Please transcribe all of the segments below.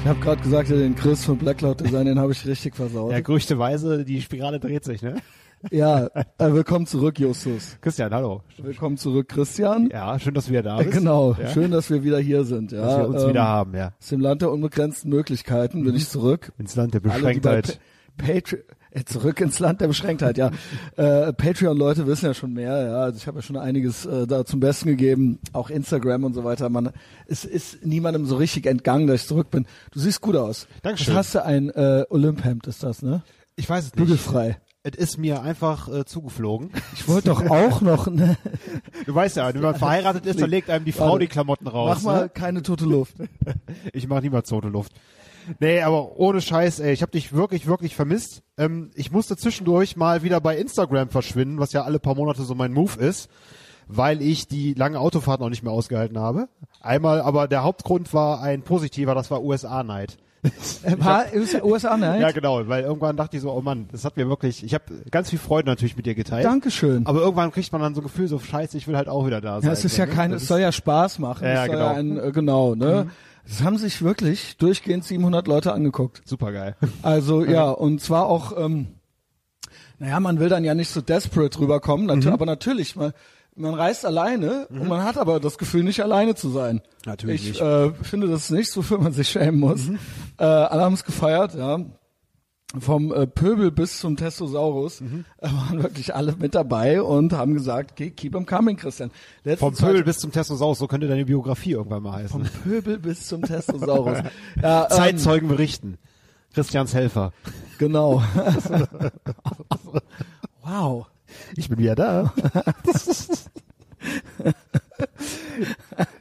Ich habe gerade gesagt, den Chris von Black Cloud Design, den habe ich richtig versaut. Ja, gerüchteweise, die Spirale dreht sich, ne? Ja, äh, willkommen zurück, Justus. Christian, hallo. Willkommen zurück, Christian. Ja, schön, dass du wieder da Äh, bist. genau, Ja, schön, dass wir wieder hier sind. Ja, dass wir uns ähm, wieder haben, ja. Aus dem Land der unbegrenzten Möglichkeiten bin ich zurück. Ins Land der Alle, die bei Beschränktheit. Pa- Patre- äh, zurück ins Land der Beschränktheit, ja. äh, Patreon-Leute wissen ja schon mehr, ja. Also ich habe ja schon einiges äh, da zum Besten gegeben, auch Instagram und so weiter. Man, es ist niemandem so richtig entgangen, dass ich zurück bin. Du siehst gut aus. Dankeschön. Das hast du ein äh, Olymp-Hemd, ist das, ne? Ich weiß es nicht. Bügelfrei. Es ist mir einfach äh, zugeflogen. Ich wollte doch auch noch, ne? Du weißt ja, wenn man verheiratet ist, dann legt einem die Frau Warte. die Klamotten raus. Mach mal Ne? keine tote Luft. Ich mache niemals tote Luft. Nee, aber ohne Scheiß, ey, ich habe dich wirklich, wirklich vermisst. Ähm, ich musste zwischendurch mal wieder bei Instagram verschwinden, was ja alle paar Monate so mein Move ist, weil ich die lange Autofahrt noch nicht mehr ausgehalten habe. Einmal, aber der Hauptgrund war ein positiver, das war USA-Neid. War, ist USA, ne? Ja, genau, weil irgendwann dachte ich so, oh Mann, das hat mir wirklich, ich habe ganz viel Freude natürlich mit dir geteilt. Dankeschön. Aber irgendwann kriegt man dann so ein Gefühl, so scheiße, ich will halt auch wieder da sein. Ja, es ist so, ja ne? kein, Das es ist- soll ja Spaß machen. Ja, es ja, soll genau. Mhm. Ja ein, äh, genau, ne? Es haben sich wirklich durchgehend 700 Leute angeguckt. Supergeil. Also ja, und zwar auch, ähm, naja, man will dann ja nicht so desperate rüberkommen, Mhm. natu aber natürlich, man, man reist alleine und man hat aber das Gefühl, nicht alleine zu sein. Natürlich ich, nicht. Mhm. Äh, finde das ist nichts, wofür man sich schämen muss. Äh, alle haben es gefeiert, ja. Vom äh, Pöbel bis zum Testosaurus Mhm. äh, waren wirklich alle mit dabei und haben gesagt, "Ke- keep 'em coming, Christian. Letzten Vom zwei- Pöbel bis zum Testosaurus, so könnte deine Biografie irgendwann mal heißen. Vom Pöbel bis zum Testosaurus. ja, ähm, Zeitzeugen berichten. Christians Helfer. genau. wow. Ich bin wieder da.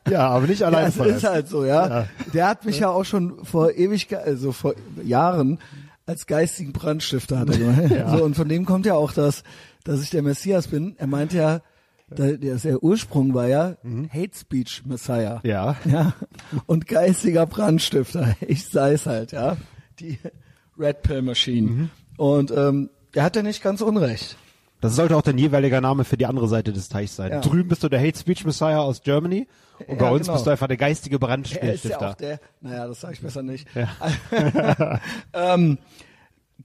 ja, aber nicht allein Das ist halt so, ja. Ja. Der hat mich ja auch schon vor Ewigkeit, also vor Jahren als geistigen Brandstifter hatte. So, und von dem kommt ja auch das, dass ich der Messias bin. Er meinte ja, da- der, der Ursprung war ja Hate Speech Messiah. Ja. Mhm. ja. Und geistiger Brandstifter. Ich sei es halt, ja. Die Red Pill Machine. Und ähm, er hat ja nicht ganz Unrecht. Das sollte auch dein jeweiliger Name für die andere Seite des Teichs sein. Ja. Drüben bist du der Hate Speech Messiah aus Germany Ja, und bei uns genau. bist du einfach der geistige Er ist ja auch Brandstifter. der, naja, das sage ich besser nicht. ähm,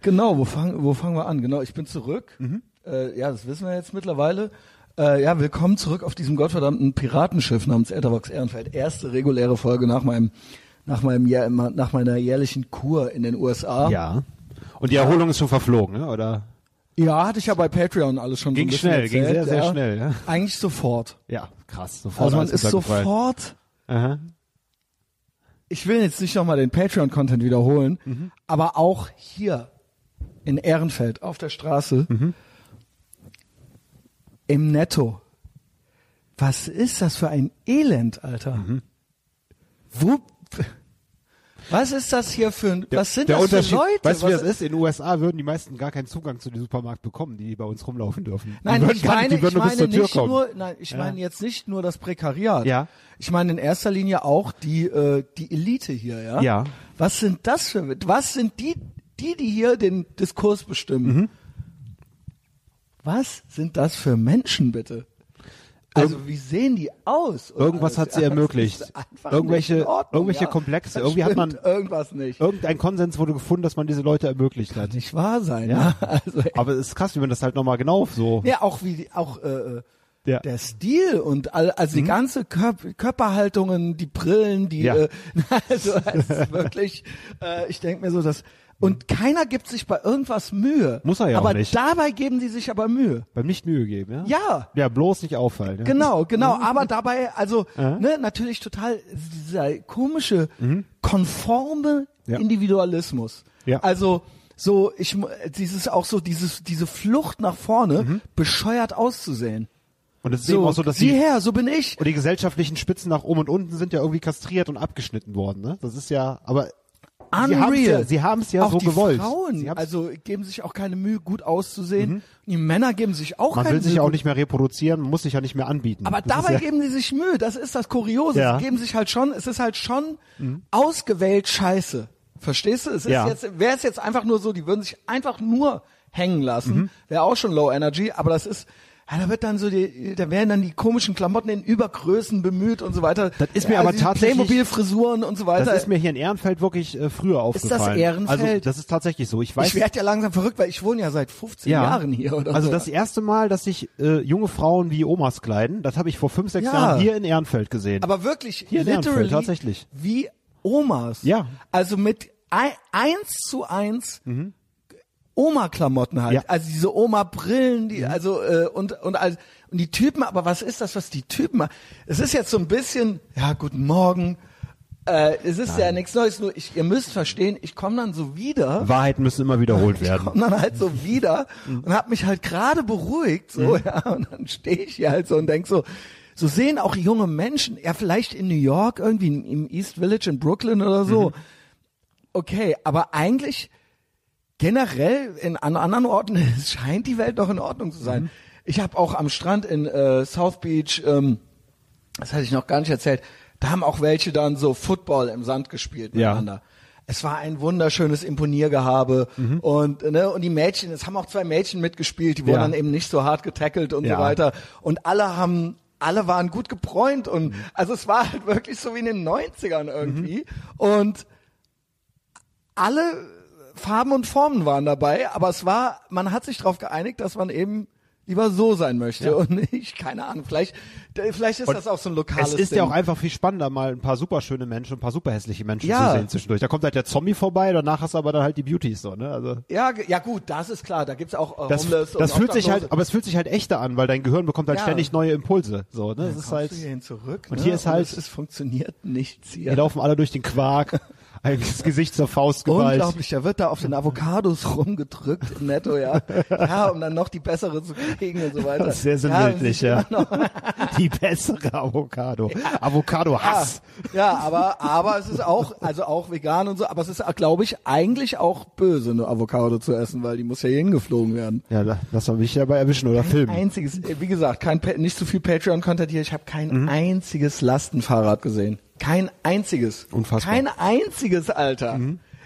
genau, wo, fang, wo fangen wir an? Genau, ich bin zurück. Mhm. Äh, ja, das wissen wir jetzt mittlerweile. Äh, ja, willkommen zurück auf diesem gottverdammten Piratenschiff namens Etherbox Ehrenfeld. Erste reguläre Folge nach meinem nach meinem Jahr, nach meiner jährlichen Kur in den USA. ja. Und die Erholung ist schon verflogen, ne? oder? Ja, hatte ich ja bei Patreon alles schon Ging so ein bisschen schnell, ging erzählt, sehr, sehr ja. schnell, ja. Eigentlich sofort. Ja, krass. Sofort Also man alles ist runtergefallen. sofort. Aha. Ich will jetzt nicht nochmal den Patreon-Content wiederholen, Mhm. aber auch hier in Ehrenfeld auf der Straße Mhm. im Netto. Was ist das für ein Elend, Alter? Mhm. Wo, was ist das hier für ein, was sind der das Unterschied, für Leute? Weißt du, wie was, das ist? In den USA würden die meisten gar keinen Zugang zu dem Supermarkt bekommen, die bei uns rumlaufen dürfen. die Nein, würden ich gar meine, nicht, die ich würden meine nur bis zur Tür nicht kommen. nur, nein, ich meine jetzt nicht nur das Prekariat. Ja. Ich meine in erster Linie auch die äh, die Elite hier, ja. Ja. Was sind das für was sind die die die hier den Diskurs bestimmen? Mhm. Was sind das für Menschen bitte? Also wie sehen die aus? Und Irgendwas alles, hat sie ja, ermöglicht. das ist einfach Irgendwelche- nicht in Ordnung, irgendwelche ja. Komplexe. Da Irgendwie hat man- stimmt irgendwas nicht. Irgendein Konsens wurde gefunden, dass man diese Leute ermöglicht hat. Nicht wahr sein. ne? Ja. Also Aber es ist krass, wie man das halt nochmal genau so. Ja, auch wie die- auch äh, Ja. Mhm. der Stil und all, also die ganze Körp Körperhaltungen, die Brillen, die Ja. äh, also es ist wirklich äh, ich denk mir so, dass und keiner gibt sich bei irgendwas Mühe. Muss er ja auch aber nicht. dabei geben die sich aber Mühe. Beim nicht Mühe geben, ja? Ja. Ja, bloß nicht auffallen. Ja? Genau, genau, Mhm. aber dabei also ne, natürlich total dieser komische konforme Mhm. Ja. Individualismus. Ja. Also so ich mu- dieses auch so dieses diese Flucht nach vorne Mhm. bescheuert auszusehen. Und es ist So, eben auch so, dass sieh die, her, so bin ich. und die gesellschaftlichen Spitzen nach oben und unten sind ja irgendwie kastriert und abgeschnitten worden, ne? Das ist ja, aber sie haben's ja, Unreal. sie haben's ja auch so die gewollt. Frauen, Sie haben's- Mhm. also geben sich auch keine Mühe, gut auszusehen. Die Männer geben sich auch man keine will sich Mühe. ja auch gut- nicht mehr reproduzieren, man muss sich ja nicht mehr anbieten. aber Das ist dabei ja, geben sie sich Mühe. Das ist das Kuriose. Ja. Mhm. Sie geben sich halt schon, es ist halt schon ausgewählt Scheiße. Verstehst du? Es ist Ja. jetzt, wäre es Mhm. jetzt einfach nur so, die würden sich einfach nur hängen lassen. Wäre auch schon Low Energy, aber das ist Ah, da wird dann so die, da werden dann die komischen Klamotten in Übergrößen bemüht und so weiter. Das ist mir aber diese tatsächlich- Playmobil-Frisuren und so weiter. Das ist mir hier in Ehrenfeld wirklich äh, früher das aufgefallen. Ehrenfeld? Also das ist tatsächlich so. Ich weiß ich werde ja langsam verrückt, weil ich wohne ja seit 15 Jahren hier oder also so. das erste Mal, dass sich äh, junge Frauen wie Omas kleiden, das habe ich vor fünf, sechs Ja. Jahren hier in Ehrenfeld gesehen. aber wirklich Hier in Ehrenfeld, literally tatsächlich. wie Omas. Ja. Also mit ei- eins zu eins Oma-Klamotten halt. Mhm. Ja. Mhm. Also diese Oma-Brillen, die, also, äh, und, und, all- und die Typen, aber was ist das, was die Typen machen? Es ist jetzt so ein bisschen, ja, guten Morgen. Äh, es ist ja nichts Neues, nur ich, ihr müsst verstehen, ich komme dann so wieder. Wahrheiten müssen immer wiederholt werden. Und dann halt so wieder und hab mich halt gerade beruhigt, so, ja, und dann stehe ich hier halt so und denk so, so sehen auch junge Menschen, ja, vielleicht in New York, irgendwie in- im East Village in Brooklyn oder so. Okay, aber eigentlich generell in an anderen Orten es scheint die Welt noch in Ordnung zu sein. Ich habe auch am Strand in äh, South Beach, ähm, das hatte ich noch gar nicht erzählt, da haben auch welche dann so Football im Sand gespielt Ja. miteinander. Es war ein wunderschönes Imponiergehabe Mhm. und ne, und die Mädchen, es haben auch zwei Mädchen mitgespielt, die wurden Ja. dann eben nicht so hart getackelt und Ja. so weiter und alle haben alle waren gut gebräunt und Mhm. also es war halt wirklich so wie in den 90ern irgendwie und alle Farben und Formen waren dabei, aber es war, man hat sich darauf geeinigt, dass man eben lieber so sein möchte und nicht, keine Ahnung, vielleicht, d- vielleicht ist das auch so ein lokales Es ist Ding. ja auch einfach viel spannender, mal ein paar super schöne Menschen, ein paar super hässliche Menschen Ja. zu sehen zwischendurch. Da kommt halt der Zombie vorbei, danach hast du aber dann halt die Beauties so, ne? Also ja, ge- ja gut, das ist klar, da gibt's auch äh, das, Homeless und das fühlt sich halt, Obdachlose. aber es fühlt sich halt echter an, weil dein Gehirn bekommt halt Ja. ständig neue Impulse. So, ne? Das Kommst ist halt, du hierhin zurück, und ne? hier ist halt- es ist, funktioniert nichts die hier. laufen alle durch den Quark, ein Gesicht zur Faust geballt. Unglaublich, da wird da auf den Avocados rumgedrückt im Netto, ja. Ja, um dann noch die bessere zu kriegen und so weiter. Das ist sehr Ja, und sinnbildlich, sich immer ja. Die bessere Avocado. Avocado-Hass. Ja, aber, aber es ist auch, also auch vegan und so, aber es ist, glaube ich, eigentlich auch böse, eine Avocado zu essen, weil die muss ja hier hingeflogen werden. Ja, la- lass mal mich dabei erwischen oder filmen. Einziges, äh, wie gesagt, kein, Pa- nicht zu viel Patreon-Content hier, ich habe Mhm. kein einziges Lastenfahrrad gesehen. Kein einziges. Unfassbar. Mhm. Kein einziges, Alter.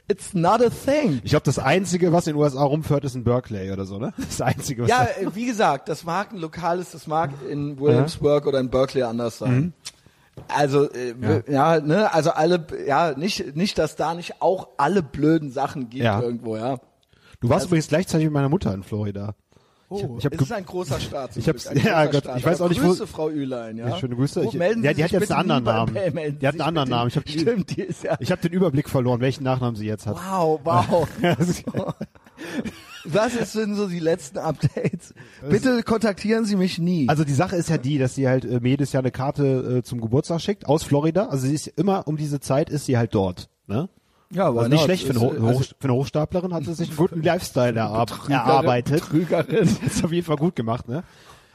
It's not a thing. Ich glaube, das Einzige, was in den USA rumfährt, ist ein Berkeley oder so, ne? Das Einzige, was Ja, da- äh, wie gesagt, das mag ein lokales, das mag in Williamsburg oder in Berkeley anders sein. Mhm. Also äh, w- ja. ne, also alle ja, nicht nicht dass da nicht auch alle blöden Sachen gibt Ja. irgendwo, ja. Du warst übrigens gleichzeitig mit meiner Mutter in Florida. Oh, ich hab es ge- ist ein großer Staat. zum Ich hab's- Glück, ein ja, großer Gott, ich weiß Aber auch nicht, wo- Grüße, Frau Ülein, ja. Ja, schöne Grüße. Wo Ich- melden ja, Sie die hat sich jetzt einen bitte anderen nie bei Namen. Pay- melden Die hat Sie sich einen anderen bitte- Namen. Ich hab die- Stimmt, die ist ja. Ich habe den Überblick verloren, welchen Nachnamen sie jetzt hat. Wow, wow. Was ist denn so die letzten Updates? Bitte kontaktieren Sie mich nie. Also die Sache ist ja die, dass sie halt äh, mir jedes Jahr eine Karte äh, zum Geburtstag schickt aus Florida. Also sie ist immer um diese Zeit ist sie halt dort. Ne? Ja, why also nicht not? schlecht für eine, Ho Ist, äh, eine Hoch also- für eine Hochstaplerin hat sie sich einen guten Lifestyle erarb erarbeitet. Trügerin. Das ist auf jeden Fall gut gemacht, ne?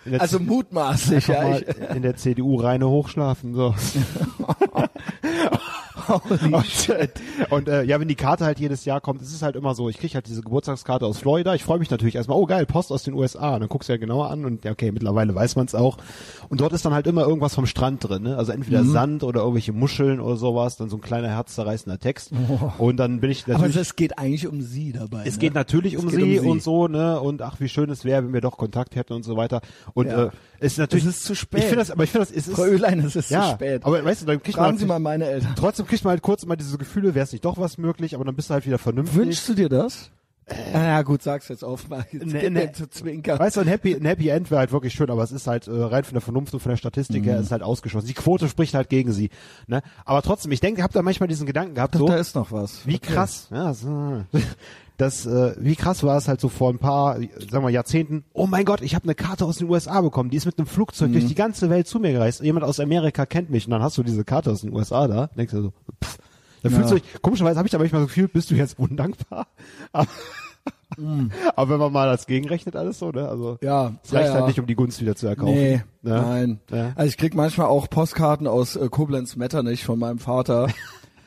In der Also mutmaßlich, Einfach ja. mal Ich, in der CDU reine hochschlafen. So. holy Und, äh, shit. und äh, ja, wenn die Karte halt jedes Jahr kommt, ist es halt immer so, ich krieg halt diese Geburtstagskarte aus Florida, ich freue mich natürlich erstmal, oh geil, Post aus den USA. Und dann guckst du ja genauer an und ja, okay, mittlerweile weiß man es auch. Und dort ist dann halt immer irgendwas vom Strand drin, ne? Also entweder Mhm. Sand oder irgendwelche Muscheln oder sowas, dann so ein kleiner herzzerreißender Text. Und dann bin ich Aber natürlich. es geht eigentlich um sie dabei. Es ne? geht natürlich um, Es geht sie um sie. und so, ne? Und ach, wie schön es wäre, wenn wir doch Kontakt hätten und so weiter. Und Ja. äh, es ist natürlich. Es ist zu spät. Ich finde das, aber ich finde das, es ist. Frau Ölein, es ist ja, zu spät. Aber weißt du, dann kriegt Fragen man Sie mal meine Eltern. Trotzdem kriegt man halt kurz immer diese Gefühle, wäre es nicht doch was möglich, aber dann bist du halt wieder vernünftig. Wünschst du dir das? Äh, Na ja, gut, sag's jetzt auf, mal. Jetzt Nee, gib nee. mir zu zwinkern. Weißt du, ein Happy, ein Happy End wäre halt wirklich schön, aber es ist halt äh, rein von der Vernunft und von der Statistik Mhm. her ist halt ausgeschlossen. Die Quote spricht halt gegen sie. Ne? Aber trotzdem, ich denke, ich habe da manchmal diesen Gedanken gehabt, so, Da ist noch was. wie Okay. krass, ja, so, das, äh, wie krass war es halt so vor ein paar, äh, sagen wir Jahrzehnten. Oh mein Gott, ich habe eine Karte aus den USA bekommen, die ist mit einem Mhm. Flugzeug durch die ganze Welt zu mir gereist. Jemand aus Amerika kennt mich und dann hast du diese Karte aus den USA da. Denkst du so, pff, da fühlst Ja. du dich, komischerweise habe ich da manchmal so viel, bist du jetzt undankbar? Aber, aber wenn man mal das gegenrechnet alles so, ne? Also Mhm. Ja, es reicht ja, halt ja. nicht, um die Gunst wieder zu erkaufen. Nee, ne? nein. Ja. Also ich krieg manchmal auch Postkarten aus äh, Koblenz Metternich von meinem Vater.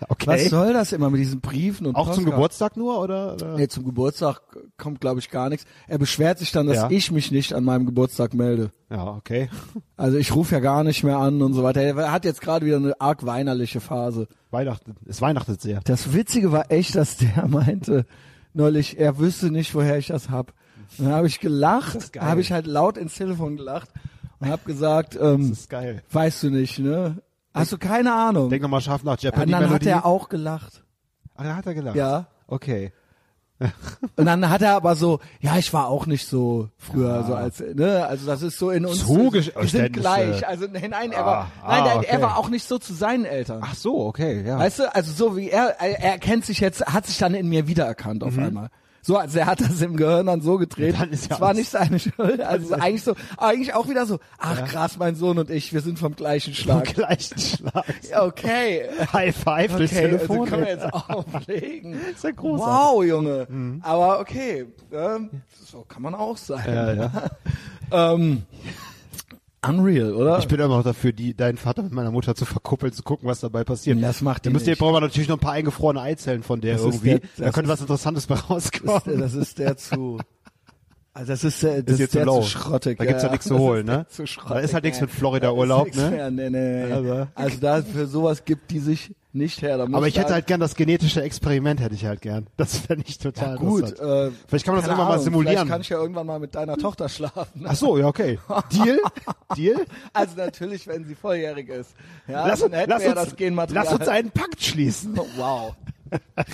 Okay. Was soll das immer mit diesen Briefen und Auch zum Postkarten? Geburtstag nur oder? oder? Nee, zum Geburtstag kommt glaube ich gar nichts. Er beschwert sich dann, dass Ja. ich mich nicht an meinem Geburtstag melde. Ja, okay. Also ich rufe ja gar nicht mehr an und so weiter. Er hat jetzt gerade wieder eine arg weinerliche Phase. Weihnachten, es weihnachtet sehr. Das Witzige war echt, dass der meinte neulich, er wüsste nicht, woher ich das hab. Und dann habe ich gelacht, geil. habe ich halt laut ins Telefon gelacht und habe gesagt, ähm, Das ist geil. weißt du nicht, ne? Hast du keine Ahnung? Denk nochmal scharf nach. und Jeopardy dann hat Melodie. er auch gelacht. Ach, da hat er gelacht. Ja. Okay. Und dann hat er aber so, ja, ich war auch nicht so früher, Ah. so als, ne, also das ist so in uns. Zugesch- wir sind Ständnische. gleich. Also nein, nein, er war, Ah, nein, ah, nein okay. er war auch nicht so zu seinen Eltern. Ach so, okay, ja. Weißt du, also so wie er, er er kennt sich jetzt, hat sich dann in mir wiedererkannt auf einmal. So, also er hat das im Gehirn dann so gedreht. Mhm. Dann ist ja es war alles- nicht seine Schuld. Also eigentlich so, eigentlich auch wieder so, ach krass, mein Sohn und ich, wir sind vom gleichen Schlag. gleichen Schlag. Okay. High five Okay, durchs Telefon. also können wir jetzt auflegen. Ist ja großartig. Mhm. wow, Junge. Aber okay, ähm, so kann man auch sein. Ja, ja. Ähm, unreal, oder? Ich bin immer noch dafür, die, deinen Vater mit meiner Mutter zu verkuppeln, zu gucken, was dabei passiert. Das macht die Dann müsst ihr, nicht. brauchen wir natürlich noch ein paar eingefrorene Eizellen von der Das ist irgendwie. der- da das könnte was Interessantes bei rauskommen. Das ist der- das ist der zu. Also das ist der, das Ist jetzt ist der zu low. zu schrottig. Da gibt's ja nichts zu holen, ne? Zu schrottig, Da ist halt nichts ey. mit Florida-Urlaub, Da ist ne? nichts Mehr, nee, nee, nee. Aber- Also da für sowas gibt die sich nicht her. Da muss Aber ich hätte sagen, halt gern das genetische Experiment, hätte ich halt gern. Das fände ich total gut. interessant. Äh, halt Vielleicht kann man das keine irgendwann mal Ahnung, simulieren. Vielleicht kann ich ja irgendwann mal mit deiner Tochter schlafen. Ach so, ja, okay. Deal? Deal? Also natürlich, wenn sie volljährig ist. Ja, Lass, dann uns, hätten lass, wir ja uns, das Genmaterial. lass uns einen Pakt schließen. Oh, wow.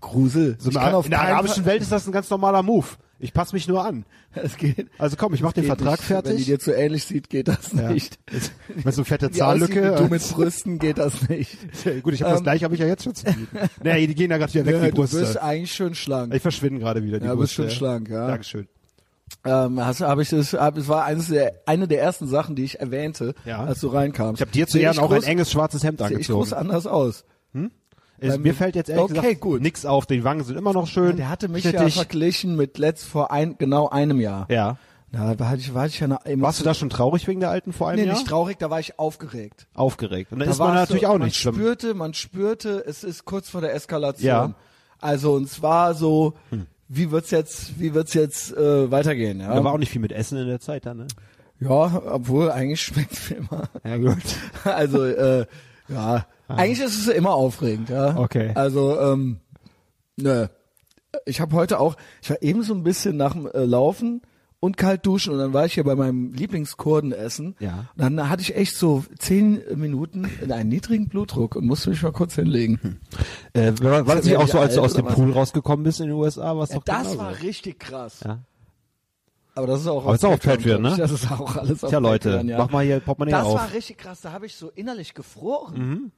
Grusel. So ich kann auf in der keinen arabischen Welt ist das ein ganz normaler Move. Ich passe mich nur an. Fall, es geht. Also komm, ich mach den geht Vertrag nicht. Wenn die fertig. dir zu ähnlich sieht, geht das Ja. nicht. Mit so fette Die aussieht Zahnlücke. wie Du mit Brüsten geht das nicht. Ja, Gut, ich habe das Ähm, gleiche, habe ich ja jetzt schon zu bieten. Naja, die gehen da gerade wieder weg, Ja, die du bist Brüste. eigentlich schön schlank. Ich verschwinde gerade wieder, die Ja, Brüste. bist schon schlank, ja. Dankeschön. Ähm, hast, hab ich das, hab, es war eines der, eine der ersten Sachen, die ich erwähnte, Ja. als du reinkamst. Ich habe dir zu Seh ich Ehren auch ein groß- enges schwarzes Hemd Sehe ich groß angezogen. anders aus. Es, Ähm, mir fällt jetzt ehrlich okay, gesagt gut. nichts auf. Die Wangen sind immer noch schön. Der hatte mich ja schnittig. verglichen mit letzt vor ein, genau einem Jahr. ja. Na, da war ich, war ich ja noch immer Warst du da schon traurig wegen der alten vor einem nee, Jahr? nicht traurig, da war ich aufgeregt. Aufgeregt. Und da ist da man warst du- natürlich auch nicht Man schlimm. spürte, man spürte, es ist kurz vor der Eskalation. Ja. Hm. Also und zwar so, wie wird's jetzt, wie wird's jetzt äh, weitergehen? Ja? Da war auch nicht viel mit Essen in der Zeit dann, ne? Ja, obwohl eigentlich schmeckt's mir immer. Ja, gut. Also äh, ja, eigentlich ist es immer aufregend. Ja. Ah. Okay. Also ähm, nö. Ich habe heute auch, ich war eben so ein bisschen nach dem äh, Laufen und kalt duschen und dann war ich hier bei meinem Lieblingskurden essen. Ja. Und dann hatte ich echt so zehn Minuten in einen niedrigen Blutdruck und musste mich mal kurz hinlegen. Äh, war war das nicht Ja, auch so, als du alt aus dem oder was? Pool rausgekommen bist in den USA? War's doch das genauso. war richtig krass. Ja. Aber das ist auch Aber ist auch auf Patreon, Patreon, glaub ich. ne? Das ist auch alles auf Tja, Leute, Patreon, ja. mach mal hier Portemonnaie Das auf. war richtig krass, da habe ich so innerlich gefroren.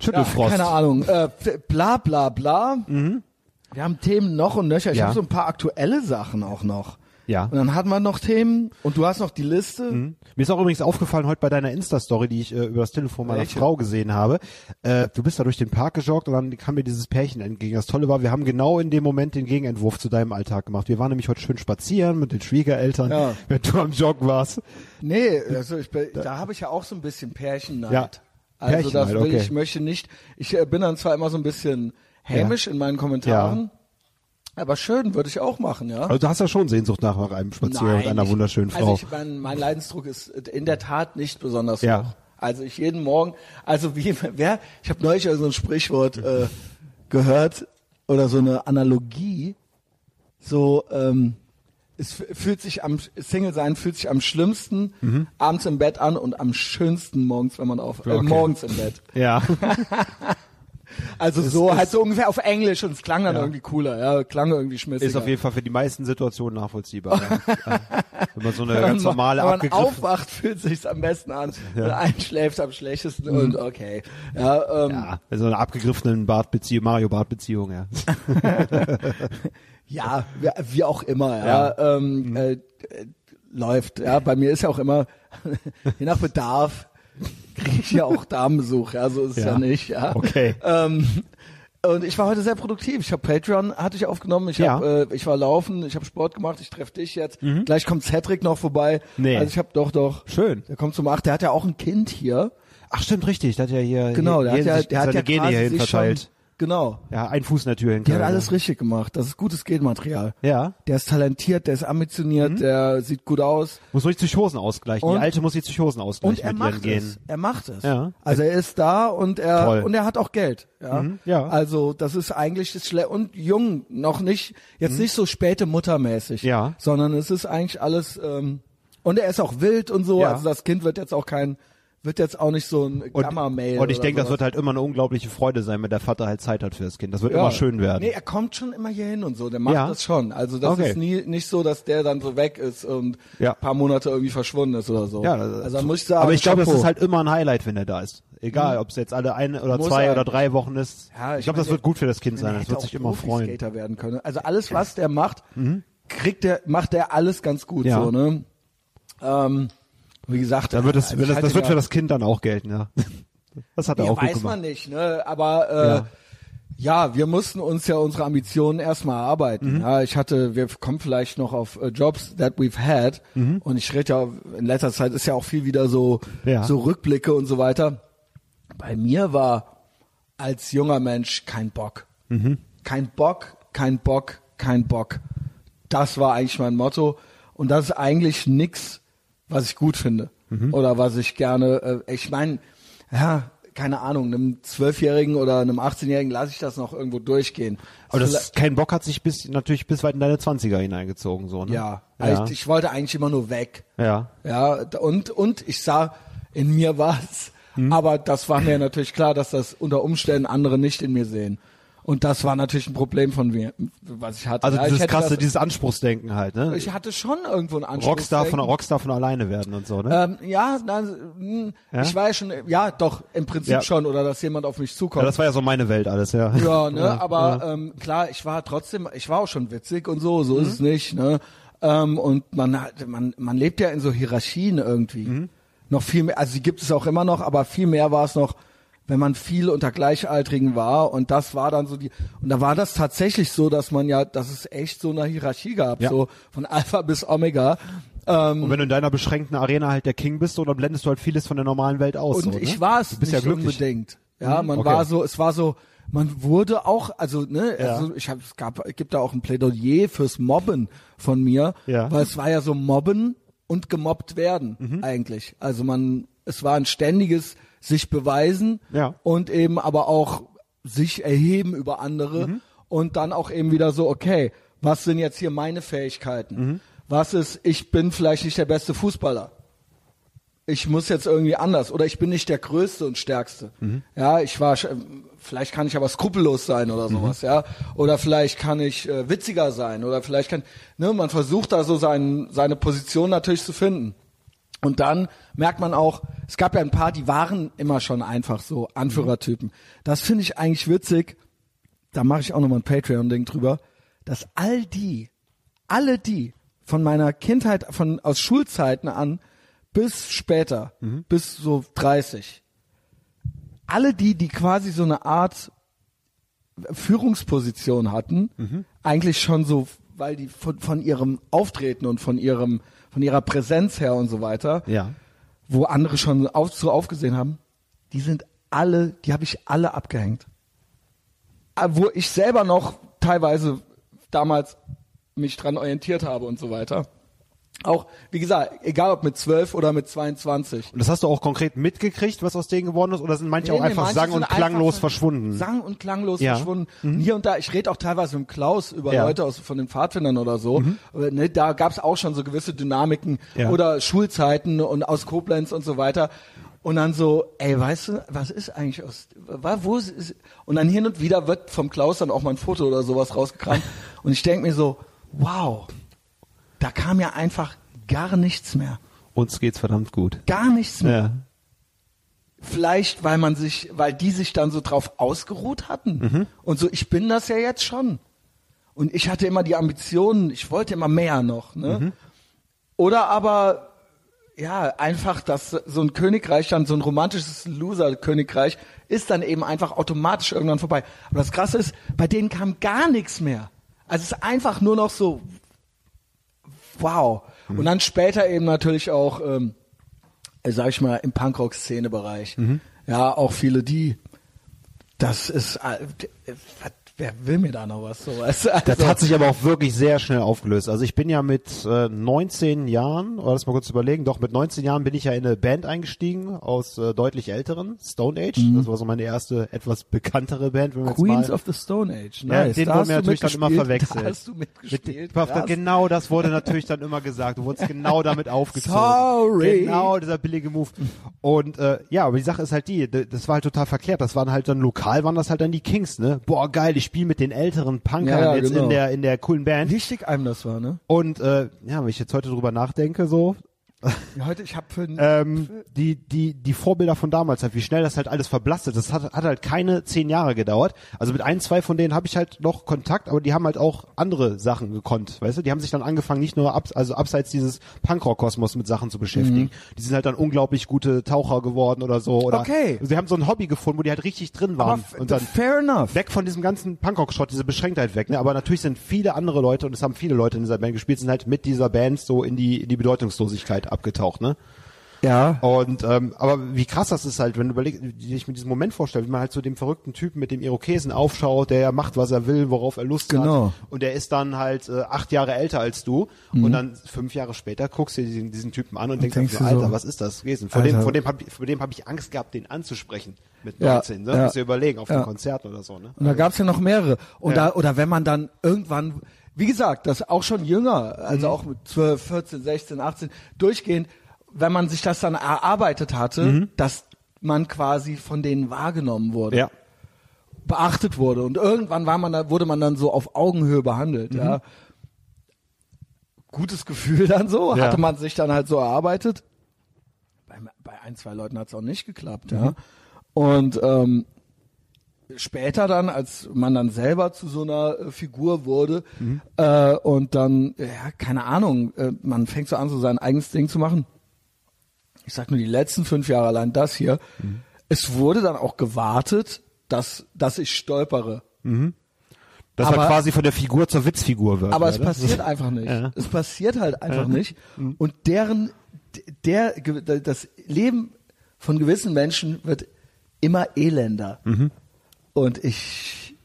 Ja, Schüttelfrost. keine Ahnung. Äh, bla bla bla. Wir haben Themen noch und nöcher. Ich Mhm. Ja. habe so ein paar aktuelle Sachen auch noch. Ja. Mhm. Und dann hatten wir noch Themen und du hast noch die Liste. Mir ist auch übrigens aufgefallen heute bei deiner Insta-Story, die ich äh, über das Telefon meiner Welche? Frau gesehen habe. Äh, du bist da durch den Park gejoggt und dann kam mir dieses Pärchen entgegen. Das Tolle war, wir haben genau in dem Moment den Gegenentwurf zu deinem Alltag gemacht. Wir waren nämlich heute schön spazieren mit den Schwiegereltern, Ja. wenn du am Joggen warst. Nee, also ich bin, da habe ich ja auch so ein bisschen Pärchenneid. Ja. Also das Pärchenneid, will okay. ich möchte nicht. Ich äh, bin dann zwar immer so ein bisschen hämisch in meinen Kommentaren, aber schön würde ich auch machen, ja. Also du hast ja schon Sehnsucht nach, nach einem Spaziergang mit einer ich- wunderschönen Frau. Also ich, mein, mein Leidensdruck ist in der Tat nicht besonders Ja. hoch. Also ich jeden Morgen, also wie, wer, ich habe neulich so ein Sprichwort äh, gehört oder so eine Analogie, so ähm, es fü- fühlt sich am Single sein fühlt sich am schlimmsten abends im Bett an und am schönsten morgens, wenn man auf äh, Ja, Mhm. okay. morgens im Bett. ja. Also so halt so ungefähr auf Englisch und es klang dann irgendwie cooler, ja, klang irgendwie schmissiger. Ist auf jeden Fall für die meisten Situationen nachvollziehbar. ja. Wenn man so eine Wenn ganz man- normale, Wenn man abgegriffene... aufwacht, fühlt sich's am besten an. Wenn einschläft, am schlechtesten Mhm. und okay. Ja, ähm, ja. Ja, in so einer abgegriffenen Bartbeziehung, Mario-Bart-Beziehung, ja. wie, wie auch immer, ja. Ähm, Mhm. äh, äh, läuft. Ja, bei mir ist ja auch immer, je nach Bedarf, kriege ich ja auch Damenbesuch. Ja, so ist es Ja. ja, nicht. Ja. Okay. Ähm, und ich war heute sehr produktiv. Ich habe Patreon hatte ich aufgenommen. Ich, hab, Ja. Mhm. äh, ich war laufen, ich habe Sport gemacht. Ich treffe dich jetzt. Gleich kommt Cedric noch vorbei. Nee. Also ich habe doch doch. Schön. Der kommt zum acht. Der hat ja auch ein Kind hier. Ach stimmt, richtig. Der hat ja hier Genau, der hier, hat ja, sich der hat seine ja Gene quasi hierhin sich verteilt. schon Genau. Ja, ein Fuß in der Tür Der hinter. hat alles richtig gemacht. Das ist gutes Genmaterial. Ja. Der ist talentiert, der ist ambitioniert, Mhm. der sieht gut aus. Muss nur die Psychosen ausgleichen. Und- die alte muss die Psychosen ausgleichen Und er mit ihren macht Genen. es. Er macht es. Ja. Also er ist da und er Toll. und er hat auch Geld. Ja. Mhm, ja. Also das ist eigentlich das Schle und jung noch nicht jetzt nicht so späte Muttermäßig. Mhm. Ja. Sondern es ist eigentlich alles ähm, und er ist auch wild und so. Ja. Also das Kind wird jetzt auch kein wird jetzt auch nicht so ein Und, Gamma-Mail. und ich oder denke, das sowas. wird halt immer eine unglaubliche Freude sein, wenn der Vater halt Zeit hat für das Kind. Das wird Ja. immer schön werden. Nee, er kommt schon immer hier hin und so. Der macht Ja. das schon. Also das Okay. ist nie nicht so, dass der dann so weg ist und Ja. ein paar Monate irgendwie verschwunden ist oder so. Ja, das- also da muss ich sagen, aber ich glaube, das Chapeau. Mhm. ist halt immer ein Highlight, wenn er da ist. Egal, ob es jetzt alle ein oder Muss zwei er. oder drei Wochen ist. Ja, ich ich glaube, meine, das wird gut für das Kind sein. Er Das hätte wird auch sich immer freuen. Mhm. Profi-Skater werden können. Also alles, was der macht, kriegt der, macht er alles ganz gut. Ja. So, ne? ähm, wie gesagt, Dann wird das, also ich wird das, halte das wird ja- für das Kind dann auch gelten, ja. Das hat er ja, auch weiß gut man gemacht. nicht, ne? Aber äh, Ja. ja. wir mussten uns ja unsere Ambitionen erstmal erarbeiten. Mhm. Ja, ich hatte, wir kommen vielleicht noch auf äh, Jobs that we've had Mhm. und ich rede ja in letzter Zeit ist ja auch viel wieder so Ja. so Rückblicke und so weiter. Bei mir war als junger Mensch kein Bock. Mhm. Kein Bock, kein Bock, kein Bock. Das war eigentlich mein Motto und das ist eigentlich nix, was ich gut finde Mhm. oder was ich gerne äh, ich meine, ja, keine Ahnung, einem Zwölfjährigen oder einem 18-Jährigen lasse ich das noch irgendwo durchgehen. Aber Vielleicht- das, kein Bock hat sich bis, natürlich bis weit in deine 20er hineingezogen, so, ne? ja, also Ja. Ich, ich wollte eigentlich immer nur weg. ja. Ja, d- und, und ich sah, in mir war's. Mhm. Aber das war mir natürlich klar, dass das unter Umständen andere nicht in mir sehen. Und das war natürlich ein Problem von mir, was ich hatte. Also ja, ich dieses hätte krasse, das, dieses Anspruchsdenken halt, ne? ich hatte schon irgendwo einen Anspruch. Rockstar von Rockstar von alleine werden und so, ne? Ähm, ja, na, mh, Ja? ich war ja schon, ja, doch, im Prinzip Ja. schon, oder dass jemand auf mich ja, zukommt. das war ja so meine Welt alles, ja. Ja, ne, aber Ähm, klar, ich war trotzdem, ich war auch schon witzig und so, so ist es nicht, ne? Ähm, und man hat, man, man lebt ja in so Hierarchien irgendwie. Noch viel mehr, also die gibt es auch immer noch, aber viel mehr war es noch, wenn man viel unter Gleichaltrigen war und das war dann so die, und da war das tatsächlich so, dass man ja, dass es echt so eine Hierarchie gab, Ja. so von Alpha bis Omega. Ähm, Und wenn du in deiner beschränkten Arena halt der King bist, so, dann blendest du halt vieles von der normalen Welt aus. Und so, ich ne? war es Du bist nicht ja glücklich. unbedingt. Ja, Mhm, man okay. war so, es war so, man wurde auch, also ne, also ich habe, es gab, es gibt da auch ein Plädoyer fürs Mobben von mir, Ja. Mhm. weil es war ja so Mobben und gemobbt werden eigentlich. Also man, es war ein ständiges sich beweisen Ja. und eben aber auch sich erheben über andere und dann auch eben wieder so, okay, was sind jetzt hier meine Fähigkeiten? Was ist, ich bin vielleicht nicht der beste Fußballer ich muss jetzt irgendwie anders oder ich bin nicht der Größte und Stärkste. Ja, ich war, sch- vielleicht kann ich aber skrupellos sein oder sowas, ja. Oder vielleicht kann ich äh, witziger sein oder vielleicht kann, ne, man versucht da so sein, seine Position natürlich zu finden. Und dann merkt man auch, es gab ja ein paar, die waren immer schon einfach so Anführertypen. Das finde ich eigentlich witzig. Da mache ich auch nochmal ein Patreon-Ding drüber, dass all die, alle die von meiner Kindheit, von, aus Schulzeiten an bis später, bis so 30, alle die, die quasi so eine Art Führungsposition hatten, eigentlich schon so, weil die von, von ihrem Auftreten und von ihrem, von ihrer Präsenz her und so weiter, Ja. wo andere schon auf, so aufgesehen haben, die sind alle, die habe ich alle abgehängt. Ah, Wo ich selber noch teilweise damals mich dran orientiert habe und so weiter. Auch, wie gesagt, egal ob mit 12 oder mit 22. Und das hast du auch konkret mitgekriegt, was aus denen geworden ist, oder sind manche auch Nee, nee, einfach manche sang- sind und einfach klanglos so- verschwunden? Sang und klanglos Ja. Mhm. verschwunden. Und Hier und da, ich rede auch teilweise mit Klaus über Ja. Mhm. Leute aus, von den Pfadfindern oder so. Aber, Ne, da gab es auch schon so gewisse Dynamiken Ja. oder Schulzeiten und aus Koblenz und so weiter. Und dann so, ey, weißt du, was ist eigentlich aus, wa- wo ist, ist- und dann hin und wieder wird vom Klaus dann auch mal ein Foto oder sowas rausgekramt. und ich denke mir so, wow, da kam ja einfach gar nichts mehr. Uns geht's verdammt gut. Gar nichts mehr. Ja. Vielleicht, weil man sich, weil die sich dann so drauf ausgeruht hatten. Und so, ich bin das ja jetzt schon. Und ich hatte immer die Ambitionen, ich wollte immer mehr noch. Ne? Oder aber, ja, einfach, dass so ein Königreich dann, so ein romantisches Loser-Königreich, ist dann eben einfach automatisch irgendwann vorbei. Aber das Krasse ist, bei denen kam gar nichts mehr. Also es ist einfach nur noch so, wow. Und dann später eben natürlich auch, ähm, Mhm. äh, sag ich mal, im Punkrock-Szene-Bereich. Ja, auch viele, die das ist, äh, d- äh, was- wer will mir da noch was so? Also, Das hat sich aber auch wirklich sehr schnell aufgelöst. Also ich bin ja mit äh, 19 Jahren, oder lass mal kurz überlegen, doch mit 19 Jahren bin ich ja in eine Band eingestiegen aus äh, deutlich älteren, Stone Age. Das war so meine erste etwas bekanntere Band, wenn man Mhm. Queens jetzt mal of the Stone Age. Ja, Nice. Ne, den da wurden hast wir du natürlich dann immer mitgespielt, verwechselt. Da hast du mitgespielt. Mit, Puff- krass. genau das wurde natürlich dann immer gesagt. Du wurdest genau damit aufgezogen. Sorry. Genau dieser billige Move. Und äh, ja, aber die Sache ist halt die, d- das war halt total verkehrt. Das waren halt dann lokal, waren das halt dann die Kings, ne? Boah, geil, ich spiele mit den älteren Punkern Ja, ja, jetzt in genau. der in der coolen Band. Wie schick einem das war, ne? Und äh, ja, wenn ich jetzt heute drüber nachdenke, so, Heute, ich habe für einen ähm, die, die, die Vorbilder von damals halt, wie schnell das halt alles verblasst ist. Das hat, hat halt keine zehn Jahre gedauert. Also mit ein, zwei von denen habe ich halt noch Kontakt, aber die haben halt auch andere Sachen gekonnt, weißt du? Die haben sich dann angefangen, nicht nur abs also abseits dieses Punkrock-Kosmos mit Sachen zu beschäftigen. Mhm. Die sind halt dann unglaublich gute Taucher geworden oder so. Oder Okay. Sie haben so ein Hobby gefunden, wo die halt richtig drin Aber waren. f- Und dann fair enough. weg von diesem ganzen Punkrock-Schrott, diese Beschränktheit weg. Ne? Aber natürlich sind viele andere Leute, und es haben viele Leute in dieser Band gespielt, sind halt mit dieser Band so in die, in die Bedeutungslosigkeit abgetaucht. Ne? Ja. Und ähm, aber wie krass das ist halt, wenn du überlegst, wie ich mir diesen Moment vorstelle, wie man halt so dem verrückten Typen mit dem Irokesen aufschaut, der ja macht, was er will, worauf er Lust Genau. Mhm. hat. Und der ist dann halt äh, acht Jahre älter als du. Und dann fünf Jahre später guckst du dir diesen, diesen Typen an und, denkst, denkst dir du so, Alter, so, was ist das gewesen? Vor Alter. dem, vor dem hab, ich- vor dem habe ich Angst gehabt, den anzusprechen mit Ja, 19. ne? ja. Musst du dir überlegen, auf Ja. den Konzerten oder so, ne? Und da gab's ja noch mehrere. Und Ja. da, oder wenn man dann irgendwann, wie gesagt, das auch schon jünger, also Mhm. auch mit 12, 14, 16, 18, durchgehend, wenn man sich das dann erarbeitet hatte, Mhm. dass man quasi von denen wahrgenommen wurde, Ja. beachtet wurde. Und irgendwann war man da, wurde man dann so auf Augenhöhe behandelt, ja. Gutes Gefühl dann so, Ja. hatte man sich dann halt so erarbeitet. Bei, bei ein, zwei Leuten hat's auch nicht geklappt, ja. Und ähm, später dann, als man dann selber zu so einer äh, Figur wurde äh, und dann, ja, keine Ahnung, äh, man fängt so an, so sein eigenes Ding zu machen. Ich sag nur die letzten fünf Jahre allein das hier. Mhm. Es wurde dann auch gewartet, dass, dass ich stolpere. Dass Aber- man quasi von der Figur zur Witzfigur wird. ne? Aber es oder? passiert einfach nicht. Ja. Mhm. Es passiert halt einfach nicht. Und deren, der, das Leben von gewissen Menschen wird immer elender. Mhm. Und ich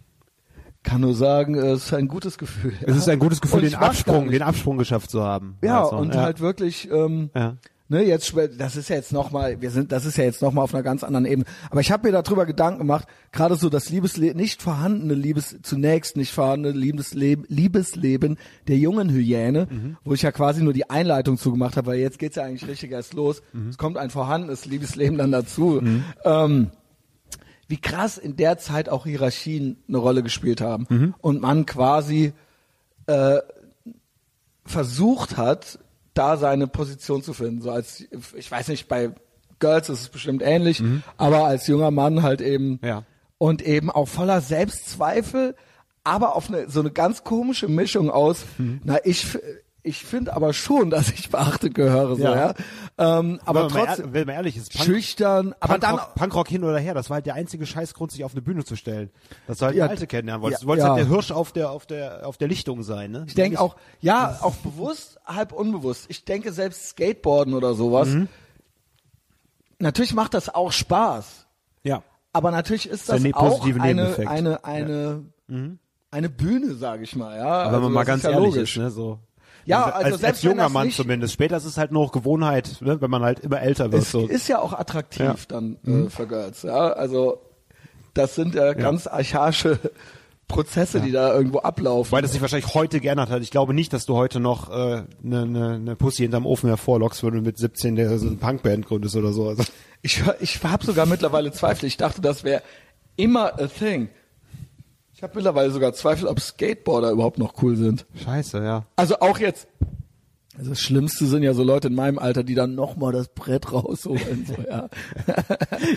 kann nur sagen, es ist ein gutes Gefühl. Es ist ein gutes Gefühl, Und den ich mach's gar Absprung, nicht. den Absprung geschafft zu haben. Ja, Also, und ja. halt wirklich, ähm, Ja. ne, jetzt, spä- das ist ja jetzt nochmal, wir sind, das ist ja jetzt nochmal auf einer ganz anderen Ebene. Aber ich habe mir darüber Gedanken gemacht, gerade so das Liebesle nicht vorhandene Liebes, zunächst nicht vorhandene Liebesleben, Liebesleben der jungen Hyäne, Mhm. wo ich ja quasi nur die Einleitung zugemacht habe, weil jetzt geht's ja eigentlich richtig erst los. Mhm. Es kommt ein vorhandenes Liebesleben dann dazu. Ähm, wie krass in der Zeit auch Hierarchien eine Rolle gespielt haben Mhm. und man quasi äh, versucht hat, da seine Position zu finden. So als, ich weiß nicht, bei Girls ist es bestimmt ähnlich, aber als junger Mann halt eben Mhm. Ja. und eben auch voller Selbstzweifel, aber auf eine, so eine ganz komische Mischung aus, Mhm. na, ich, f- ich finde aber schon, dass ich beachtet gehöre, so, ja. Ja. Ähm, aber wenn man trotzdem, mal, ehr- wenn man ehrlich ist, Punk, schüchtern, aber dann, Punkrock, Punkrock hin oder her, das war halt der einzige Scheißgrund, sich auf eine Bühne zu stellen. Dass du halt Ja, die Alte kennenlernen wolltest. ja, du wolltest ja. halt der Hirsch auf der, auf der, auf der Lichtung sein, ne? Ich denke auch, ja, auch bewusst, halb unbewusst. Ich denke selbst Skateboarden oder sowas. Mhm. Natürlich macht das auch Spaß, Ja. aber natürlich ist ja das ne- auch positive eine, Nebeneffekt. Mhm. eine, eine, Mhm. eine Bühne, sage ich mal. Ja, Aber wenn man Also mal das ganz ist ja ehrlich logisch. ist, ne, so. Ja, als, also als, selbst als wenn junger das Mann nicht- zumindest. Später ist es halt nur Gewohnheit, ne, wenn man halt immer älter wird. Es so. ist ja auch attraktiv Ja. Mhm. dann äh, für Girls. Ja, also das sind ja ganz archaische Prozesse, die da irgendwo ablaufen. Weil das sich wahrscheinlich heute geändert hat. Ich glaube nicht, dass du heute noch eine äh, ne, ne, ne Pussy hinterm Ofen hervorlockst, wenn du mit 17 der so eine Punkband gründest oder so. Also, Ich, hör- ich habe sogar mittlerweile Zweifel. Ich dachte, das wäre immer a thing. Ich habe mittlerweile sogar Zweifel, ob Skateboarder überhaupt noch cool sind. Scheiße, ja. Also auch jetzt. Also das Schlimmste sind ja so Leute in meinem Alter, die dann nochmal das Brett rausholen. So, ja.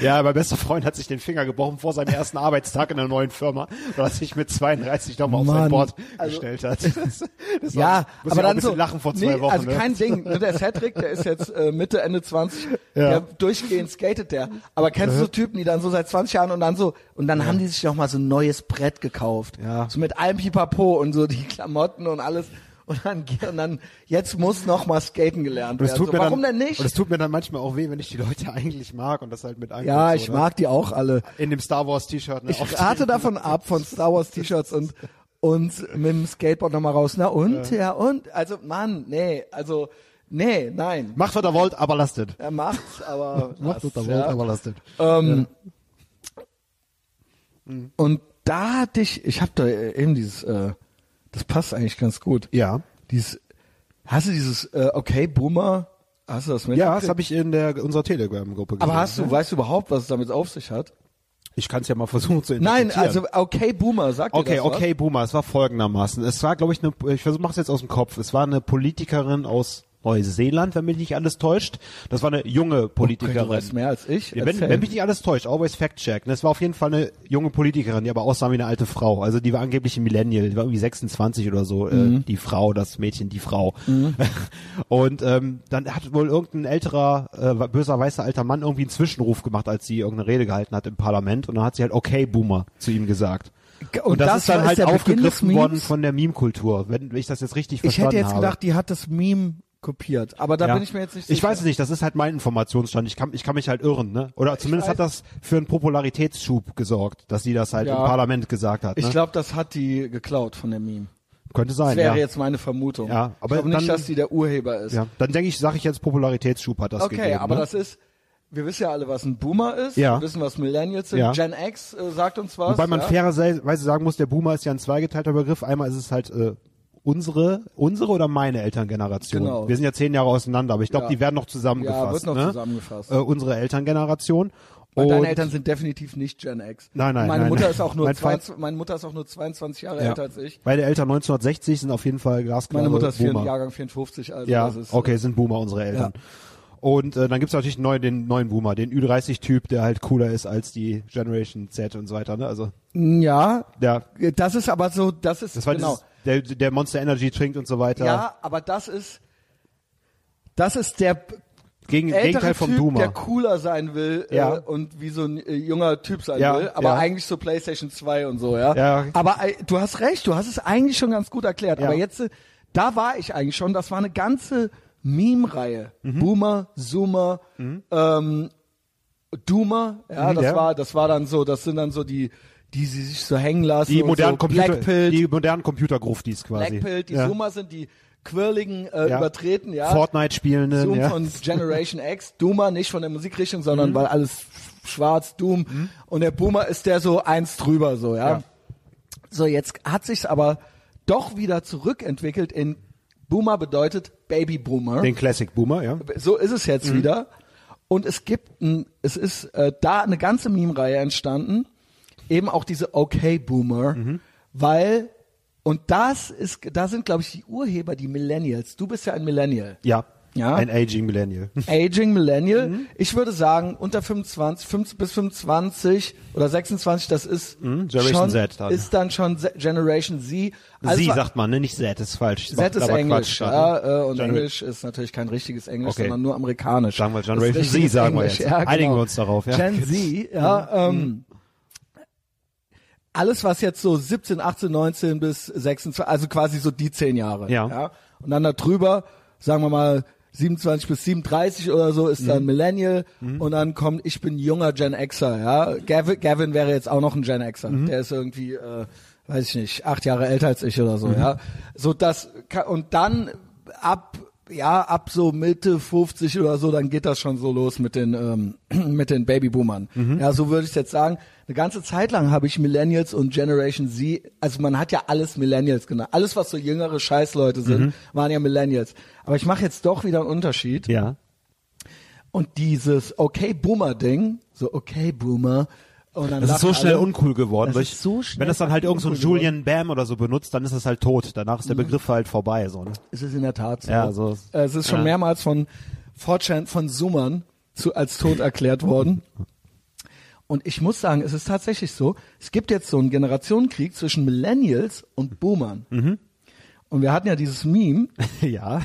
Ja, mein bester Freund hat sich den Finger gebrochen vor seinem ersten Arbeitstag in der neuen Firma, weil er sich mit 32 nochmal auf Mann, sein Board also- gestellt hat. Das war- ja, muss ich aber auch ein dann bisschen so lachen vor zwei nee, Wochen. Also ne? kein Ding. Ne? Der Cedric, der ist jetzt äh, Mitte Ende 20, Ja. der durchgehend skatet der. Aber kennst du so Typen, die dann so seit 20 Jahren und dann so und dann haben die sich noch mal so ein neues Brett gekauft, Ja. so mit allem Pipapo und so die Klamotten und alles. und dann, und dann jetzt muss noch mal skaten gelernt Und es werden. tut so, mir warum dann, denn nicht? Und es tut mir dann manchmal auch weh, wenn ich die Leute eigentlich mag und das halt mit angucke. Ja, so, ich ne? mag die auch alle. In dem Star Wars T-Shirt. Ne? Auf- Ich rate davon ab, von Star Wars T-Shirts und, und mit dem Skateboard nochmal raus. Na und? Ja, und? Also, Mann, nee, also, nee, nein. Macht, was ihr wollt, aber lasst es. Er macht's, aber. Macht, was ihr lasst's, wollt, ja. aber lasst es. Ähm, hm. Und da hatte ich, ich habe da äh, eben dieses, äh, das passt eigentlich ganz gut. Ja. Dieses, hast du dieses, äh, okay, Boomer, hast du das mit? Ja, das habe ich in der unserer Telegram-Gruppe gesehen. aber hast du, weißt du überhaupt, was es damit auf sich hat? Ich kann es ja mal versuchen zu Nein, also interpretieren. okay, Boomer, sag dir Okay, das was? okay, Boomer, es war folgendermaßen. Es war, glaube ich, eine, ich versuche mach's jetzt aus dem Kopf. Es war eine Politikerin aus Neuseeland, wenn mich nicht alles täuscht. Das war eine Oh, junge Du weißt Politikerin. mehr als ich. Ja, wenn, Erzähl. wenn mich nicht alles täuscht, always fact check. Das war auf jeden Fall eine junge Politikerin, die aber aussah wie eine alte Frau. Also die war angeblich ein Millennial, die war irgendwie 26 oder so, Mhm. äh, die Frau, das Mädchen, die Frau. Und ähm, dann hat wohl irgendein älterer, äh, böser, weißer alter Mann irgendwie einen Zwischenruf gemacht, als sie irgendeine Rede gehalten hat im Parlament. Und dann hat sie halt okay, Boomer, zu ihm gesagt. Ge- Und, das, ist dann war- halt der Beginn aufgegriffen des Memes? worden von der Meme-Kultur, wenn ich das jetzt richtig Ich verstanden hätte jetzt habe. gedacht, die hat das Meme kopiert, aber da Ja. bin ich mir jetzt nicht sicher. Ich weiß es nicht, das ist halt mein Informationsstand. Ich kann, ich kann mich halt irren, ne? Oder zumindest hat das für einen Popularitätsschub gesorgt, dass sie das halt Ja. im Parlament gesagt hat. Ne? Ich glaube, das hat die geklaut von der Meme. Könnte Das sein, wäre Ah, ja. jetzt meine Vermutung. Ja, aber ich glaube nicht, dann- dass die der Urheber ist. ja. Dann denke ich, sage ich jetzt, Popularitätsschub hat das okay, gegeben. aber ne? das ist, wir wissen ja alle, was ein Boomer ist, Ja. wir wissen, was Millennials sind, Ja. Gen X äh, sagt uns was. Wobei man ja. fairerweise sagen muss, der Boomer ist ja ein zweigeteilter Begriff. Einmal ist es halt äh, unsere, unsere oder meine Elterngeneration. Genau. Wir sind ja zehn Jahre auseinander, aber ich glaube, Ja. die werden noch zusammengefasst. Ja, wird noch ne? zusammengefasst. Äh, unsere Elterngeneration. Weil Und- deine Eltern sind definitiv nicht Gen X. Nein, nein, Meine nein, Mutter nein. ist auch nur Mein 22, meine Mutter ist auch nur 22 Jahre Ja. älter als ich. Beide Eltern 1960 sind auf jeden Fall glasklare Meine Mutter ist vier, Boomer. Jahrgang 54, also ja, das ist äh, okay, sind Boomer unsere Eltern. Und äh, dann gibt's natürlich neu, den neuen Boomer, den Ü30-Typ, der halt cooler ist als die Generation Z und so weiter. Ne? Also äh, Ja, Ja. Das ist aber so, das ist das war genau. dieses, der, der Monster Energy trinkt und so weiter. ja, aber das ist das ist der Gegen, ältere Gegenteil vom Typ, Boomer. der cooler sein will Ja. äh, und wie so ein äh, junger Typ sein Ja, will, aber ja. eigentlich so PlayStation 2 und so, ja. Ja. Aber äh, du hast recht, du hast es eigentlich schon ganz gut erklärt, Ja. aber jetzt äh, da war ich eigentlich schon, das war eine ganze Meme-Reihe. Mhm. Boomer, Zoomer, ähm, Doomer, ja, Mhm, das ja. war das war dann so, das sind dann so die die sie sich so hängen lassen die und modernen so Computer, Blackpilled, die modernen Computergruftis quasi. Blackpilled, die ja. Zoomer sind, die Quirligen äh, Ja. übertreten, ja. Fortnite spielenden, Zoom ja. Mhm. von Generation X, Doomer nicht von der Musikrichtung, sondern weil alles schwarz, Doom. Und der Boomer ist der so eins drüber, so, ja. Ja. So, jetzt hat sich's aber doch wieder zurückentwickelt in Boomer bedeutet Baby Boomer. den Mhm. Classic Boomer, ja. So ist es jetzt wieder. Und es gibt ein, es ist äh, da eine ganze Meme-Reihe entstanden, eben auch diese Okay-Boomer, Mhm. weil und das ist, da sind glaube ich die Urheber, die Millennials. Du bist ja ein Millennial. Ja. Ja. Ein Aging Millennial. Aging Millennial. Mhm. Ich würde sagen, unter 25, 15 bis 25 oder 26, das ist Mhm, Generation schon, Z dann. ist dann schon Se- Generation Z. Alles Sie wa- sagt man, ne? Nicht Z, ist falsch. Z Also ist aber Englisch, Quatsch, ne? ja, äh, und General- Englisch ist natürlich kein richtiges Englisch, Okay. sondern nur amerikanisch. Sagen wir Das Generation Z, richtige sagen wir Englisch, jetzt. Ja, genau. Einigen wir uns darauf, ja. Mhm. Gen Z, ja, ähm, alles was jetzt so 17, 18, 19 bis 26, also quasi so die zehn Jahre, Ja. und dann darüber, sagen wir mal 27 bis 37 oder so ist dann Millennial und dann kommt, ich bin junger Gen Xer, ja. Gavin, Gavin wäre jetzt auch noch ein Gen Xer. Der ist irgendwie, äh, weiß ich nicht, acht Jahre älter als ich oder so, ja. So das, ka- und dann ab, ja, ab so Mitte 50 oder so, dann geht das schon so los mit den, ähm, mit den Babyboomern. Mhm. Ja, so würde ich jetzt sagen. Eine ganze Zeit lang habe ich Millennials und Generation Z, also man hat ja alles Millennials genannt. Alles, was so jüngere Scheißleute sind, Mhm. waren ja Millennials. Aber ich mache jetzt doch wieder einen Unterschied. Ja. Und dieses Okay-Boomer-Ding, so Okay-Boomer, und dann Das ist so lachen schnell alle. uncool geworden. Das weil ich- ist so schnell wenn das dann halt irgend so ein uncool geworden. Mhm. Julian Bam oder so benutzt, dann ist das halt tot. Danach ist der Begriff halt vorbei. So, ne? Es ist in der Tat so. Ja, so ist- Äh, es ist schon ja. mehrmals von 4chan, von Zoomern zu, als tot erklärt worden. Und ich muss sagen, es ist tatsächlich so, es gibt jetzt so einen Generationenkrieg zwischen Millennials und Boomern. Mhm. Und wir hatten ja dieses Meme, ja.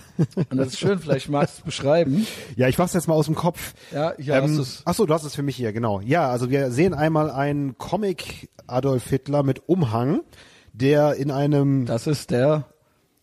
und das ist schön, vielleicht magst du es beschreiben. ja, ich mach's jetzt mal aus dem Kopf. Ja, hier hast du's. Achso, du hast es für mich hier, genau. Ja, also wir sehen einmal einen Comic Adolf Hitler mit Umhang, der in einem Das ist der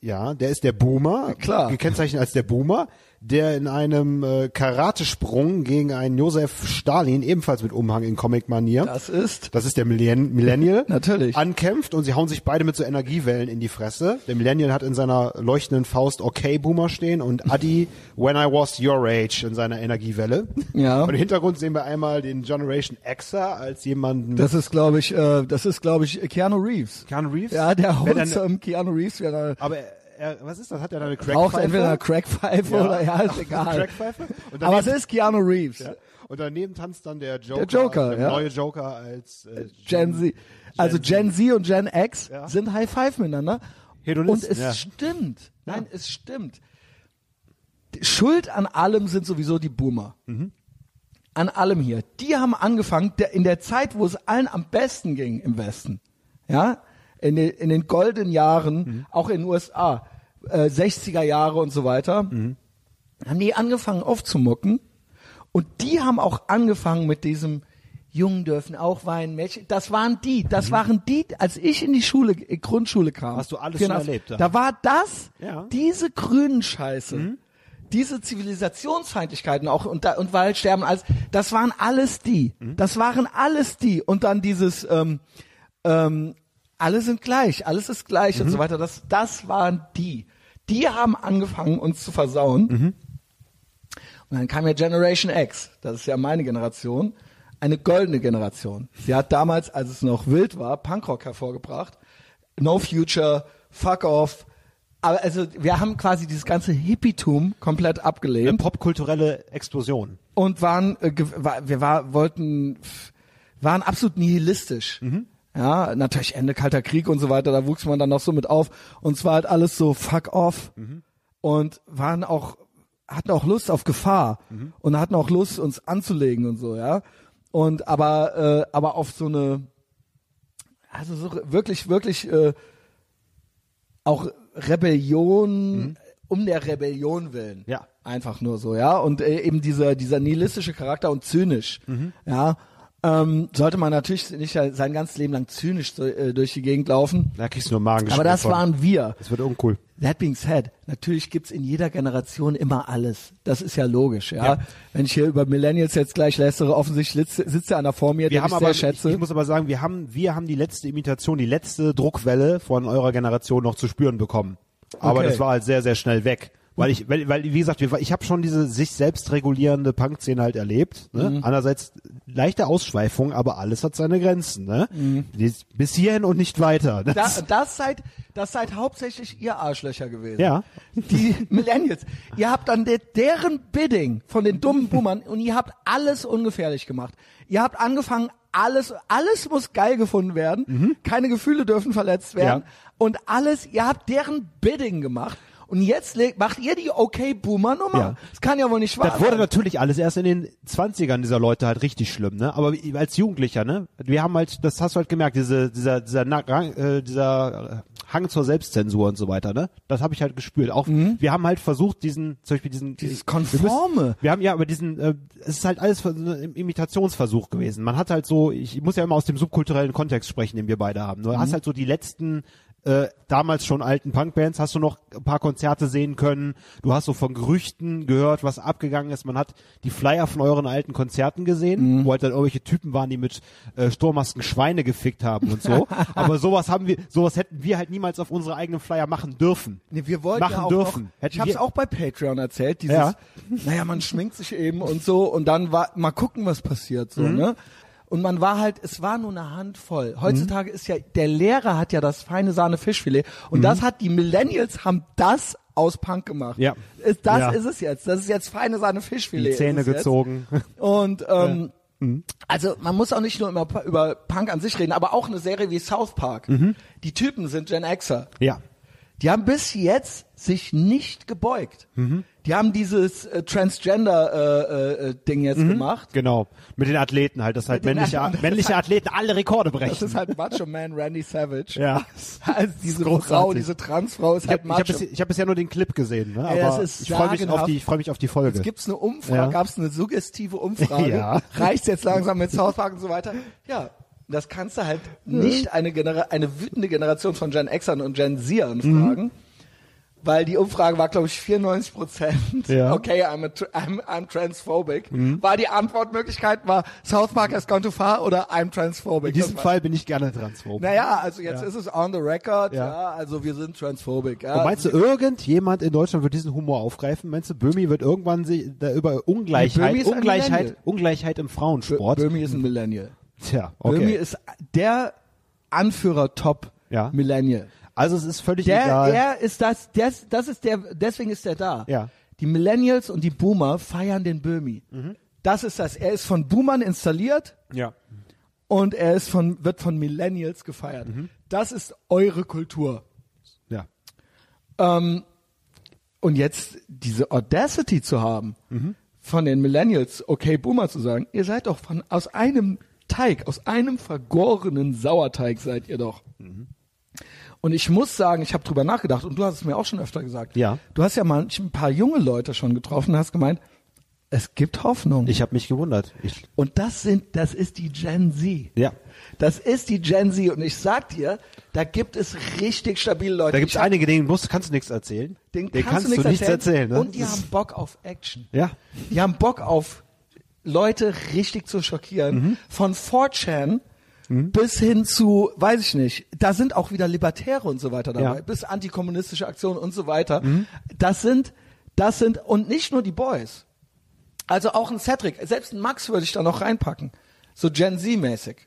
Ja, der ist der Boomer, Klar. gekennzeichnet als der Boomer, der in einem äh, Karatesprung gegen einen Josef Stalin, ebenfalls mit Umhang in Comic-Manier, Das ist das ist der Millenn Millennial, Natürlich. ankämpft und sie hauen sich beide mit so Energiewellen in die Fresse. Der Millennial hat in seiner leuchtenden Faust Okay Boomer stehen und Adi When I Was Your Age in seiner Energiewelle. Ja. Und im Hintergrund sehen wir einmal den Generation Xer als jemanden das ist glaube ich äh, das ist glaube ich Keanu Reeves. Keanu Reeves. Ja, der Wenn dann- wholesome Keanu Reeves, der da aber er, er, was ist das? Hat er da eine Crackpfeife? raucht entweder eine Crackpfeife Ja. oder ja, ist egal. Crackpfeife? Und Aber daneben, es ist Keano Reeves. ja, und daneben tanzt dann der Joker, Der Joker, der ja. neue Joker als äh, Gen Z. Also Gen Z und Gen X Ja. sind High Five miteinander. Und Hedonisten, es ja. stimmt. Nein, es stimmt. Die Schuld an allem sind sowieso die Boomer. An allem hier. Die haben angefangen, der, in der Zeit, wo es allen am besten ging im Westen. Ja? In, den, in den goldenen Jahren, Mhm. auch in den USA, äh, 60er Jahre und so weiter, Mhm. haben die angefangen aufzumucken. Und die haben auch angefangen mit diesem Jungen dürfen auch weinen, Mädchen. Das waren die, das waren die, als ich in die Schule, äh, Grundschule kam. Mhm. Hast du alles 84, schon erlebt, ja. Da war das, Ja. diese grünen Scheiße, diese Zivilisationsfeindlichkeiten auch und, da, und Waldsterben, alles, das waren alles die. Das waren alles die. Und dann dieses, ähm, ähm, alle sind gleich, alles ist gleich und so weiter. Das, das waren die. Die haben angefangen, uns zu versauen. Und dann kam ja Generation X, das ist ja meine Generation, eine goldene Generation. Sie hat damals, als es noch wild war, Punkrock hervorgebracht. No Future, Fuck Off. Aber also wir haben quasi dieses ganze Hippietum komplett Eine abgelehnt popkulturelle Explosion. und waren, äh, ge- wa- wir war, wollten, f- waren absolut nihilistisch. Ja, natürlich Ende Kalter Krieg und so weiter, da wuchs man dann noch so mit auf und es war halt alles so fuck off und waren auch, hatten auch Lust auf Gefahr und hatten auch Lust uns anzulegen und so, ja. Und aber, äh, aber auf so eine, also so re- wirklich, wirklich, äh, auch Rebellion um der Rebellion willen. Mhm. Ja. Einfach nur so, ja. Und äh, eben dieser, dieser nihilistische Charakter und zynisch, Mhm. ja. Ähm, sollte man natürlich nicht äh, sein ganzes Leben lang zynisch so, äh, durch die Gegend laufen. Da kriegst du nur Magen. Aber das waren wir. Das wird uncool. That being said, natürlich gibt's in jeder Generation immer alles. Das ist ja logisch, ja. Ja. Wenn ich hier über Millennials jetzt gleich lästere, offensichtlich sitzt, sitzt ja einer vor mir, Wir den haben ich aber, sehr ich, schätze. ich muss aber sagen, wir haben, wir haben die letzte Imitation, die letzte Druckwelle von eurer Generation noch zu spüren bekommen. Aber Okay. das war halt sehr, sehr schnell weg. Weil ich, weil, weil wie gesagt, wir, ich habe schon diese sich selbst regulierende Punk-Szene halt erlebt. Ne? Mhm. Andererseits leichte Ausschweifung, aber alles hat seine Grenzen. Ne? Dies- Bis hierhin und nicht weiter. Mhm. Da, Das, das seid, das seid hauptsächlich ihr Arschlöcher gewesen. Ja. Die Millennials. Ihr habt dann de deren Bidding von den dummen Bummern und ihr habt alles ungefährlich gemacht. Ihr habt angefangen, alles, alles muss geil gefunden werden. Keine Gefühle dürfen verletzt werden. Mhm. Ja. Und alles, ihr habt deren Bidding gemacht. Und jetzt le- macht ihr die Okay-Boomer-Nummer. Ja. Das kann ja wohl nicht wahr das wurde sein. natürlich alles erst in den 20ern dieser Leute halt richtig schlimm, ne? Aber als Jugendlicher, ne? Wir haben halt, das hast du halt gemerkt, diese, dieser, dieser, Na- Rang, äh, dieser äh, Hang zur Selbstzensur und so weiter, ne? Das habe ich halt gespürt. Auch wir haben halt versucht, diesen, zum Beispiel diesen Dieses wir müssen- Konforme. wir haben ja aber diesen, äh, es ist halt alles so ein Imitationsversuch gewesen. Man hat halt so, ich muss ja immer aus dem subkulturellen Kontext sprechen, den wir beide haben. Du Mhm. hast halt so die letzten äh, damals schon alten Punkbands, hast du noch ein paar Konzerte sehen können. Du hast so von Gerüchten gehört, was abgegangen ist. Man hat die Flyer von euren alten Konzerten Mhm. gesehen, wo halt dann irgendwelche Typen waren, die mit äh, Sturmmasken Schweine gefickt haben und so. aber sowas haben wir, sowas hätten wir halt niemals auf unsere eigenen Flyer machen dürfen. Nee, wir wollten machen ja auch dürfen. Noch, Hätten ich habe es wir- auch bei Patreon erzählt, dieses, Ja. naja, man schminkt sich eben und so und dann war, mal gucken, was passiert, Mhm. so, ne? Und man war halt, es war nur eine Handvoll. Mhm. Heutzutage ist ja, der Lehrer hat ja das feine Sahne Fischfilet und das hat, die Millennials haben das aus Punk gemacht. Mhm. Ja. Ist- Das Ja. ist es jetzt. Das ist jetzt feine Sahne Fischfilet. Die Zähne ist es jetzt. gezogen. Mhm. Und, ähm, also man muss auch nicht nur immer pu- über Punk an sich reden, aber auch eine Serie wie South Park. Mhm. Die Typen sind Gen Xer. Ja. Die haben bis jetzt sich nicht gebeugt. Mhm. Die haben dieses äh, Transgender-Ding äh, jetzt gemacht. Genau. Mit den Athleten halt, dass halt den männliche, Athleten. männliche Athleten alle Rekorde brechen. Das ist halt Macho Man Randy Savage. ja. Also diese großartig. Frau, diese Transfrau ist Ich halt habe hab Macho. bisher, ich hab bisher nur den Clip gesehen, ne? aber Ey, das ist genau. ich freue mich, auf sagenhaft. die- ich freu mich auf die Folge. Jetzt gibt's eine Umfrage, Ja. gab's eine suggestive Umfrage. Ja. Reicht's jetzt langsam mit South Park und so weiter? Ja. Das kannst Mhm. Mhm. du halt nicht eine, Genera eine wütende Generation von Gen Xern und Gen Zern fragen. weil die Umfrage war, glaube ich, 94 Prozent. Ja. Mhm. Okay, I'm, a, tr- I'm, I'm transphobic. War die Antwortmöglichkeit war South Park has gone too far oder I'm transphobic. In diesem Das war- Fall bin ich gerne transphob. Naja, also jetzt Ja. ist es on the record. Ja, Ja. also wir sind transphobic. Ja. Und meinst du, irgendjemand in Deutschland wird diesen Humor aufgreifen? Meinst du, Böhmi wird irgendwann sich da über Ungleichheit, Böhmi ist ein Ungleichheit, Millennial. Ungleichheit im Bö- Frauensport? Böhmi ist ein Millennial. Tja, Böhmi okay. ist der Anführer Top Ja. Millennial. Also es ist völlig Der, egal. er ist das, das, das ist der, deswegen ist er da. Ja. Die Millennials und die Boomer feiern den Böhmi. Mhm. Das ist das. Er ist von Boomern installiert ja. und er ist von, wird von Millennials gefeiert. Mhm. Das ist eure Kultur. Ja. Ähm, und jetzt diese Audacity zu haben, Mhm. von den Millennials, okay, Boomer zu sagen, ihr seid doch von, aus einem Teig, aus einem vergorenen Sauerteig seid ihr doch. Mhm. Und ich muss sagen, ich habe drüber nachgedacht und du hast es mir auch schon öfter gesagt. Ja. Du hast ja manch ein paar junge Leute schon getroffen und hast gemeint, es gibt Hoffnung. Ich habe mich gewundert. Ich, Und das sind, das ist die Gen Z. Ja. Das ist die Gen Z. Und ich sag dir, da gibt es richtig stabile Leute. da gibt es Ich hab- einige, denen musst, kannst du nichts erzählen. den, Den kannst, du nichts erzählen. ne? Und die Das ist- haben Bock auf Action. Ja. Die haben Bock auf Leute richtig zu schockieren. Von 4chan bis hin zu, weiß ich nicht, da sind auch wieder Libertäre und so weiter dabei, Ja. bis antikommunistische Aktionen und so weiter. Das sind, das sind, und nicht nur die Boys. Also auch ein Cedric, selbst ein Max würde ich da noch reinpacken. So Gen Z-mäßig.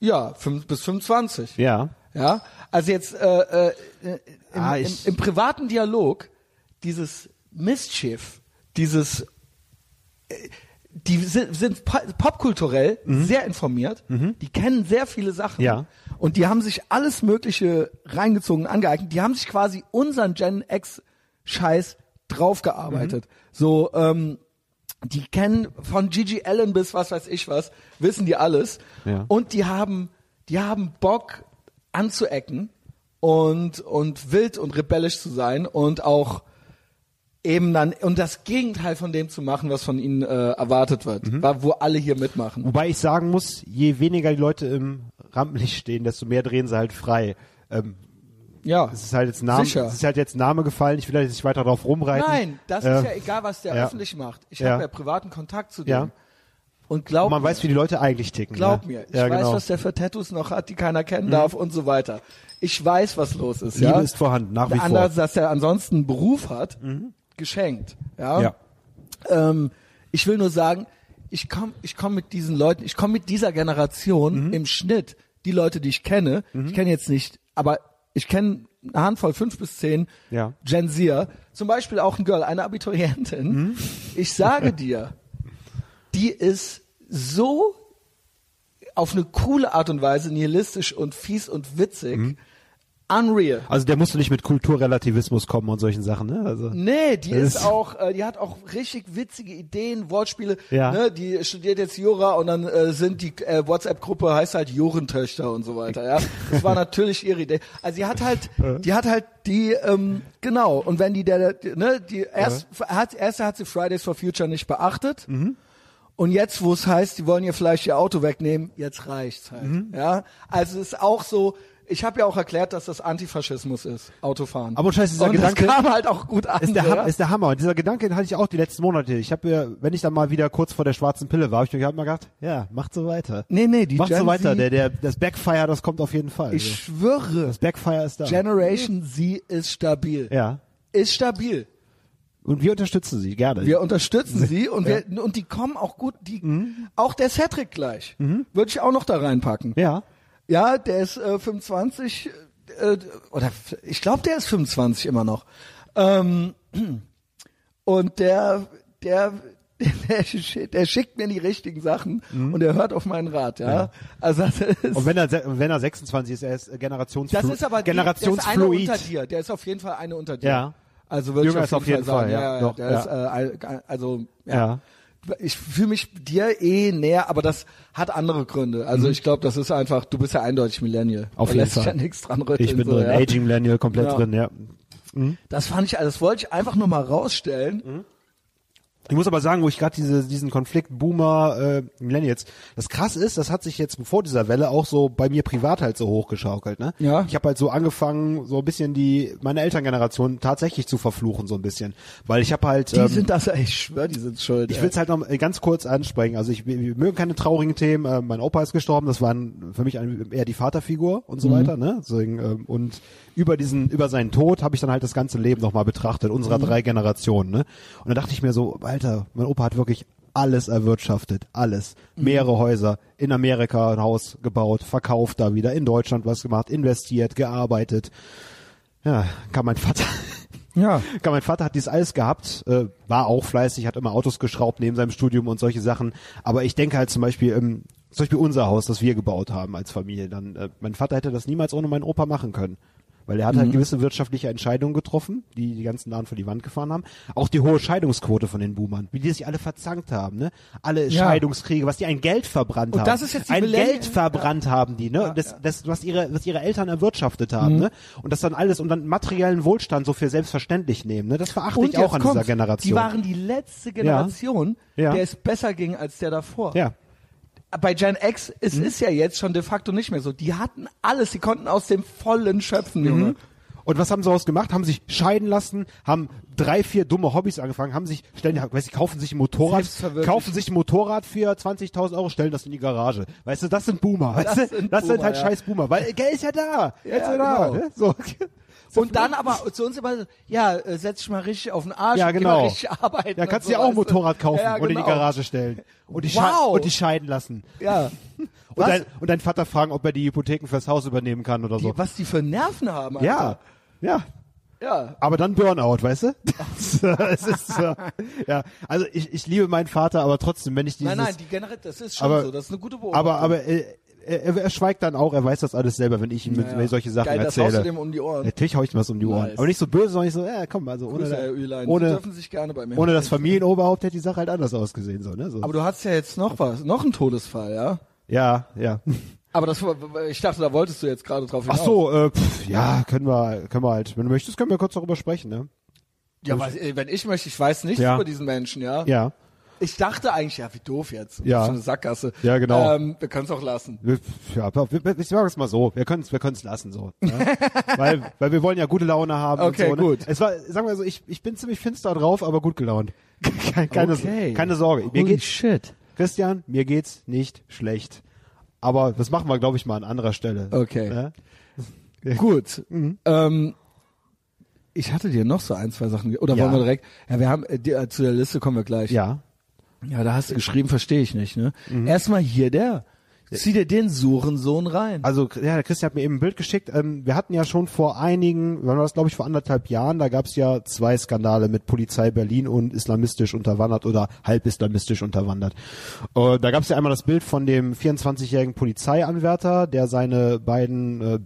Ja, fünf, bis 25. ja. Ja, also jetzt äh, äh, im, Ah, im, ich- im privaten Dialog dieses Mischief, dieses äh, die sind, sind po- popkulturell sehr informiert, die kennen sehr viele Sachen Mhm. Ja. und die haben sich alles Mögliche reingezogen, und angeeignet. Die haben sich quasi unseren Gen X Scheiß Mhm. draufgearbeitet. So ähm, die kennen von Gigi Allen bis was weiß ich was, wissen die alles. Ja. Und die haben, die haben Bock anzuecken und, und wild und rebellisch zu sein und auch eben dann, und das Gegenteil von dem zu machen, was von ihnen äh, erwartet wird, Mhm. wa- wo alle hier mitmachen. Wobei ich sagen muss, je weniger die Leute im Rampenlicht stehen, desto mehr drehen sie halt frei. Ähm, Ja. es ist halt jetzt Name, Sicher. es ist halt jetzt Name gefallen. Ich will da jetzt nicht weiter drauf rumreiten. Nein, das Äh, ist ja eh egal, was der ja. öffentlich macht. Ich Ja. habe ja privaten Kontakt zu dem. Ja. Und glaub Man mir, weiß, wie die Leute eigentlich ticken. Glaub ne? mir, ich ja, weiß, genau. Mhm. was der für Tattoos noch hat, die keiner kennen darf und so weiter. Ich weiß, was los ist. Liebe ja? ist vorhanden, nach wie vor. Mhm. Anders, dass er ansonsten einen Beruf hat, geschenkt. Ja. Ja. Ähm, ich will nur sagen, ich komme ich komm mit diesen Leuten, ich komme mit dieser Generation Mhm. im Schnitt, die Leute, die ich kenne, ich kenne jetzt nicht, aber ich kenne eine Handvoll, fünf bis zehn Ja. Gen Zer, zum Beispiel auch ein Girl, eine Mhm. Abiturientin. Ich sage dir, die ist so auf eine coole Art und Weise nihilistisch und fies und witzig. Mhm. Unreal. Also der musst du nicht mit Kulturrelativismus kommen und solchen Sachen. Ne? Also Nee, die Das ist ist- auch, äh, die hat auch richtig witzige Ideen, Wortspiele. Ja. Ne? Die studiert jetzt Jura und dann äh, sind die äh, WhatsApp-Gruppe heißt halt Jurentöchter und so weiter. Ja, das war natürlich ihre Idee. Also die hat halt, die hat halt die ähm, genau. Und wenn die der, der ne, die erst hat, erste hat sie Fridays for Future nicht beachtet. Mhm. Und jetzt, wo es heißt, die wollen ihr vielleicht ihr Auto wegnehmen, jetzt reicht's halt. Mhm. Ja, also es ist auch so. Ich habe ja auch erklärt, dass das Antifaschismus ist, Autofahren. Aber scheiße, dieser und das Gedanke- kam halt auch gut an. ist der, oder? Ham- ist der Hammer. Und dieser Gedanke den hatte ich auch die letzten Monate. Ich habe mir, wenn ich dann mal wieder kurz vor der schwarzen Pille war, habe ich mir gerade mal gedacht, ja, macht so weiter. Nee, nee, die macht Gen so weiter. Z- Der, der, das Backfire, das kommt auf jeden Fall. Ich Also, schwöre, das Backfire ist da. Generation Z ist stabil. ja. Ist stabil. Und wir unterstützen sie gerne. Wir unterstützen sie und wir und die kommen auch gut, die auch der Cedric gleich. Würde ich auch noch da reinpacken. Mhm. ja. Ja, der ist äh, 25 äh, oder f- ich glaube, der ist 25 immer noch. Ähm, und der der der, schi- der schickt mir die richtigen Sachen Mhm. und er hört auf meinen Rat, ja. Also das ist Und wenn er, se- wenn er 26 ist, er ist Generations Das ist aber die, der ist eine unter Generationsfluid. dir. Der ist auf jeden Fall eine unter dir. Ja. Also würde ich Jünger auf ist jeden, Fall, sagen. Ja, ja, doch, der ja. Ist, äh, ein- also ja. Ja. Ich fühle mich dir eh näher, aber das hat andere Gründe. Also ich glaube, das ist einfach. Du bist ja eindeutig Millennial. Mhm. Auf da jeden lässt sich Fall. ja nichts dran rütteln. Ich bin so, drin, ja. Aging Millennial komplett Ja. drin, ja. Mhm. Das fand ich, also das wollte ich einfach nur mal rausstellen. Ich muss aber sagen, wo ich gerade diese, diesen Konflikt Boomer, äh, Millennials, das krass ist, das hat sich jetzt vor dieser Welle auch so bei mir privat halt so hochgeschaukelt, ne? Ja. Ich habe halt so angefangen, so ein bisschen die, meine Elterngeneration tatsächlich zu verfluchen, so ein bisschen. Weil ich habe halt. Die sind das, ey, ich schwör, die sind schuld. Ich ey. will's halt noch ganz kurz ansprechen. Also ich, wir wir mögen keine traurigen Themen. Äh, mein Opa ist gestorben. Das war ein- für mich ein, eher die Vaterfigur und so weiter. Ne? Deswegen, ähm, und über diesen, über seinen Tod habe ich dann halt das ganze Leben nochmal betrachtet, unserer drei Generationen. Ne? Und da dachte ich mir so, Alter, mein Opa hat wirklich alles erwirtschaftet, alles. Mehrere Häuser, in Amerika ein Haus gebaut, verkauft da wieder, in Deutschland was gemacht, investiert, gearbeitet. Ja, kann mein Vater Ja. Klar, mein Vater hat dies alles gehabt, äh, war auch fleißig, hat immer Autos geschraubt neben seinem Studium und solche Sachen. Aber ich denke halt zum Beispiel, ähm, zum Beispiel unser Haus, das wir gebaut haben als Familie, dann, äh, mein Vater hätte das niemals ohne meinen Opa machen können. Weil er hat Mhm. halt gewisse wirtschaftliche Entscheidungen getroffen, die die ganzen Nahen vor die Wand gefahren haben. Auch die hohe Scheidungsquote von den Boomern, wie die sich alle verzankt haben, ne? Alle Ja. Scheidungskriege, was die ein Geld verbrannt Und haben. das ist jetzt die ein Millennial- Geld verbrannt haben die, ne? das, das, was ihre, was ihre Eltern erwirtschaftet haben, Mhm. ne? Und das dann alles und dann materiellen Wohlstand so für selbstverständlich nehmen, ne? Das verachte ich auch an dieser kommt's. Generation. Die waren die letzte Generation, Ja. der es besser ging als der davor. ja. Bei Gen X, es Mhm. ist ja jetzt schon de facto nicht mehr so. Die hatten alles, die konnten aus dem Vollen schöpfen, Mhm. Junge. Und was haben sie daraus gemacht? Haben sich scheiden lassen, haben drei, vier dumme Hobbys angefangen, haben sich, stellen, weißt du, kaufen sich ein Motorrad, Selbstverwirklichung. kaufen sich ein Motorrad für 20.000 Euro, stellen das in die Garage. Weißt du, das sind Boomer, weißt Das du? sind das sind Boomer, halt ja. scheiß Boomer, weil äh, Geld ist ja da, Ja, Geld ist ja da, genau. ne? So. Und dann aber zu uns immer, so, ja, äh, setz dich mal richtig auf den Arsch, Ja, und geh genau. mal richtig arbeiten. Ja, kannst und dir so, auch ein weißt du. Motorrad kaufen ja, und in die genau. Garage stellen. Und die, scha- Wow. und die scheiden lassen. Ja. Und Was? dein, und dein Vater fragen, ob er die Hypotheken fürs Haus übernehmen kann oder so. Die, was die für Nerven haben, Alter. ja, ja. Ja. Aber dann Burnout, weißt du? es ist, äh, ja, also ich, ich liebe meinen Vater, aber trotzdem, wenn ich dieses, Nein, nein, die generell, das ist schon Aber- so, das ist eine gute Beobachtung. aber aber äh, er, er schweigt dann auch, er weiß das alles selber, wenn ich ihm mit- Ja. wenn ich solche Sachen Geil, das erzähle. haust du dem um die Ohren. Natürlich hau ich ihm was um die Ohren, Nice. aber nicht so böse, sondern ich so, ja, komm, also ohne, Grüße, Herr Ülein. Sie ohne, dürfen sich gerne bei mir. ohne das Familienoberhaupt hätte die Sache halt anders ausgesehen, so, ne? So. aber du hast ja jetzt noch was, noch einen Todesfall, ja? ja, ja. Aber das, war- ich dachte, da wolltest du jetzt gerade drauf Ach hinaus. so, äh, pf, ja, können wir, können wir halt, wenn du möchtest, können wir kurz darüber sprechen, ne? Ja, weil, äh, wenn ich möchte, ich weiß nichts Ja. über diesen Menschen, ja? Ja. Ich dachte eigentlich, ja, wie doof jetzt. Das Ja. ist so eine Sackgasse. Ja, genau. Ähm, wir können es auch lassen. Wir- Ja, wir- wir- ich sage es mal so, wir können es wir können's lassen so. Ne? weil, weil wir wollen ja gute Laune haben. Okay, und so, ne? gut. Es war, sagen wir so, ich, ich bin ziemlich finster drauf, aber gut gelaunt. Keine, keine, Okay. keine Sorge. Mir Holy geht's, shit. Christian, mir geht's nicht schlecht. Aber das machen wir, glaube ich, mal an anderer Stelle. Okay. Ne? Gut. Mhm. Ähm, ich hatte dir noch so ein, zwei Sachen, ge- oder Ja. wollen wir direkt, ja, wir haben, äh, die, äh, zu der Liste kommen wir gleich. Ja. Mhm. Ja, da hast du geschrieben, verstehe ich nicht, ne? Erstmal hier der. Zieh dir den Surensohn rein. Also ja, der Christian hat mir eben ein Bild geschickt. Ähm, wir hatten ja schon vor einigen, wann war das, glaube ich, vor anderthalb Jahren, da gab es ja zwei Skandale mit Polizei Berlin und islamistisch unterwandert oder halb islamistisch unterwandert. Äh, da gab es ja einmal das Bild von dem 24-jährigen Polizeianwärter, der seine beiden äh,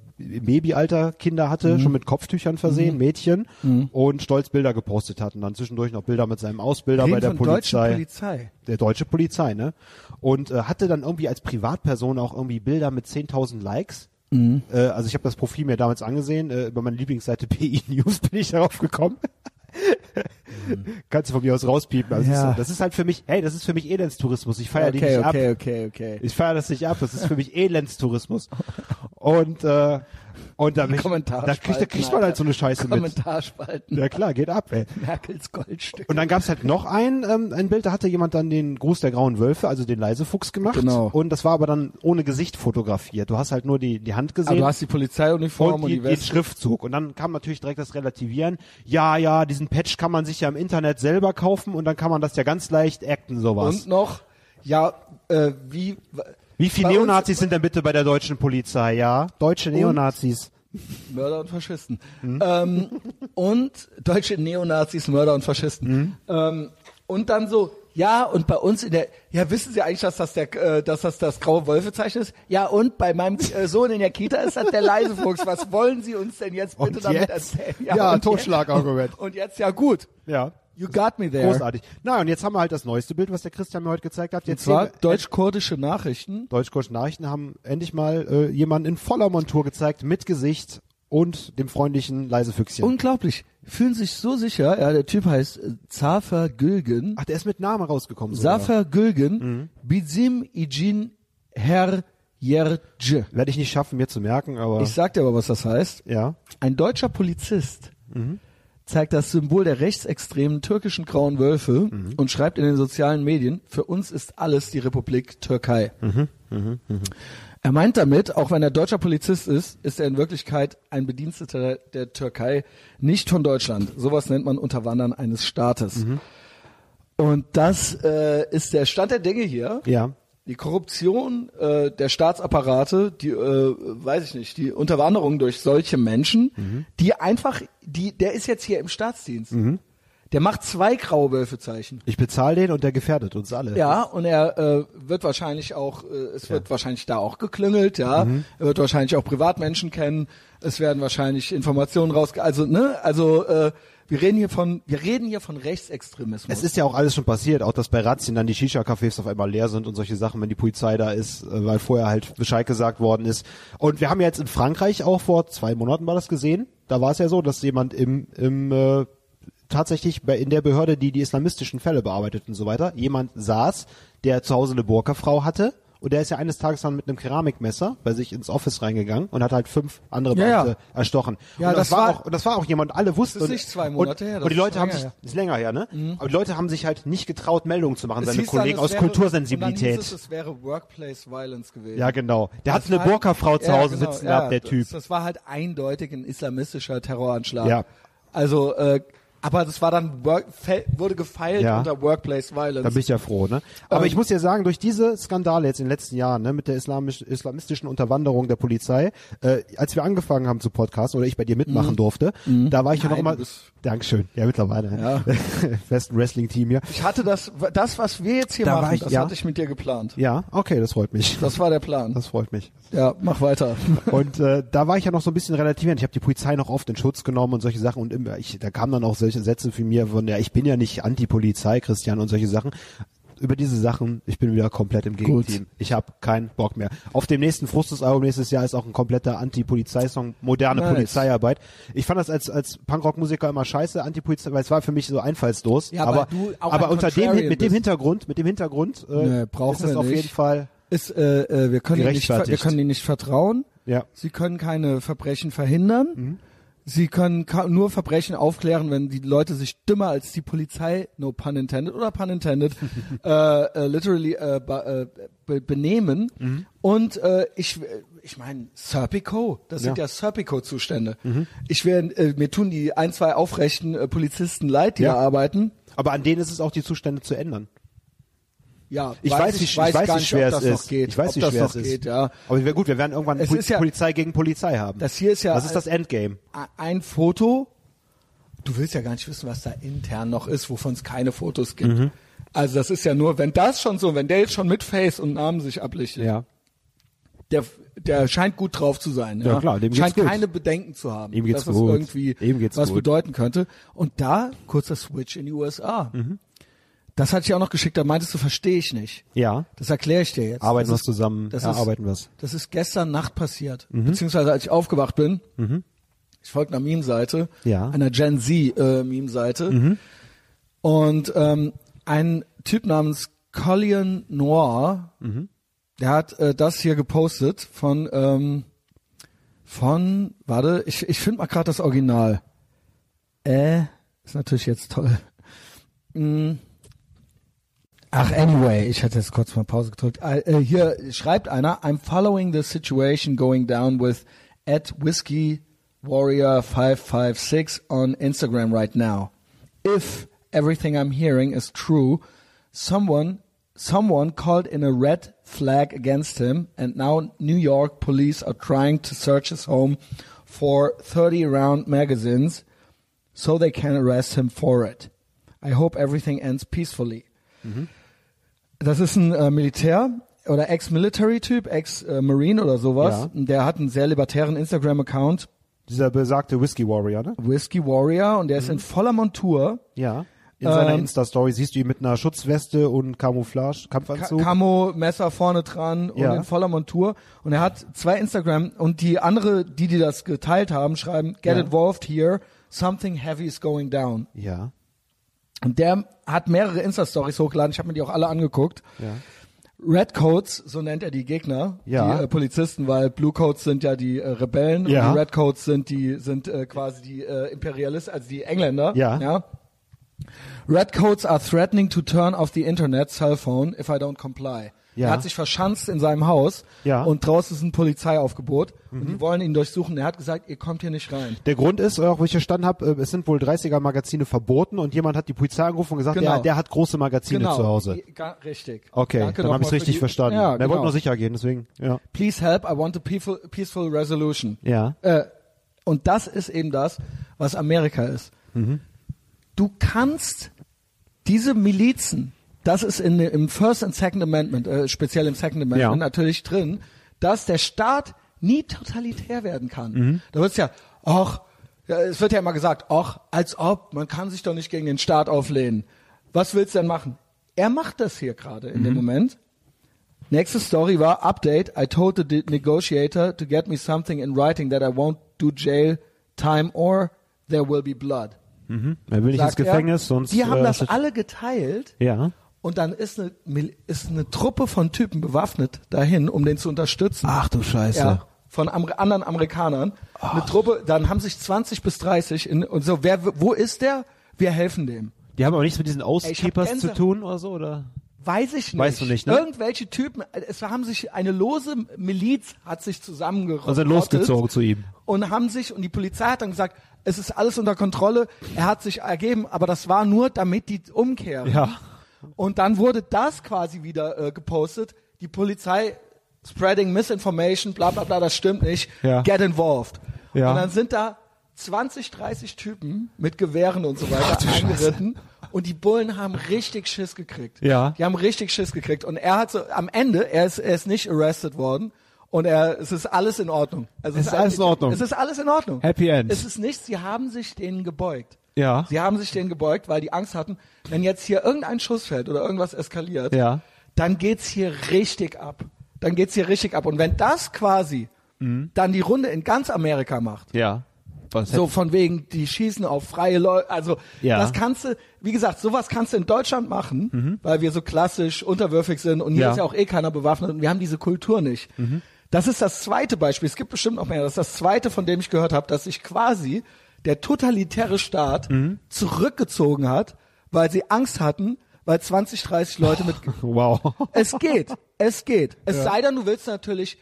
Babyalter-Kinder Mhm. hatte, schon mit Kopftüchern versehen, Mädchen, und stolz Bilder gepostet hat und dann zwischendurch noch Bilder mit seinem Ausbilder Reden bei der von Polizei deutschen Polizei. der deutsche Polizei, ne? Und äh, hatte dann irgendwie als Privatperson auch irgendwie Bilder mit 10.000 Likes. Mhm. Äh, also ich habe das Profil mir damals angesehen. Äh, über meine Lieblingsseite PI News bin ich darauf gekommen. Kannst du von mir aus rauspiepen. Also Mhm. Ja. das, ist, das ist halt für mich, hey, das ist für mich Elendstourismus. Ich feiere den Okay, nicht ab. okay, okay, okay. Ich feiere das nicht ab. Das ist für mich Elendstourismus. Und äh, und da, mich, Kommentarspalten, da, kriegt, da kriegt man halt so eine Scheiße mit. Kommentarspalten. Ja klar, geht ab, ey. Merkels Goldstück. Und dann gab's halt noch ein, ähm, ein Bild, da hatte jemand dann den Gruß der grauen Wölfe, also den Leisefuchs gemacht. Genau. Und das war aber dann ohne Gesicht fotografiert. Du hast halt nur die, die Hand Aber gesehen. Ah, du hast die Polizeiuniform und und die, die den Weste. Schriftzug. Und dann kam natürlich direkt das Relativieren. Ja, ja, diesen Patch kann man sich ja im Internet selber kaufen und dann kann man das ja ganz leicht acten, sowas. Und noch, ja, äh, wie, Wie viele bei uns- Neonazis sind denn bitte bei der deutschen Polizei, ja? Deutsche Neonazis. Mörder und Faschisten. Hm? Ähm, und deutsche Neonazis, Mörder und Faschisten. Hm? Ähm, und dann so, ja, und bei uns in der, ja, wissen Sie eigentlich, dass das der, äh, dass das das graue Wolfezeichen ist? Ja, und bei meinem äh, Sohn in der Kita ist das der Leisefuchs. Was wollen Sie uns denn jetzt bitte Und damit jetzt? erzählen? Ja, und Totschlagargument. jetzt- Und jetzt, ja gut. Ja. You got me there. Großartig. Na, und jetzt haben wir halt das neueste Bild, was der Christian mir heute gezeigt hat. Und Jetzt zwar sehen wir- deutsch-kurdische Nachrichten. Deutschkurs Nachrichten haben endlich mal äh, jemanden in voller Montur gezeigt, mit Gesicht und dem freundlichen Leisefüchschen. Unglaublich. Fühlen sich so sicher. Ja, der Typ heißt äh, Zafer Gülgen. Ach, der ist mit Namen rausgekommen. sogar. Zafer Gülgen. Bizim Ijin Her Yerce. Werde ich nicht schaffen, mir zu merken, aber Ich sag dir aber, was das heißt. ja. Ein deutscher Polizist zeigt das Symbol der rechtsextremen türkischen Grauen Wölfe und schreibt in den sozialen Medien, für uns ist alles die Republik Türkei. Er meint damit, auch wenn er deutscher Polizist ist, ist er in Wirklichkeit ein Bediensteter der, der Türkei, nicht von Deutschland. Sowas nennt man Unterwandern eines Staates. Und das äh, ist der Stand der Dinge hier. Ja. Die Korruption äh, der Staatsapparate, die, äh, weiß ich nicht, die Unterwanderung durch solche Menschen, Mhm. die einfach, die, der ist jetzt hier im Staatsdienst. Der macht zwei graue Wölfezeichen. Ich bezahle den und der gefährdet uns alle. Ja, und er äh, wird wahrscheinlich auch, äh, es wird wahrscheinlich da auch geklüngelt, ja. Mhm. Er wird wahrscheinlich auch Privatmenschen kennen. Es werden wahrscheinlich Informationen rausge... Also, ne? Also, äh, wir reden hier von, wir reden hier von Rechtsextremismus. Es ist ja auch alles schon passiert, auch dass bei Razzien dann die Shisha-Cafés auf einmal leer sind und solche Sachen, wenn die Polizei da ist, äh, weil vorher halt Bescheid gesagt worden ist. Und wir haben ja jetzt in Frankreich auch vor zwei Monaten war das gesehen. Da war es ja so, dass jemand im, im äh, tatsächlich bei, in der Behörde, die die islamistischen Fälle bearbeitet und so weiter, jemand saß, der zu Hause eine Burka-Frau hatte. Und der ist ja eines Tages dann mit einem Keramikmesser bei sich ins Office reingegangen und hat halt fünf andere Ja, ja. Beamte erstochen. Ja, und das war- auch, und das war auch jemand, alle wussten. ist und- nicht zwei und- Monate her, das Und die ist Leute schon haben länger sich, her. Mhm. ist länger her, ne? Aber die Leute haben sich halt nicht getraut, Meldungen zu machen, Es seine hieß dann, Kollegen es aus wäre- Und dann Kultursensibilität. hieß es, es wäre Workplace Violence gewesen. ja, genau. Das Der hat eine war- halt- Burka-Frau zu Ja, Hause genau, sitzen ja, gehabt, der das, Typ. Das war halt eindeutig ein islamistischer Terroranschlag. Ja. Also, äh, aber das war dann, work, fe- wurde gefeilt Ja. unter Workplace Violence. Da bin ich ja froh, ne? Aber Ähm, ich muss ja sagen, durch diese Skandale jetzt in den letzten Jahren, ne, mit der islamisch, islamistischen Unterwanderung der Polizei, äh, als wir angefangen haben zu podcasten oder ich bei dir mitmachen durfte, da war ich ja noch Mhm. Nein, immer. du bist- Dankeschön. Ja, mittlerweile. Festen Wrestling-Team hier. Ich hatte das, das, was wir jetzt hier Da war machen, ich- das ja. hatte ich mit dir geplant. Ja, okay, das freut mich. Das war der Plan. Das freut mich. Ja, mach weiter. Und äh, da war ich ja noch so ein bisschen relativierend. Ich habe die Polizei noch oft in Schutz genommen und solche Sachen. Und immer, ich, da kamen dann auch solche Sätze von mir von, ja, ich bin ja nicht Anti-Polizei, Christian, und solche Sachen. Über diese Sachen, ich bin wieder komplett im Gegenteam. Ich habe keinen Bock mehr. Auf dem nächsten Frustus-Album nächstes Jahr ist auch ein kompletter Anti-Polizei-Song, moderne Nice. Polizeiarbeit. Ich fand das als, als Punkrock-Musiker immer scheiße, Anti-Polizei, weil es war für mich so einfallslos. Ja, aber weil du auch aber ein unter dem, Contrarian mit dem bist. Hintergrund, mit dem Hintergrund, äh, Nee, brauchen ist das wir auf nicht. jeden Fall, Ist, äh, äh, wir, können ihnen nicht, ver- wir Gerechtfertigt. können ihnen nicht vertrauen. ja. Mhm. Sie können keine Verbrechen verhindern. Sie können ka- nur Verbrechen aufklären, wenn die Leute sich dümmer als die Polizei, no pun intended oder pun intended, äh, äh, literally äh, ba- äh, be benehmen. Mhm. Und äh, ich, w- ich meine, Serpico, das sind Ja. ja Mhm. Serpico-Zustände. Ich wär, äh, mir tun die ein, zwei aufrechten äh, Polizisten leid, die Ja. da arbeiten. Aber an denen ist es auch, die Zustände zu ändern. Ja, Ich weiß, nicht, ich ich weiß, gar nicht, wie schwer ob das es noch ist. geht. ich weiß ob nicht, das schwer noch es ist. geht, ja. Aber wir- gut, wir werden irgendwann Es Pol ist ja- Polizei gegen Polizei haben. Das hier ist ja das ist das Endgame. ein Foto. Du willst ja gar nicht wissen, was da intern noch ist, wovon es keine Fotos gibt. Mhm. Also das ist ja nur, wenn das schon so, wenn der jetzt schon mit Face und Namen sich ablichtet, der, der scheint gut drauf zu sein. Ja, Ja, klar, dem geht's scheint gut. keine Bedenken zu haben, Ihm geht's dass gut. es irgendwie Ihm geht's was gut. bedeuten könnte. Und da kurzer Switch in die USA. Mhm. Das hatte ich auch noch geschickt, da meintest du, verstehe ich nicht. Ja. Das erkläre ich dir jetzt. Arbeiten das wir's zusammen, erarbeiten wir's. Das ist gestern Nacht passiert, beziehungsweise als ich aufgewacht bin. Ich folge einer Meme-Seite, Ja. einer Gen Z-Meme-Seite. Und ähm, ein Typ namens Collian Noir, der hat äh, das hier gepostet von, ähm, von, warte, ich, ich finde mal gerade das Original. Äh, ist natürlich jetzt toll. Ach, anyway, ich hatte jetzt kurz mal Pause gedrückt. Äh, äh, hier schreibt einer, I'm following the situation going down with at whiskey warrior 556 on Instagram right now. If everything I'm hearing is true, someone someone called in a red flag against him and now New York police are trying to search his home for 30 round magazines so they can arrest him for it. I hope everything ends peacefully. Das ist ein äh, Militär oder Ex-Military-Typ, Ex-Marine oder sowas. Ja. Der hat einen sehr libertären Instagram-Account, Dieser besagte Whiskey Warrior, ne? Whiskey Warrior, und der ist in voller Montur. Ja. In seiner Ähm, Insta-Story siehst du ihn mit einer Schutzweste und Camouflage, Ka Kampfanzug. Camo, Messer vorne dran Ja. und in voller Montur. Und er hat zwei Instagram und die andere, die, die das geteilt haben, schreiben, get Ja. involved here, something heavy is going down. ja. Und der hat mehrere Insta-Stories hochgeladen, ich habe mir die auch alle angeguckt. Ja. Redcoats, so nennt er die Gegner, Ja. die äh, Polizisten, weil Bluecoats sind ja die äh, Rebellen Ja. und die Redcoats sind die sind äh, quasi die äh, Imperialisten, also die Engländer. Ja. ja. Redcoats are threatening to turn off the internet cell phone if I don't comply. Ja. Er hat sich verschanzt in seinem Haus Ja. Mhm. und draußen ist ein Polizeiaufgebot und die wollen ihn durchsuchen. Er hat gesagt, ihr kommt hier nicht rein. Der Grund ist, auch wo ich verstanden habe, äh, es sind wohl 30er-Magazine verboten und jemand hat die Polizei angerufen und gesagt, Genau. ja, der hat große Magazine Genau. zu Hause. Ga- Richtig. Okay, Danke dann nochmal habe ich für richtig die- verstanden. Ja, er genau. wollte nur sicher gehen, deswegen. Ja. Please help, I want a peaceful, peaceful resolution. Ja. Äh, und das ist eben das, was Amerika ist. Du kannst diese Milizen, das ist in, im First and Second Amendment, äh, speziell im Second Amendment Ja. natürlich drin, dass der Staat nie totalitär werden kann. Da wird's ja, ach, ja, es wird ja immer gesagt, ach, als ob, man kann sich doch nicht gegen den Staat auflehnen. Was willst du denn machen? Er macht das hier gerade in dem Moment. Nächste Story war Update. I told the de- negotiator to get me something in writing that I won't do jail time or there will be blood. Er will nicht ins Sagt er. Gefängnis, sonst. Die haben äh, das ist- alle geteilt Ja. und dann ist eine, Mil- ist eine Truppe von Typen bewaffnet dahin, um den zu unterstützen. Ach du Scheiße. Ja, von Amer anderen Amerikanern. Eine Truppe, dann haben sich 20 bis 30 in, und so, wer, wo ist der? Wir helfen dem. Die haben aber nichts mit diesen ich hab Auskeepers zu Gänsehaut. tun oder so, oder? Weiß ich nicht. Weißt du nicht, ne? Irgendwelche Typen, es haben sich, eine lose Miliz hat sich zusammengerottet. Und sind Also losgezogen zu ihm. Und haben sich, und die Polizei hat dann gesagt, es ist alles unter Kontrolle, er hat sich ergeben, aber das war nur, damit die umkehren. Ja. Und dann wurde das quasi wieder äh, gepostet, die Polizei spreading misinformation, bla bla bla, das stimmt nicht, Ja. get involved. Ja. Und dann sind da 20, 30 Typen mit Gewehren und so weiter eingeritten und die Bullen haben richtig Schiss gekriegt. Ja. Die haben richtig Schiss gekriegt. Und er hat so, am Ende, er ist, er ist nicht arrested worden. Und er, es ist alles in Ordnung. Also Es ist alles in Ordnung. Es ist alles in Ordnung. Happy End. Es ist nichts, sie haben sich denen gebeugt. Ja. Sie haben sich denen gebeugt, weil die Angst hatten, wenn jetzt hier irgendein Schuss fällt oder irgendwas eskaliert, Ja. dann geht's hier richtig ab. Dann geht's hier richtig ab. Und wenn das quasi Mhm. dann die Runde in ganz Amerika macht, Ja. Was so von wegen, die schießen auf freie Leute. Also Ja. Mhm. das kannst du, wie gesagt, sowas kannst du in Deutschland machen, weil wir so klassisch unterwürfig sind und hier Ja. Mhm. ist ja auch eh keiner bewaffnet und wir haben diese Kultur nicht. Das ist das zweite Beispiel. Es gibt bestimmt noch mehr. Das ist das zweite, von dem ich gehört habe, dass sich quasi der totalitäre Staat Mhm. zurückgezogen hat, weil sie Angst hatten, weil 20, 30 Leute mit Wow. es geht, es geht. Es sei denn, du willst natürlich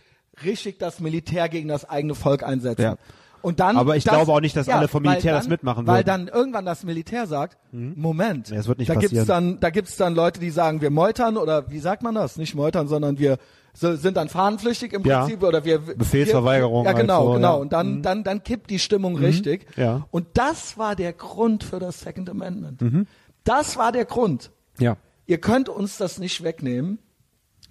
richtig das Militär gegen das eigene Volk einsetzen. Ja. Und dann, Aber ich das- glaube auch nicht, dass ja, alle vom weil Militär dann, das mitmachen Weil würden. Mhm. dann irgendwann das Militär sagt, Moment, Ja, es wird nicht da passieren. gibt's dann, da gibt's dann Leute, die sagen, wir meutern oder wie sagt man das? Nicht meutern, sondern wir so- sind dann fahnenflüchtig im Ja. Prinzip oder wir Befehlsverweigerung Wir, ja, halt genau, so, genau. ja. Mhm. Und dann, dann, dann kippt die Stimmung richtig. Ja. Mhm. Und das war der Grund für das Second Amendment. Das war der Grund Ja. ihr könnt uns das nicht wegnehmen.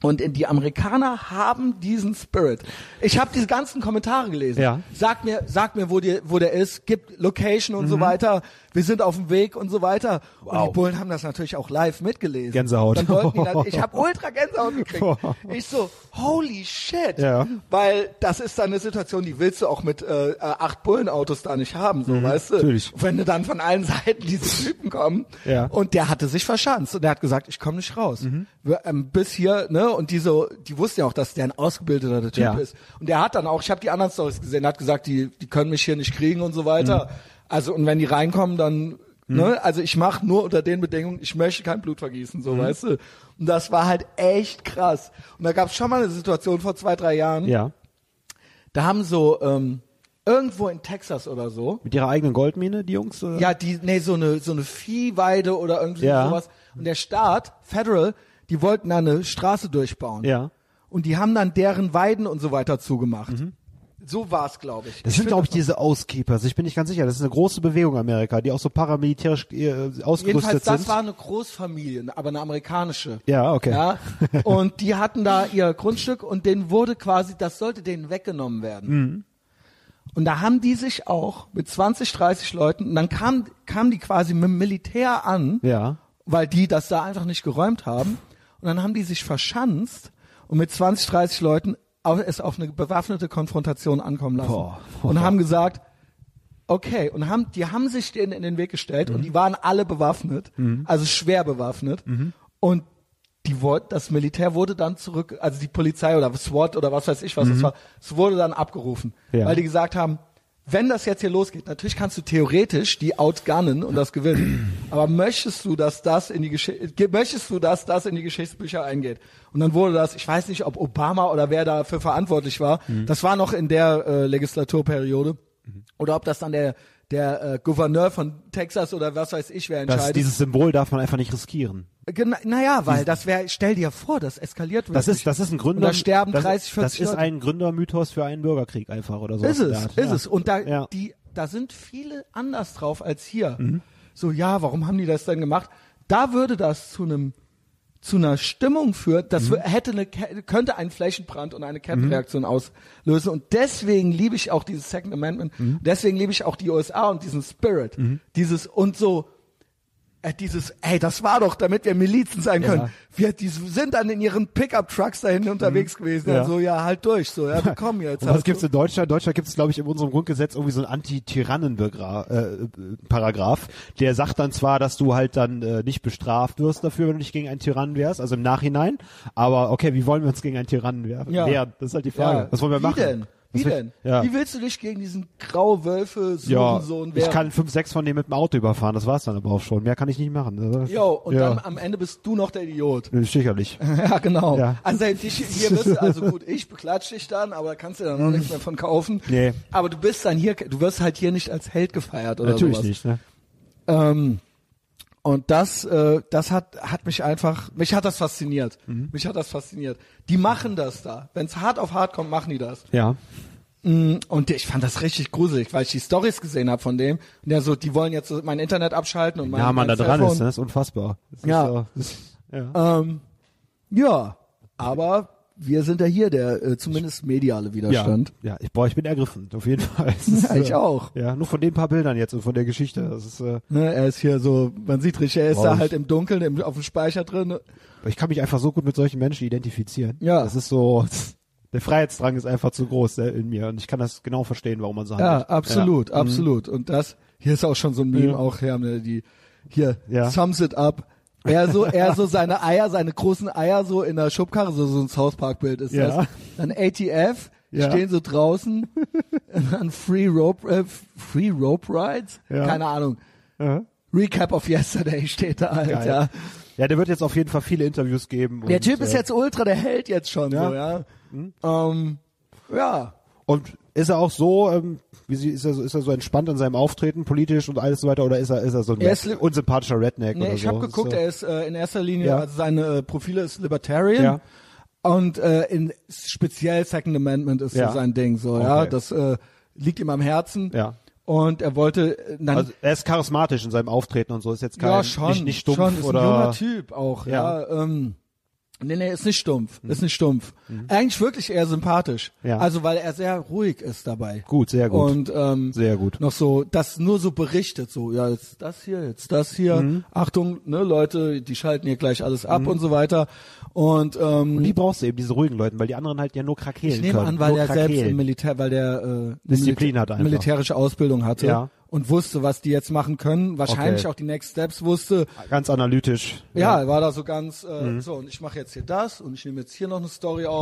Und die Amerikaner haben diesen Spirit. Ich habe diese ganzen Kommentare gelesen. Ja. Sag mir, sag mir, wo, die, wo der ist, gib Location und so weiter. Wir sind auf dem Weg und so weiter. Und Mhm. Wow. die Bullen haben das natürlich auch live mitgelesen. Gänsehaut. Dann wollten die dann, ich habe ultra Gänsehaut gekriegt. Ich so, holy shit. Ja. Weil das ist dann eine Situation, die willst du auch mit äh, äh, acht Bullenautos da nicht haben, so weißt du. Mhm. natürlich. Wenn du dann von allen Seiten diese Typen kommen Ja. Mhm. und der hatte sich verschanzt und der hat gesagt, ich komme nicht raus. Wir, ähm, bis hier, ne? Und die so, die wussten ja auch, dass der ein ausgebildeter Typ Ja. ist. Und der hat dann auch, ich habe die anderen Stories gesehen, der hat gesagt, die, die können mich hier nicht kriegen und so weiter. Mhm. Also, und wenn die reinkommen, dann, ne? Also ich mache nur unter den Bedingungen, ich möchte kein Blut vergießen, Mhm. so weißt du. Und das war halt echt krass. Und da gab es schon mal eine Situation vor zwei, drei Jahren, Ja. da haben so ähm, irgendwo in Texas oder so, Mit ihrer eigenen Goldmine, die Jungs? Äh? ja, die, nee, so eine, so eine Viehweide oder irgendwie Ja. sowas. Und der Staat, Federal, die wollten da eine Straße durchbauen. Ja. Und die haben dann deren Weiden und so weiter zugemacht. So war's, glaube ich. Mhm. Das sind, glaube ich, diese Auskeepers. Ich bin nicht ganz sicher. Das ist eine große Bewegung in Amerika, die auch so paramilitärisch äh, Jedenfalls, ausgerüstet das sind. war eine Großfamilie, aber eine amerikanische. Ja, okay. Ja, und die Mhm. hatten da ihr Grundstück und denen wurde quasi, das sollte denen weggenommen werden. Und da haben die sich auch mit 20, 30 Leuten, und dann kam, kamen die quasi mit dem Militär an, Ja. weil die das da einfach nicht geräumt haben. Und dann haben die sich verschanzt und mit 20, 30 Leuten au- es auf eine bewaffnete Konfrontation ankommen lassen. Boah. Und haben gesagt, okay, und haben, die haben sich denen in den Weg gestellt Mhm. und die waren alle bewaffnet, also schwer bewaffnet. Mhm. Und die wollt, das Militär wurde dann zurück, also die Polizei oder SWAT oder was weiß ich was das war, es wurde dann abgerufen, Mhm. Ja. weil die gesagt haben, wenn das jetzt hier losgeht, natürlich kannst du theoretisch die outgunnen und das gewinnen, aber möchtest du, dass das in die Geschichte, möchtest du, dass das in die Geschichtsbücher eingeht? Und dann wurde das, ich weiß nicht, ob Obama oder wer dafür verantwortlich war, Mhm. das war noch in der äh, Legislaturperiode, oder ob das dann der der äh, Gouverneur von Texas oder was weiß ich wer Das, entscheidet. dieses Symbol darf man einfach nicht riskieren. Gena naja, weil das wäre, stell dir vor, das eskaliert wirklich. Das ist, das ist ein Gründer. Und da sterben das, 30, 40 Das ist Leute. ein Gründermythos für einen Bürgerkrieg einfach oder so. ist es, ist es. Und da, Ja. Mhm. die, da sind viele anders drauf als hier. So, ja, warum haben die das dann gemacht? Da würde das zu einem, zu einer Stimmung führen, das Mhm. wür- hätte eine, Ke- könnte einen Flächenbrand und eine Kettenreaktion auslösen. Und deswegen liebe ich auch dieses Second Amendment. Mhm. Deswegen liebe ich auch die USA und diesen Spirit. Dieses, und so, äh, dieses, ey, das war doch, damit wir Milizen sein können. Wir die sind dann in ihren Pickup-Trucks dahin unterwegs gewesen. Mhm. Ja. Und so, ja, halt durch. So, ja, wir kommen jetzt. Halt Und Hast was du- gibt's in Deutschland? In Deutschland gibt's, glaube ich, in unserem Grundgesetz irgendwie so einen Anti-Tyrannen-Paragraph, der sagt dann zwar, dass du halt dann äh, nicht bestraft wirst dafür, wenn du dich gegen einen Tyrannen wehrst, also im Nachhinein. Aber okay, wie wollen wir uns gegen einen Tyrannen wehren? Ja. wehren? Das ist halt die Frage. Was wollen wir wie machen? Denn? Wie Was wir- denn? Ja. Wie willst du dich gegen diesen Grauwölfe suchen, ja, so und ich kann fünf, sechs von denen mit dem Auto überfahren, das war's dann aber auch schon. Mehr kann ich nicht machen. ne? Jo, und ja. dann am Ende bist du noch der Idiot. Sicherlich. Ja, genau. Ja. Also dich, hier bist du, also gut, ich beklatsch dich dann, aber da kannst du dann auch nichts mehr von kaufen. Nee. Aber du bist dann hier, du wirst halt hier nicht als Held gefeiert oder Natürlich sowas. nicht. Ne? Ähm, und das, äh, das hat, hat mich einfach, mich hat das fasziniert. Mhm. Mich hat das fasziniert. Die machen das da. Wenn es hart auf hart kommt, machen die das. Ja. Mm, Und ich fand das richtig gruselig, weil ich die Stories gesehen habe von dem. Und der so, die wollen jetzt so mein Internet abschalten und mein, Ja, man mein da dran Cellphone. ist, ne? das ist unfassbar. Das Ja. Ist, so- das ist, ja. Ähm, ne? ja, aber wir sind ja hier der äh, zumindest mediale Widerstand. Ja, ja ich, boah, ich bin ergriffen, auf jeden Fall. Es Ist, äh, Ja, ich auch. Ja, nur von den paar Bildern jetzt und von der Geschichte. Das ist, äh, Ne, er ist hier so, man sieht richtig, er ist Wow, da ich- halt im Dunkeln, im, auf dem Speicher drin. ich kann mich einfach so gut mit solchen Menschen identifizieren. Ja. Das ist so, der Freiheitsdrang ist einfach zu groß äh, in mir und ich kann das genau verstehen, warum man so handelt. Ja, absolut, absolut. Und das, hier ist auch schon so ein Meme, Mhm. Ja. auch hier haben wir die, hier, Ja. sums it up. Er so, er so seine Eier, seine großen Eier so in der Schubkarre, so, so ein South Park Bild ist Ja. das. Dann ATF, Ja. stehen so draußen, dann Free Rope, äh, Free Rope Rides? Ja. Keine Ahnung. Ja. Recap of Yesterday steht da halt, Geil. ja. Ja, der wird jetzt auf jeden Fall viele Interviews geben. Der und, Typ ist äh, jetzt ultra, der hält jetzt schon, Ja. Mhm. so, ja. Ähm, ja. Und ist er auch so, ähm, wie sie, ist er so, ist er so entspannt in seinem Auftreten politisch und alles so weiter oder ist er, ist er so ein Er Red- ist li- unsympathischer Redneck Nee, oder ich so? habe geguckt, ist, so- er ist äh, in erster Linie, Ja. also seine äh, Profile ist Libertarian Ja. und äh, in speziell Second Amendment ist Ja. so sein Ding, so ja, Okay. das äh, liegt ihm am Herzen. Ja. Und er wollte äh, dann also er ist charismatisch in seinem Auftreten und so, ist jetzt kein, ja, schon, nicht, nicht stumpf schon, ist oder. ein junger Typ auch, Ja. Mhm. ja. ähm, nee, nee, ist nicht stumpf, ist nicht stumpf. Eigentlich wirklich eher sympathisch. Ja. Also weil er sehr ruhig ist dabei. Gut, sehr gut. Und ähm, Sehr gut. noch so, das nur so berichtet, so, ja, jetzt das hier, jetzt das hier, Mhm. Achtung, ne, Leute, die schalten hier gleich alles ab und so weiter. Und ähm, Die brauchst du eben, diese ruhigen Leuten, weil die anderen halt ja nur krakeelen ich nehme können. an, weil nur der selbst krakeelen. im Militär, weil der äh, eine Disziplin Milita- hat einfach. militärische Ausbildung hatte Ja. und wusste, was die jetzt machen können, wahrscheinlich Okay. auch die Next Steps wusste. Ganz analytisch. Ja, er war da so ganz, äh, so, und ich mache jetzt hier das und ich nehme jetzt hier noch eine Story auf.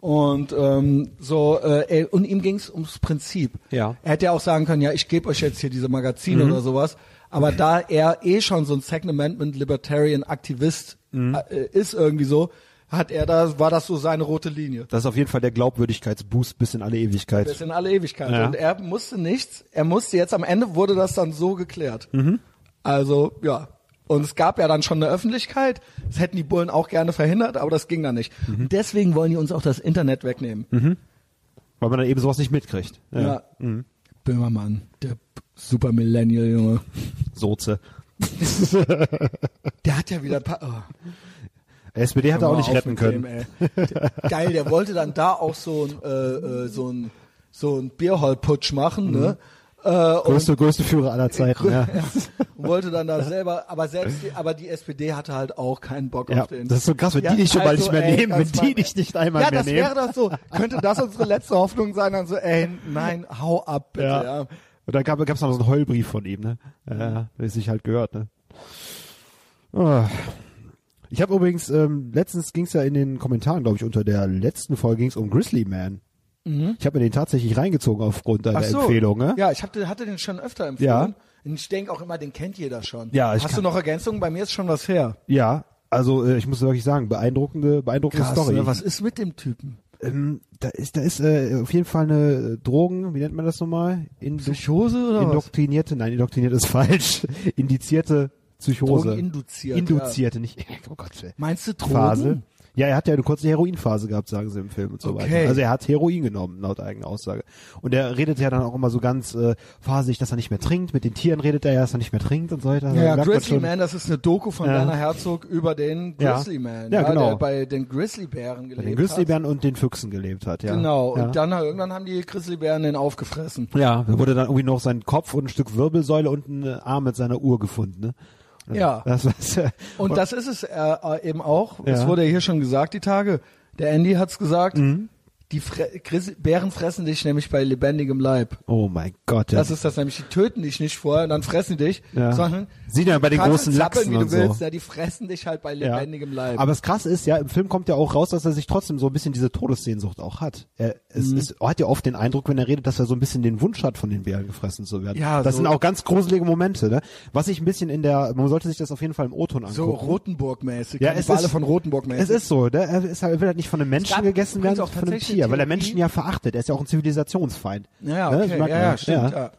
Und ähm, so, äh, ey, und ihm ging's ums Prinzip. Ja. Er hätte ja auch sagen können, ja, ich gebe euch jetzt hier diese Magazine oder sowas. Aber da er eh schon so ein Second Amendment Libertarian Aktivist äh, ist irgendwie so, hat er da, war das so seine rote Linie. Das ist auf jeden Fall der Glaubwürdigkeitsboost bis in alle Ewigkeit. Bis in alle Ewigkeit. Ja. Und er musste nichts, er musste jetzt, am Ende wurde das dann so geklärt. Mhm. Also, ja. Und es gab ja dann schon eine Öffentlichkeit. Das hätten die Bullen auch gerne verhindert, aber das ging dann nicht. Mhm. Und deswegen wollen die uns auch das Internet wegnehmen. weil man dann eben sowas nicht mitkriegt. Ja. Mhm. Böhmermann, der super Millennial, Junge. Soze. Der hat ja wieder. Pa oh. SPD hat er auch nicht Hör mal auf retten mit können. Dem, ey. Geil, der wollte dann da auch so ein, äh, äh, so ein so einen Bierhallputsch machen, ne? Mhm. Äh, und, Größte, größte Führer aller Zeiten, ja. und wollte dann da selber, aber selbst die, aber die SPD hatte halt auch keinen Bock ja. auf den. Das ist so krass, wenn die dich schon also, mal nicht mehr nehmen, wenn die dich nicht einmal ja, mehr das nehmen. wäre das so. Könnte das unsere letzte Hoffnung sein? Dann so, ey, nein, hau ab bitte. Ja. Ja. Mhm. Und dann gab es noch so einen Heulbrief von ihm, ne? Ja, der sich halt gehört, ne? Ah. Ich habe übrigens, ähm, letztens ging es ja in den Kommentaren, glaube ich, unter der letzten Folge ging es um Grizzly Man. Ich habe mir den tatsächlich reingezogen aufgrund deiner Mhm. Ach so. Empfehlung, ne? Ja, ich hab, den- hatte den schon öfter empfohlen. Und ich denke auch immer, den kennt jeder schon. Ja, ich Hast kann- du noch Ergänzungen? Bei mir ist schon was her. Ja, also äh, ich muss wirklich sagen, beeindruckende, beeindruckende Story. ne? was ist mit dem Typen? Ähm, da ist, da ist äh, auf jeden Fall eine äh, Drogen, wie nennt man das nochmal? Indu Psychose oder was? indoktrinierte, nein, indoktriniert ist falsch. Indizierte Psychose. Drogeninduziert, Induzierte, nicht. Oh Gott, ey. Meinst du Drogen? Phase. Ja, er hat ja eine kurze Heroinphase gehabt, sagen sie im Film und so Okay. weiter. Also er hat Heroin genommen, laut eigener Aussage. Und er redet ja dann auch immer so ganz äh, phasig, dass er nicht mehr trinkt. Mit den Tieren redet er ja, dass er nicht mehr trinkt und so weiter. Ja, Merkt man Grizzly schon. Man, das ist eine Doku von Ja. Werner Herzog über den Ja. Grizzly Man, Ja, genau. der bei den Grizzlybären gelebt Bei den hat. Grizzlybären und den Füchsen gelebt hat, ja. Genau, ja. und dann irgendwann haben die Grizzlybären den aufgefressen. Ja, da wurde dann irgendwie noch sein Kopf und ein Stück Wirbelsäule und ein äh, Arm mit seiner Uhr gefunden, ne? Ja. Das war's. ja. Und das ist es äh, äh, eben auch, Ja. das wurde ja hier schon gesagt, die Tage. Der Andy hat's gesagt, Mhm. die Fre Grizzly Bären fressen dich nämlich bei lebendigem Leib. Oh mein Gott. Ja. Das ist das nämlich, die töten dich nicht vorher und dann fressen die dich, Ja. sondern Sieht man bei den kannst großen zappeln, Lachsen wie du und so. willst, ja, die fressen dich halt bei ja. lebendigem Leib. Aber das Krasse ist ja, im Film kommt ja auch raus, dass er sich trotzdem so ein bisschen diese Todessehnsucht auch hat. Er es Mhm. ist, er hat ja oft den Eindruck, wenn er redet, dass er so ein bisschen den Wunsch hat, von den Bären gefressen zu werden. Ja, das so- sind auch ganz gruselige Momente, ne? Was ich ein bisschen in der, man sollte sich das auf jeden Fall im O-Ton angucken. so Rotenburg-mäßig, Ja, es Kannibale ist- von Rotenburg-mäßig. Es ist so, ne? er, ist, halt- will halt nicht von einem Menschen gab gegessen übrigens werden, auch sondern von einem tatsächlich Tier, weil der Theorie- Menschen ja verachtet. Er ist ja auch ein Zivilisationsfeind. Ja, Ne? okay. Das merkt ja, man. ja, stimmt. Ja.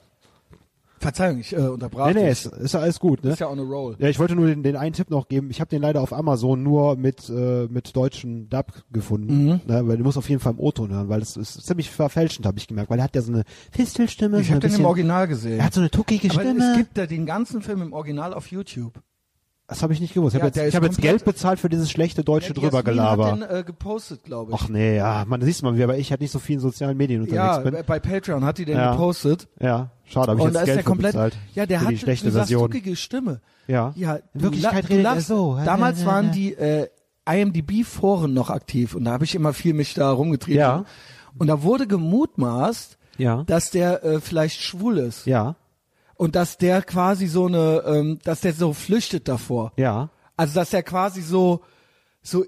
Verzeihung, ich äh, unterbrach Nee, nee, dich. ist, ist ja alles gut, ne? Ist ja on a roll. Ja, ich wollte nur den, den einen Tipp noch geben. Ich habe den leider auf Amazon nur mit äh, mit deutschen Dub gefunden, Mhm. ne? weil du musst auf jeden Fall im O-Ton hören, weil es ist ziemlich verfälschend, habe ich gemerkt, weil er hat ja so eine Fistelstimme. Ich so ein habe den im bisschen- Original gesehen. Er hat so eine tuckige Aber Stimme. es gibt ja den ganzen Film im Original auf YouTube. das habe ich nicht gewusst. Ich Ja, habe der jetzt, ich ist hab jetzt komplett- Geld bezahlt für dieses schlechte deutsche Jasmin drübergelaber. hat den äh, gepostet, glaube ich. Ach nee, ja, man siehst mal, wie aber ich halt nicht so viel in sozialen Medien unterwegs ja, bin. bei Patreon hat die den Ja. gepostet. Ja, schade, habe ich und da ist jetzt Geld der für komplett. bezahlt. ja, der für hat die schlechte du sagst, Version. zuckige Stimme. Ja. Ja, In du Wirklichkeit la- du redet er lachst. so. Damals waren die äh, IMDb-Foren noch aktiv und da habe ich immer viel mich da rumgetrieben. Ja. Und da wurde gemutmaßt, Ja. dass der äh, vielleicht schwul ist. Ja, Und dass der quasi so eine, ähm, dass der so flüchtet davor. ja. Also dass er quasi so so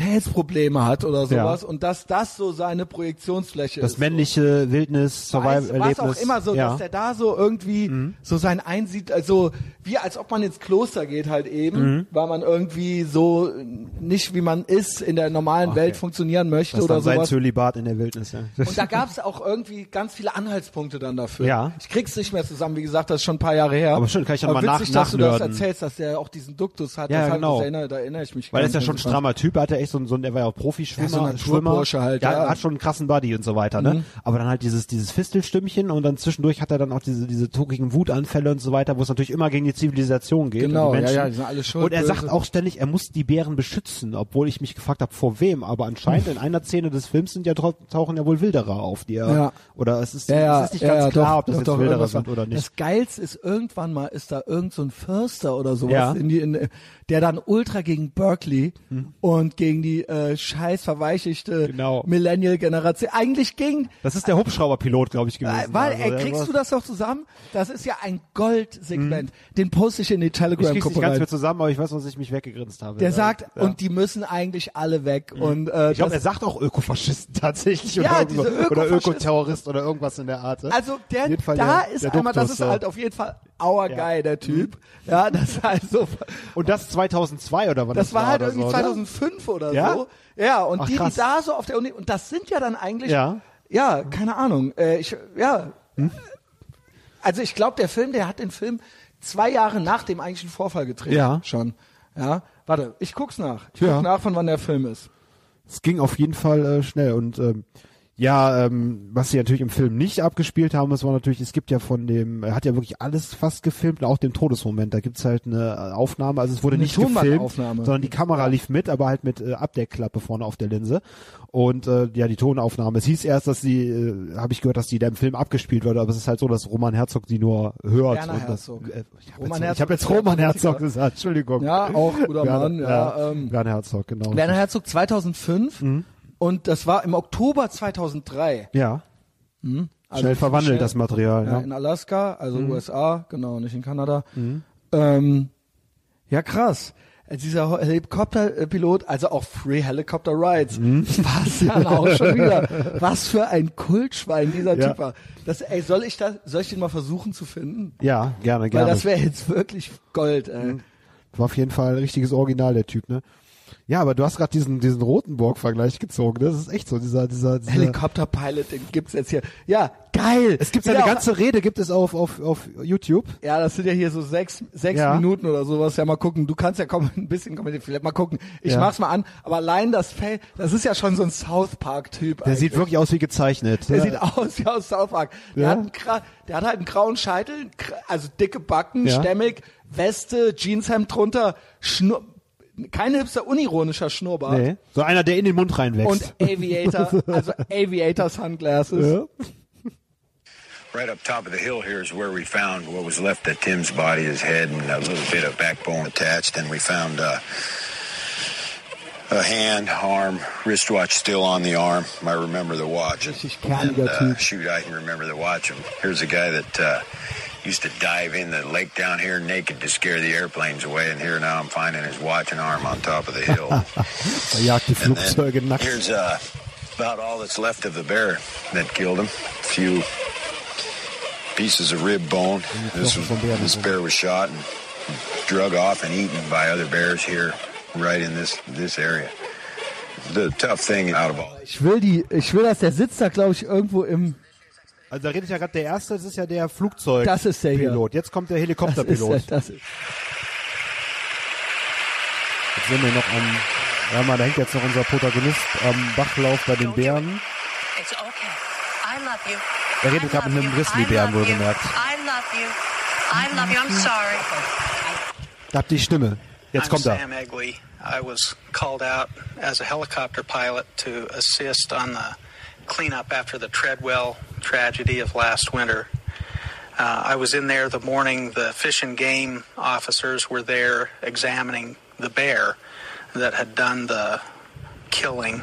Identitätsprobleme hat oder sowas und dass das so seine Projektionsfläche Das ist. männliche Wildnis, so. Weiß- Survival-Erlebnis. Was auch immer so, ja. Mhm. dass der da so irgendwie so sein einsieht, also wie als ob man ins Kloster geht halt eben, Mhm. weil man irgendwie so nicht wie man ist in der normalen Welt funktionieren möchte das ist oder dann sein sowas. Zölibat in der Wildnis. Ja. Und da gab es auch irgendwie ganz viele Anhaltspunkte dann dafür. Ja. Ich krieg's nicht mehr zusammen, wie gesagt, das ist schon ein paar Jahre her. Aber schön, kann ich dann Aber mal nach- witzig, dass du das nachnörden. erzählst, dass der auch diesen Duktus hat. Ja, das hab- genau. Das erinnere, da erinnere ich mich Weil gar er ist ja nicht schon ein mehr so dran. strammer Typ, er hat ja echt so, ein- so ein, er war ja auch Profischwimmer, Ähm, äh, Ja, so ein Schwimmer, Naturbursche halt, ja, ja. Mhm. er hat schon einen krassen Buddy und so weiter, ne? Aber dann halt dieses, dieses Fistelstimmchen und dann zwischendurch hat er dann auch diese, diese tokigen Wutanfälle und so weiter, wo es natürlich immer gegen die Zivilisation geht. Genau, und die ja, Menschen. ja, die sind alle schuld, Und er böse. sagt auch ständig, er muss die Bären beschützen, obwohl ich mich gefragt habe, vor wem, aber Hm. anscheinend in einer Szene des Films sind ja trau- tauchen ja wohl Wilderer auf, die er, Ja. oder es ist, Ja, ja, es ist nicht ja, ganz ja, klar, doch, ob das doch, jetzt doch, Wilderer irgendwas sind war- oder nicht. Das Geilste ist, irgendwann mal ist da irgend so ein Förster oder sowas, Ja. in die, in, der dann ultra gegen Berkeley und gegen die äh, scheiß verweichlichte Hm. Genau. Millennial-Generation, eigentlich gegen, Das ist der Hubschrauberpilot, glaube ich, gewesen. Äh, weil, also, ey, der war- kriegst du das doch zusammen? Das ist ja ein Goldsegment. Den poste ich in die Mhm. Ich krieg's nicht Telegram-Gruppe ganz rein. mehr zusammen, aber ich weiß, was ich mich weggegrinst habe. Der Ja. sagt, Ja. Mhm. und die müssen eigentlich alle weg. Und äh, Ich glaube, er das, sagt auch Ökofaschisten tatsächlich Ja, oder, irgendwo, diese oder Ökofaschisten. Ökoterrorist oder irgendwas in der Art. ne? also der, Jeden Fall da der- ist der einmal, das Duktus, ist ja. halt auf jeden Fall our Ja. Mhm. guy, der Typ. Ja, das ist halt so. Und das 2002 oder wann das, Das war halt oder irgendwie so, ne? 2005 oder Ja? so. Ja, und Ach, die, krass. die da so auf der Uni, und das sind ja dann eigentlich, Ja. Hm? ja keine Ahnung. Äh, ich, ja. Also ich glaube, der Film, der hat den Film zwei Jahre nach dem eigentlichen Vorfall gedreht. Ja. Schon. Ja. Warte, ich guck's nach. Ich Ja. guck nach, von wann der Film ist. Es ging auf jeden Fall äh, schnell und ähm, Ja, ähm, was sie natürlich im Film nicht abgespielt haben, das war natürlich, es gibt ja von dem, er hat ja wirklich alles fast gefilmt, auch den Todesmoment. Da gibt's halt eine Aufnahme, also es wurde Eine nicht gefilmt, Tonbandaufnahme. sondern die Kamera lief mit, aber halt mit äh, Abdeckklappe vorne auf der Linse. Und äh, ja, die Tonaufnahme. Es hieß erst, dass sie, äh, habe ich gehört, dass die da im Film abgespielt wurde, aber es ist halt so, dass Roman Herzog die nur hört. Werner und das, Herzog. Äh, ich habe Roman jetzt, ich Herzog hab ist jetzt der Roman Politiker. Herzog gesagt, Entschuldigung. Ja, auch guter Mann. Ja, ja, ähm, Werner Herzog, genau. Werner Herzog 2005 Mhm. und das war im Oktober 2003. ja, Also schnell verwandelt schnell- das Material. ne? Ja, Ja, Mhm. in Alaska, also USA, genau, nicht in Kanada. Ähm, ja, krass. Äh, Dieser Ho- Helikopterpilot, also auch Free Helicopter Rides, Mhm. das war's ja auch schon wieder. Was für ein Kultschwein dieser Ja. Typ war. Das, ey, soll ich das, soll ich den mal versuchen zu finden? ja gerne, Weil gerne. Mhm. das wäre jetzt wirklich Gold, ey. War auf jeden Fall ein richtiges Original, der Typ, ne? Ja, aber du hast gerade diesen, diesen Rotenburg-Vergleich gezogen. ne? Das ist echt so, dieser, dieser, dieser Helikopterpilot, den gibt's jetzt hier. Ja, geil. Genau. Es gibt ja eine auch- ganze Rede, gibt es auf, auf, auf YouTube. Ja, das sind ja hier so sechs, sechs Ja. Minuten oder sowas. Ja, mal gucken. Du kannst ja kom- ein bisschen kommentieren. Vielleicht mal gucken. Ich Ja. mach's mal an. Aber allein das Fell, das ist ja schon so ein South Park-Typ. Der eigentlich. sieht wirklich aus wie gezeichnet. der Ja. sieht aus wie aus South Park. Der, Ja. hat einen, gra- der hat halt einen grauen Scheitel, kr- also dicke Backen, Ja. stämmig, Weste, Jeanshemd drunter, Schnur kein hipster, unironischer Schnurrbart. nee. So einer, der in den Mund reinwächst. Und Aviator, also Aviator Sunglasses. ja. Right up top of the hill here is where we found what was left of Tim's body, his head, and a little bit of backbone attached. And we found uh, a hand, arm, wristwatch still on the arm. I remember the watch. Richtig kerniger And, uh, Typ. shoot, I can remember the watch. And here's a guy that uh, used to dive in the lake down here naked to scare the airplanes away. And here now I'm finding his watch and arm on top of the hill. Da jagt die And Flugzeuge then nackt. Here's uh, about all that's left of the bear that killed him. A few pieces of rib bone. This, was, from the other this one. bear was shot and drug off and eaten by other bears here, right in this this area. The tough thing out of all. Ich will die, ich will, dass der sitzt da, glaube ich, irgendwo im, Also da redet ja gerade der erste, das ist ja der Flugzeug. Das ist der hier. Pilot. Jetzt kommt der das ist, Helikopterpilot. das ist, Jetzt sind wir noch am, ja mal, da hängt jetzt noch unser Protagonist am Bachlauf bei den Bären. It's okay. I love you. Er I redet gerade love mit einem you. Grizzlybären, I love you. wohlgemerkt. I love you. I love you. I'm sorry. Da habt ihr die Stimme. Jetzt I'm kommt er. Sam Egley. I was called out as a helicopter pilot to assist on the cleanup after the Treadwell tragedy of last winter. Uh, I was in there the morning the fish and game officers were there examining the bear that had done the killing.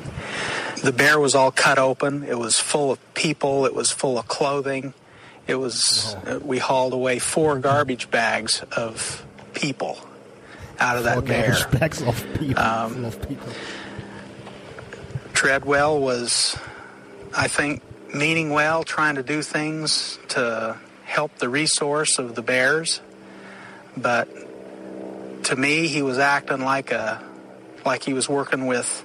The bear was all cut open. It was full of people. It was full of clothing. It was, uh, we hauled away four garbage bags of people out of that bear. Um, Garbage bags of people. Full of people. Treadwell was, I think, meaning well, trying to do things to help the resource of the bears. But to me, he was acting like a, like he was working with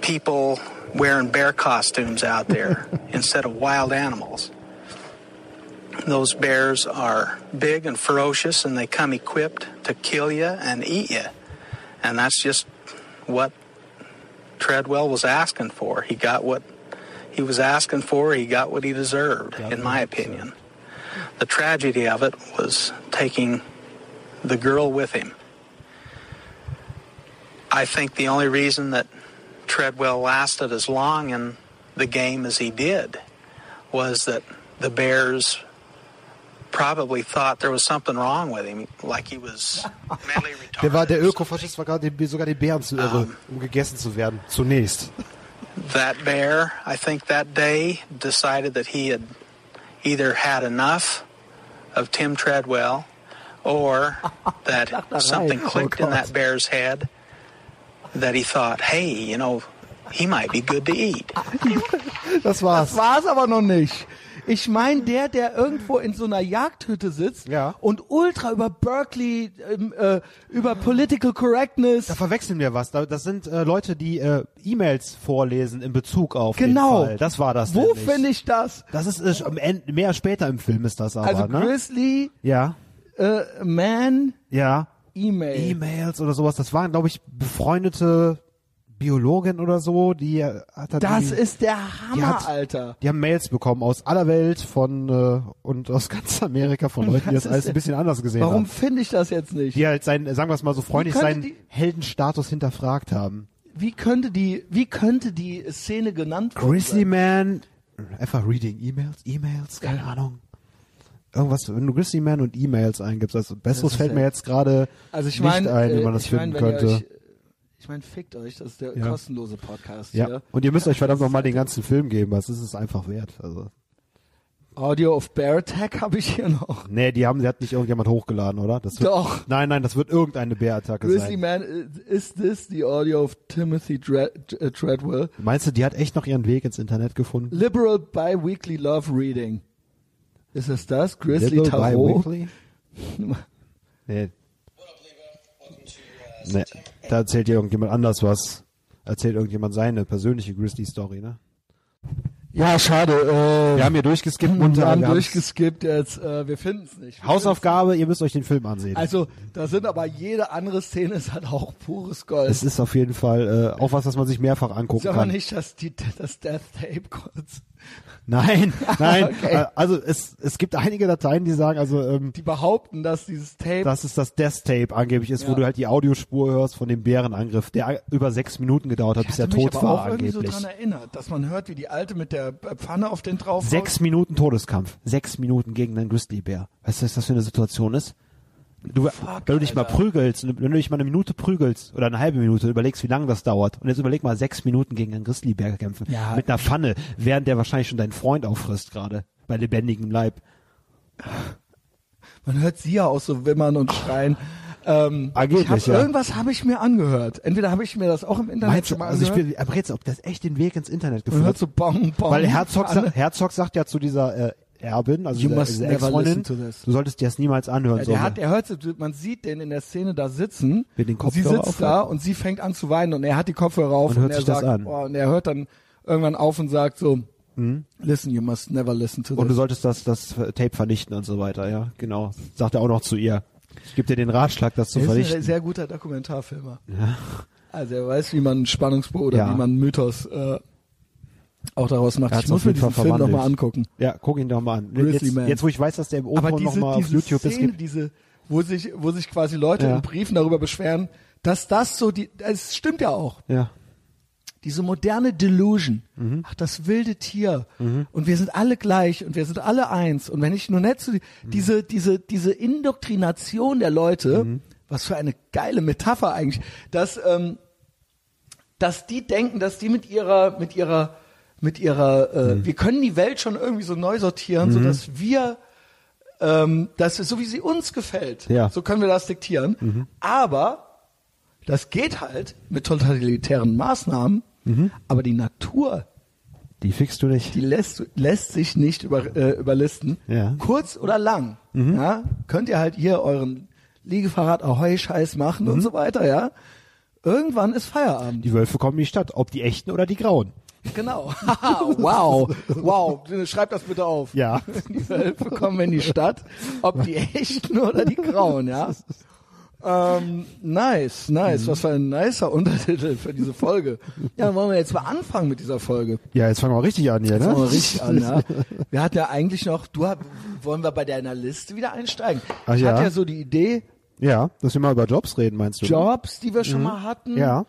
people wearing bear costumes out there instead of wild animals. Those bears are big and ferocious, and they come equipped to kill you and eat you. And that's just what Treadwell was asking for. He got what he was asking for. He got what he deserved, in my opinion. The tragedy of it was taking the girl with him. I think the only reason that Treadwell lasted as long in the game as he did was that the Bears probably thought there was something wrong with him, like he was mentally retarded. Der war der or Ökofaschist war gerade den- sogar den Bären zu irre, Ähm. um gegessen zu werden. Zunächst. that bear, I think that day, decided that he had either had enough of Tim Treadwell or that something Oh, clicked in God. that bear's head that he thought, hey, you know, he might be good to eat. Das war's. Das war's aber noch nicht. Ich meine, der, der irgendwo in so einer Jagdhütte sitzt Ja. und ultra über Berkeley, ähm, äh, über Political Correctness. da verwechseln wir was. Da- Das sind äh, Leute, die äh, E-Mails vorlesen in Bezug auf genau. den Fall. halt. Das war das. Wo nämlich. finde ich das? Das ist äh, am Ende, mehr später im Film ist das aber. Also ne? Grizzly Ja, äh, Man ja. E-Mail. Äh. E-Mails oder sowas. Das waren, glaube ich, befreundete Biologin oder so, die äh, hat da Das irgendwie- ist der die Hammer, hat, Alter. Die haben Mails bekommen aus aller Welt von äh, und aus ganz Amerika von Leuten, die Das das alles ist- ein bisschen anders gesehen Warum haben. finde ich das jetzt nicht? Die halt seinen, sagen wir es mal so freundlich, könnte seinen die- Heldenstatus hinterfragt haben. Wie könnte die, wie könnte die Szene genannt worden Grizzly sein? Man, einfach reading E-Mails, E-Mails, keine Ahnung. Irgendwas, wenn du Grizzly Man und E-Mails eingibst, also besseres ist fällt mir ja- jetzt gerade Also ich nicht meine, ein, wie äh, man das ich finden mein, wenn könnte. Ihr euch, äh, ich meine, fickt euch, das ist der Ja. kostenlose Podcast ja. hier. und ihr müsst euch verdammt nochmal den ganzen Film geben, weil es ist es einfach wert. Also. Audio of Bear Attack habe ich hier noch. Nee, die haben, die hat nicht irgendjemand hochgeladen, oder? Das wird, Doch. Nein, nein, das wird irgendeine Bärattacke Grizzly sein. Man, äh, is this the audio of Timothy Dread, äh, Treadwell? Meinst du, die hat echt noch ihren Weg ins Internet gefunden? Liberal Biweekly Love Reading. Ist es das? Grizzly Little Tarot? Biweekly? Nee, nee. Da erzählt dir irgendjemand anders was. Erzählt irgendjemand seine persönliche Grizzly-Story, ne? Ja, schade. Äh, Wir haben hier durchgeskippt wir munter. haben wir haben's- durchgeskippt jetzt. Äh, wir finden es nicht. Hausaufgabe, ihr müsst euch den Film ansehen. Also, da sind aber jede andere Szene ist halt auch pures Gold. es ist auf jeden Fall äh, auch was, was man sich mehrfach angucken ist aber kann. nicht das, die, das Death Tape kurz. Nein, nein. Okay. äh, Also es, es gibt einige Dateien, die sagen, also ähm, Die behaupten, dass dieses Tape. dass es das Death Tape angeblich ist, wo Ja. du halt die Audiospur hörst von dem Bärenangriff, der über sechs Minuten gedauert hat, bis Ich er hatte mich tot aber war auch irgendwie so angeblich. dran erinnert, dass man hört, wie die Alte mit der Pfanne auf den drauf sechs Minuten Todeskampf, sechs Minuten gegen einen Grizzlybär. Weißt du, was das für eine Situation ist? Du, wenn du dich mal Alter. prügelst, und wenn du dich mal eine Minute prügelst oder eine halbe Minute, überlegst, wie lange das dauert. Und jetzt überleg mal sechs Minuten gegen einen Grizzlybär kämpfen Ja. mit einer Pfanne, während der wahrscheinlich schon deinen Freund auffrisst gerade bei lebendigem Leib. Man hört sie ja auch so wimmern und schreien. Ähm, Angeblich, ich hab, Ah, ja. Irgendwas habe ich mir angehört. Entweder habe ich mir das auch im Internet Meinst du, schon mal also ich angehört. will, aber jetzt, ob das echt den Weg ins Internet man geführt hat? hört so Bong, Bong. Weil Herzog, sa Pfanne. Herzog sagt ja zu dieser äh, Erbin, also You dieser, must dieser never Ex-Freundin, listen to this. du solltest dir das niemals anhören. Ja, so, der hat, ne? er hört, sie- man sieht den in der Szene da sitzen. Mit den und sie Kopfhörer sitzt auf da hat. und sie fängt an zu weinen und er hat die Kopfhörer auf Und und, hört er sich das sagt, an. Mhm. Oh, und er hört dann irgendwann auf und sagt so, listen, you must never listen to this. und du solltest das, das Tape vernichten und so weiter, ja, genau. Sagt er auch noch zu ihr. Ich gebe dir den Ratschlag, das zu Er ist ein vernichten. sehr guter Dokumentarfilmer. Also er weiß, wie man Spannungsbogen oder Ja. wie man Mythos äh, auch daraus macht. Er hat's ich muss auf mir jeden Fall diesen Film verwandelt. nochmal angucken. Ja, guck ihn doch mal an. Grizzly Jetzt, Man. jetzt, wo ich weiß, dass der im Oberton nochmal auf YouTube ist, Szene, gibt, diese, wo sich, wo sich quasi Leute Ja. in Briefen darüber beschweren, dass das so die, es stimmt ja auch. ja. Diese moderne Delusion, Mhm. ach das wilde Tier und wir sind alle gleich und wir sind alle eins und wenn ich nur nett zu die, Mhm. diese diese diese Indoktrination der Leute, Mhm. was für eine geile Metapher eigentlich, dass ähm, dass die denken, dass die mit ihrer, mit ihrer, mit ihrer, äh, Mhm. wir können die Welt schon irgendwie so neu sortieren, so dass wir, ähm, dass wir, so wie sie uns gefällt, Ja. Mhm. so können wir das diktieren. Aber das geht halt mit totalitären Maßnahmen, Mhm. aber die Natur, Die fickst du nicht. die lässt, lässt sich nicht über, äh, überlisten, Ja. Mhm. kurz oder lang. Ja? Könnt ihr halt hier euren Liegefahrrad Ahoi-Scheiß machen Mhm. und so weiter, ja. Irgendwann ist Feierabend. die Wölfe kommen in die Stadt, ob die echten oder die grauen. Genau. Haha, wow. Wow. Schreib das bitte auf. Ja. Die Wölfe kommen in die Stadt, ob die echten oder die grauen, ja. Ähm, nice, nice. Was für ein nicer Untertitel für diese Folge. Ja, dann wollen wir jetzt mal anfangen mit dieser Folge. Ja, jetzt fangen wir richtig an hier, ne? Jetzt fangen wir richtig an, ja. Wir hatten ja eigentlich noch, du hab- wollen wir bei deiner Liste wieder einsteigen. Ach ich hatte Ah, ja. ja so die Idee, Ja, dass wir mal über Jobs reden, meinst du? ne? Jobs, die wir schon mal hatten. Mhm. Ja.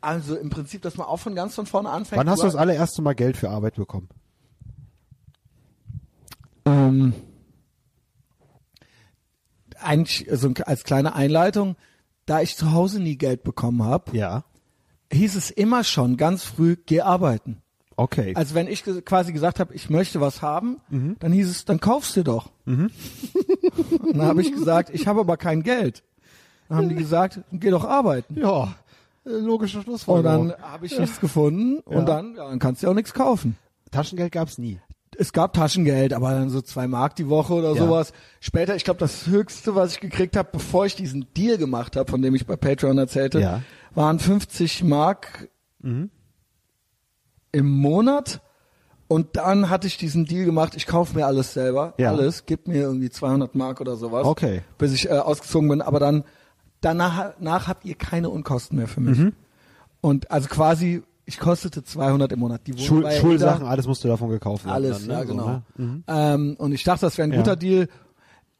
Also im Prinzip, dass man auch von ganz von vorne anfängt. Wann hast du Work- das allererste Mal Geld für Arbeit bekommen? Ähm, eigentlich so ein- als kleine Einleitung, da ich zu Hause nie Geld bekommen habe, Ja. hieß es immer schon ganz früh, geh arbeiten. Okay. Also wenn ich ge- quasi gesagt habe, ich möchte was haben, dann hieß es, dann kaufst du doch. Und dann habe ich gesagt, ich habe aber kein Geld. Dann haben die gesagt, geh doch arbeiten. ja, logische Und Schlussfolgerung. dann habe ich nichts gefunden und dann, ja, dann kannst du ja auch nichts kaufen. Taschengeld gab's nie. es gab Taschengeld, aber dann so zwei Mark die Woche oder Ja. sowas. Später, ich glaube, das Höchste, was ich gekriegt habe, bevor ich diesen Deal gemacht habe, von dem ich bei Patreon erzählte, Ja. Mhm. waren 50 Mark im Monat. Und dann hatte ich diesen Deal gemacht, ich kaufe mir alles selber, Ja. alles, gib mir irgendwie 200 Mark oder sowas, Okay. Mhm. bis ich äh, ausgezogen bin. Aber dann, danach nach habt ihr keine Unkosten mehr für mich. Und also quasi, ich kostete 200 im Monat. Die Wohnung Schul war ja eh Schulsachen, da. alles musste davon gekauft werden. Alles, dann, ne? ja, So, genau. ne? ähm, und ich dachte, das wäre ein Ja. guter Deal.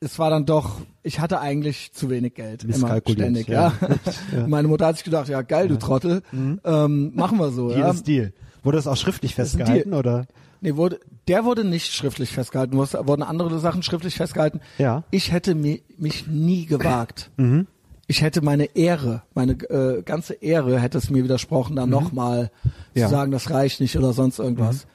Es war dann doch, ich hatte eigentlich zu wenig Geld. Immer Misskalkuliert, ständig, ja. ja. Meine Mutter hat sich gedacht, ja geil, du Trottel, ähm, machen wir so. Deal ja. ist Deal. Wurde das auch schriftlich ist ein Deal. festgehalten oder? Nee, wurde, der wurde nicht schriftlich festgehalten, wurde, wurden andere Sachen schriftlich festgehalten. Ja. Mhm. Ich hätte mi, mich nie gewagt. Ich hätte meine Ehre, meine äh, ganze Ehre hätte es mir widersprochen, dann nochmal Mhm. Ja. Mhm. zu sagen, das reicht nicht oder sonst irgendwas.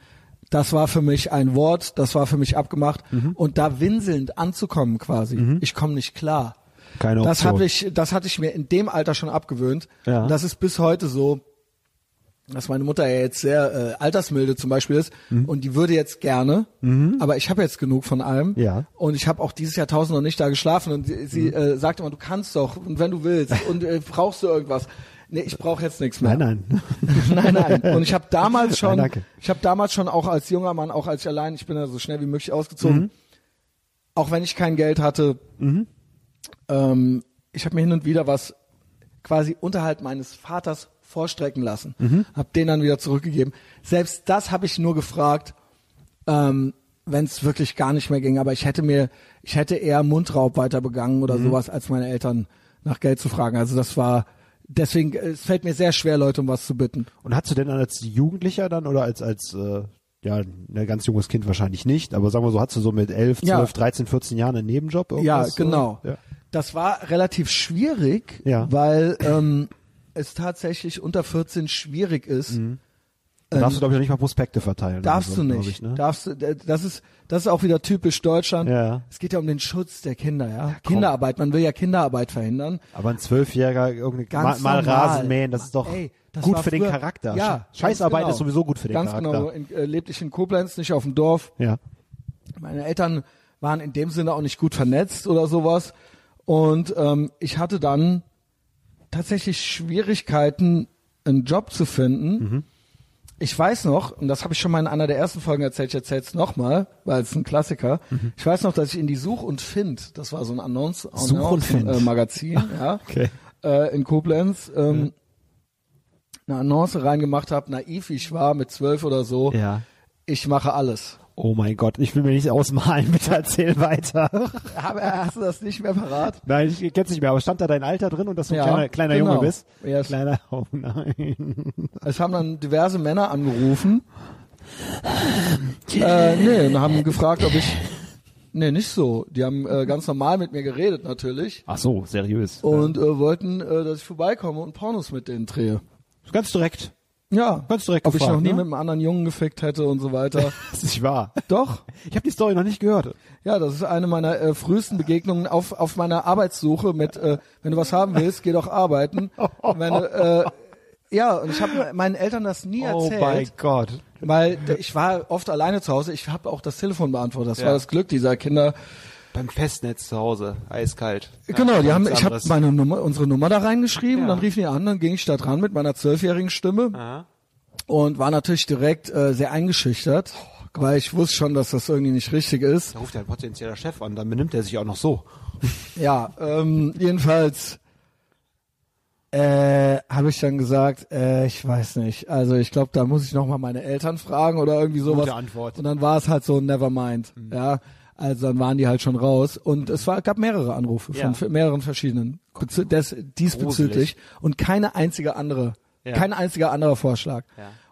Das war für mich ein Wort, das war für mich abgemacht. Mhm. Und da winselnd anzukommen quasi, ich komme nicht klar. Keine Das Option. habe ich, das hatte ich mir in dem Alter schon abgewöhnt. Ja. Und Das ist bis heute so dass meine Mutter ja jetzt sehr äh, altersmilde zum Beispiel ist Mhm. und die würde jetzt gerne, aber ich habe jetzt genug von allem Ja. Mhm. und ich habe auch dieses Jahr tausend noch nicht da geschlafen und sie, sie äh, sagt immer, du kannst doch und wenn du willst und äh, brauchst du irgendwas. Nee, ich brauche jetzt nichts mehr. Nein, nein. nein, nein. Und ich habe damals schon, Nein, danke. ich habe damals schon auch als junger Mann, auch als ich allein, ich bin ja so schnell wie möglich ausgezogen, Mhm. auch wenn ich kein Geld hatte, ähm, ich habe mir hin und wieder was quasi unterhalb meines Vaters vorstrecken lassen, Mhm. habe den dann wieder zurückgegeben. Selbst das habe ich nur gefragt, ähm, wenn es wirklich gar nicht mehr ging. Aber ich hätte mir, ich hätte eher Mundraub weiter begangen Mhm. oder sowas, als meine Eltern nach Geld zu fragen. Also das war deswegen, äh, es fällt mir sehr schwer, Leute um was zu bitten. Und hast du denn als Jugendlicher dann oder als als äh, ja, ein ganz junges Kind wahrscheinlich nicht, aber sagen wir so, hast du so mit 11, Ja. 12, 13, 14 Jahren einen Nebenjob? Ja, irgendwas so? genau. Ja. Das war relativ schwierig, Ja. weil ähm, es tatsächlich unter 14 schwierig ist. Mhm. Da darfst du, glaube ich, noch nicht mal Prospekte verteilen. Ähm, Darfst oder so, du glaub nicht. Ich, ne? Darfst du, das ist, das ist auch wieder typisch Deutschland. Ja. Es geht ja um den Schutz der Kinder, ja. Kinderarbeit, man will ja Kinderarbeit verhindern. aber ein Zwölfjähriger irgendeine Ganz mal, mal normal. Rasen mähen, das ist doch Ey, das gut war für den früher- Charakter. Ja, Sch- Scheißarbeit ganz genau. ist sowieso gut für den ganz Charakter. Ganz genau. In, äh, lebte ich in Koblenz, nicht auf dem Dorf. Ja. meine Eltern waren in dem Sinne auch nicht gut vernetzt oder sowas. Und ähm, ich hatte dann tatsächlich Schwierigkeiten, einen Job zu finden. Mhm. Ich weiß noch, und das habe ich schon mal in einer der ersten Folgen erzählt, ich erzähle es nochmal, weil es ein Klassiker. Ich weiß noch, dass ich in die Such und Find, das war so ein Annonce, Mhm. Such und Annonce, Find. äh, Magazin, ja, Okay. äh, in Koblenz, ähm, eine Annonce reingemacht habe, naiv wie ich war, mit zwölf oder so, Ja. ich mache alles. Oh mein Gott, ich will mir nicht ausmalen, bitte erzähl weiter. Aber äh, hast du das nicht mehr parat? Nein, ich kenn's nicht mehr, aber stand da dein Alter drin und dass du ein Ja, kleiner, kleiner genau. Junge bist? Yes. Kleiner, oh nein. Es haben dann diverse Männer angerufen. äh, nee, und haben gefragt, ob ich. Nee, nicht so. Die haben äh, ganz normal mit mir geredet natürlich Ach so, seriös. und äh, wollten, äh, dass ich vorbeikomme und Pornos mit denen drehe. Ganz direkt. Ja, Ganz direkt ob ich gefragt, noch nie ne? mit einem anderen Jungen gefickt hätte und so weiter. Das ist nicht wahr. Doch. Ich habe die Story noch nicht gehört. Ja, das ist eine meiner äh, frühesten Begegnungen auf, auf meiner Arbeitssuche mit, äh, wenn du was haben willst, geh doch arbeiten. Und Wenn, du, äh, ja, und ich habe meinen Eltern das nie Oh erzählt. Gott. Weil d- ich war oft alleine zu Hause, ich habe auch das Telefon beantwortet. Das war das Glück dieser Kinder. Beim Festnetz zu Hause, eiskalt. Genau, die haben, ich habe anderes. meine Nummer, unsere Nummer da reingeschrieben, dann riefen die an, dann ging ich da dran mit meiner zwölfjährigen Stimme und war natürlich direkt äh, sehr eingeschüchtert, weil ich wusste schon, dass das irgendwie nicht richtig ist. Da ruft ein potenzieller Chef an, dann benimmt er sich auch noch so. Äh, Ja, ähm, jedenfalls äh, habe ich dann gesagt, äh, ich weiß nicht. Also ich glaube, da muss ich nochmal meine Eltern fragen oder irgendwie sowas. Gute Antwort. Mhm. Und dann war es halt so, never mind. Ja, also dann waren die halt schon raus. Und es war, gab mehrere Anrufe von Ja. f- mehreren verschiedenen bezü- des, diesbezüglich. Und keine einzige andere, kein einziger anderer Vorschlag.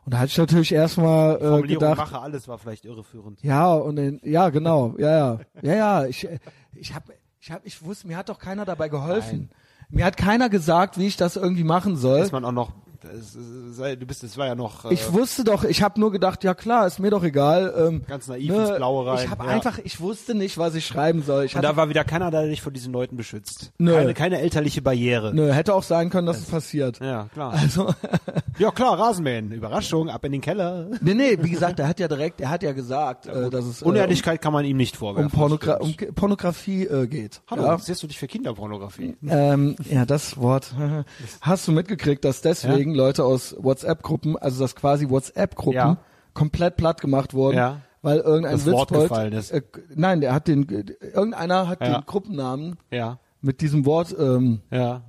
Und da hatte ich natürlich erstmal äh, Formulierung gedacht, Mache alles war vielleicht irreführend. ja, und in, ja, genau. Ja, ja. Ja, ja, ich äh, ich hab ich hab ich wusste, mir hat doch keiner dabei geholfen. Mir hat keiner gesagt, wie ich das irgendwie machen soll. Ist man auch noch, es- es- sei- du bist, es war ja noch, äh, Ich wusste doch, ich habe nur gedacht, ja klar, ist mir doch egal. Ähm, Ganz naiv ins Blaue rein, Ich habe ja. einfach, ich wusste nicht, was ich schreiben soll. Ich und hatte, da war wieder keiner, der dich von diesen Leuten beschützt. Nö. Keine, keine elterliche Barriere. nö, hätte auch sein können, dass es passiert. Ja, klar. Also, Ja klar, Rasenmähen. Überraschung, ab in den Keller. nee, nee, wie gesagt, er hat ja direkt, er hat ja gesagt, äh, dass es äh, Unehrlichkeit kann man ihm nicht um, um, vorwerfen. Pornogra um K- Pornografie äh, geht. Hallo, ja. interessierst du dich für Kinderpornografie? Ähm, ja, das Wort. Hast du mitgekriegt, dass deswegen Leute aus WhatsApp-Gruppen, also dass quasi WhatsApp-Gruppen Ja. komplett platt gemacht wurden, Ja. weil irgendein Das Wort Witzbold, gefallen ist. Äh, nein, der hat den, irgendeiner hat Ja. den Gruppennamen Ja, mit diesem Wort ähm, ja.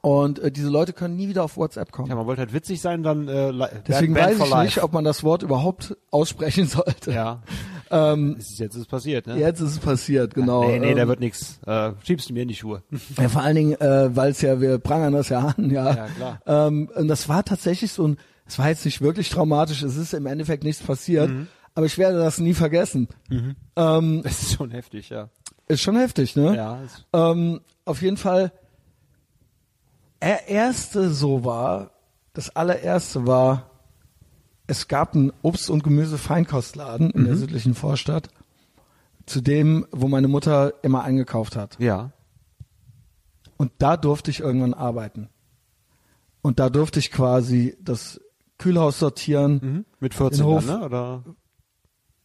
Und äh, diese Leute können nie wieder auf WhatsApp kommen. Ja, man wollte halt witzig sein, dann äh, li- Deswegen Band weiß for ich life. nicht, ob man das Wort überhaupt aussprechen sollte. Ja. Ähm, Es ist jetzt ist es passiert, ne? jetzt ist es passiert, genau. Nee, nee, ähm, da wird nix. Äh, schiebst du mir in die Schuhe. Ja, vor allen Dingen, äh, weil es ja, wir prangern das ja an, ja. Ja, klar. Ähm, und das war tatsächlich so ein, es war jetzt nicht wirklich traumatisch, es ist im Endeffekt nichts passiert, Mhm. aber ich werde das nie vergessen. Ähm, Das ist schon heftig, ja. ist schon heftig, ne? Ja, ist- Ähm, auf jeden Fall, er erste so war, das allererste war, es gab einen Obst- und Gemüse-Feinkostladen in Mhm. der südlichen Vorstadt, zu dem, wo meine Mutter immer eingekauft hat. Ja. Und da durfte ich irgendwann arbeiten. Und da durfte ich quasi das Kühlhaus sortieren. Hm? Mit 14 Den dann, Hof. ne? Oder?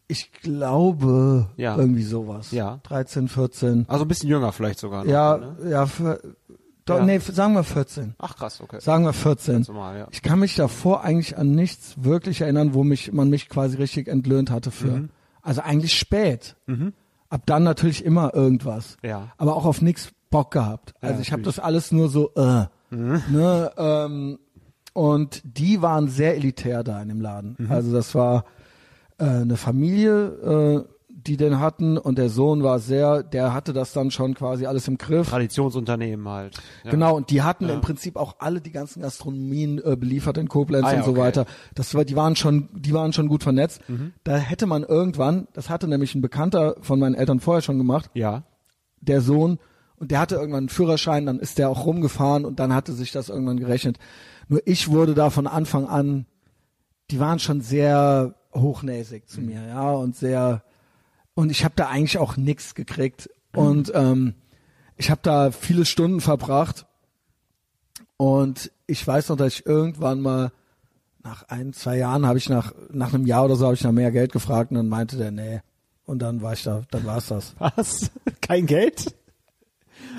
Ich glaube, Ja. irgendwie sowas. Ja. 13, 14. Also ein bisschen jünger vielleicht sogar. noch, ja, Ne? ja, für, doch, Ja. nee, f- sagen wir 14. Ach krass, okay. Sagen wir 14. normal, ja. Ich kann mich davor eigentlich an nichts wirklich erinnern, wo mich, man mich quasi richtig entlöhnt hatte für. Mhm. Also eigentlich spät. Ab dann natürlich immer irgendwas. Ja. Aber auch auf nichts Bock gehabt. Also ich habe das alles nur so, äh, Mhm. ne, ähm, und die waren sehr elitär da in dem Laden. Mhm. Also das war äh, eine Familie, äh, die den hatten und der Sohn war sehr, der hatte das dann schon quasi alles im Griff. Traditionsunternehmen halt. Ja. Genau, und die hatten im Prinzip auch alle die ganzen Gastronomien äh, beliefert in Koblenz Ah ja, und so okay. Mhm. weiter. Das war, die waren schon, die waren schon gut vernetzt. Da hätte man irgendwann, das hatte nämlich ein Bekannter von meinen Eltern vorher schon gemacht, Ja. der Sohn, und der hatte irgendwann einen Führerschein, dann ist der auch rumgefahren und dann hatte sich das irgendwann gerechnet. Nur ich wurde da von Anfang an, die waren schon sehr hochnäsig zu mir, ja, und sehr, und ich habe da eigentlich auch nichts gekriegt. Und ähm, ich habe da viele Stunden verbracht und ich weiß noch, dass ich irgendwann mal nach ein, zwei Jahren habe ich nach, nach einem Jahr oder so habe ich nach mehr Geld gefragt und dann meinte der, nee. Und dann war ich da, dann war's das. Was? Kein Geld?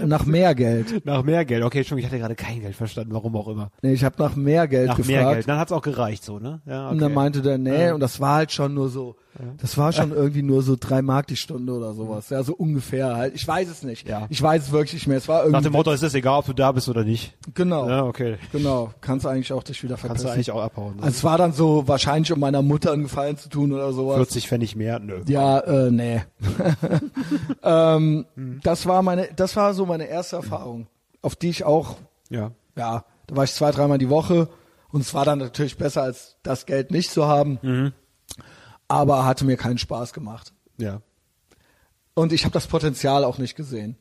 Nach mehr Geld. Nach mehr Geld. Okay, schon, ich hatte gerade kein Geld verstanden, warum auch immer. Nee, ich habe nach mehr Geld Nach gefragt. mehr Geld. Dann hat's auch gereicht so, ne? Ja, okay. Und dann meinte der, nee, und das war halt schon nur so, das war schon irgendwie nur so drei Mark die Stunde oder sowas. Ja, so ungefähr halt. Ich weiß es nicht. Ja. Ich weiß es wirklich nicht mehr. Es war Nach irgendwie. dem Motto, ist es egal, ob du da bist oder nicht. genau. Ja, okay. Genau. Kannst eigentlich auch dich wieder verpissen. Kannst du eigentlich auch abhauen. Ne? also es war dann so wahrscheinlich, um meiner Mutter einen Gefallen zu tun oder sowas. 40 Pfennig mehr? Nö. Ja, äh, nee. ähm, Hm. das war meine, das war so meine erste Erfahrung, auf die ich auch Ja. ja, da war ich zwei, dreimal die Woche und es war dann natürlich besser, als das Geld nicht zu haben. Mhm. Aber hatte mir keinen Spaß gemacht. Ja. Und ich habe das Potenzial auch nicht gesehen.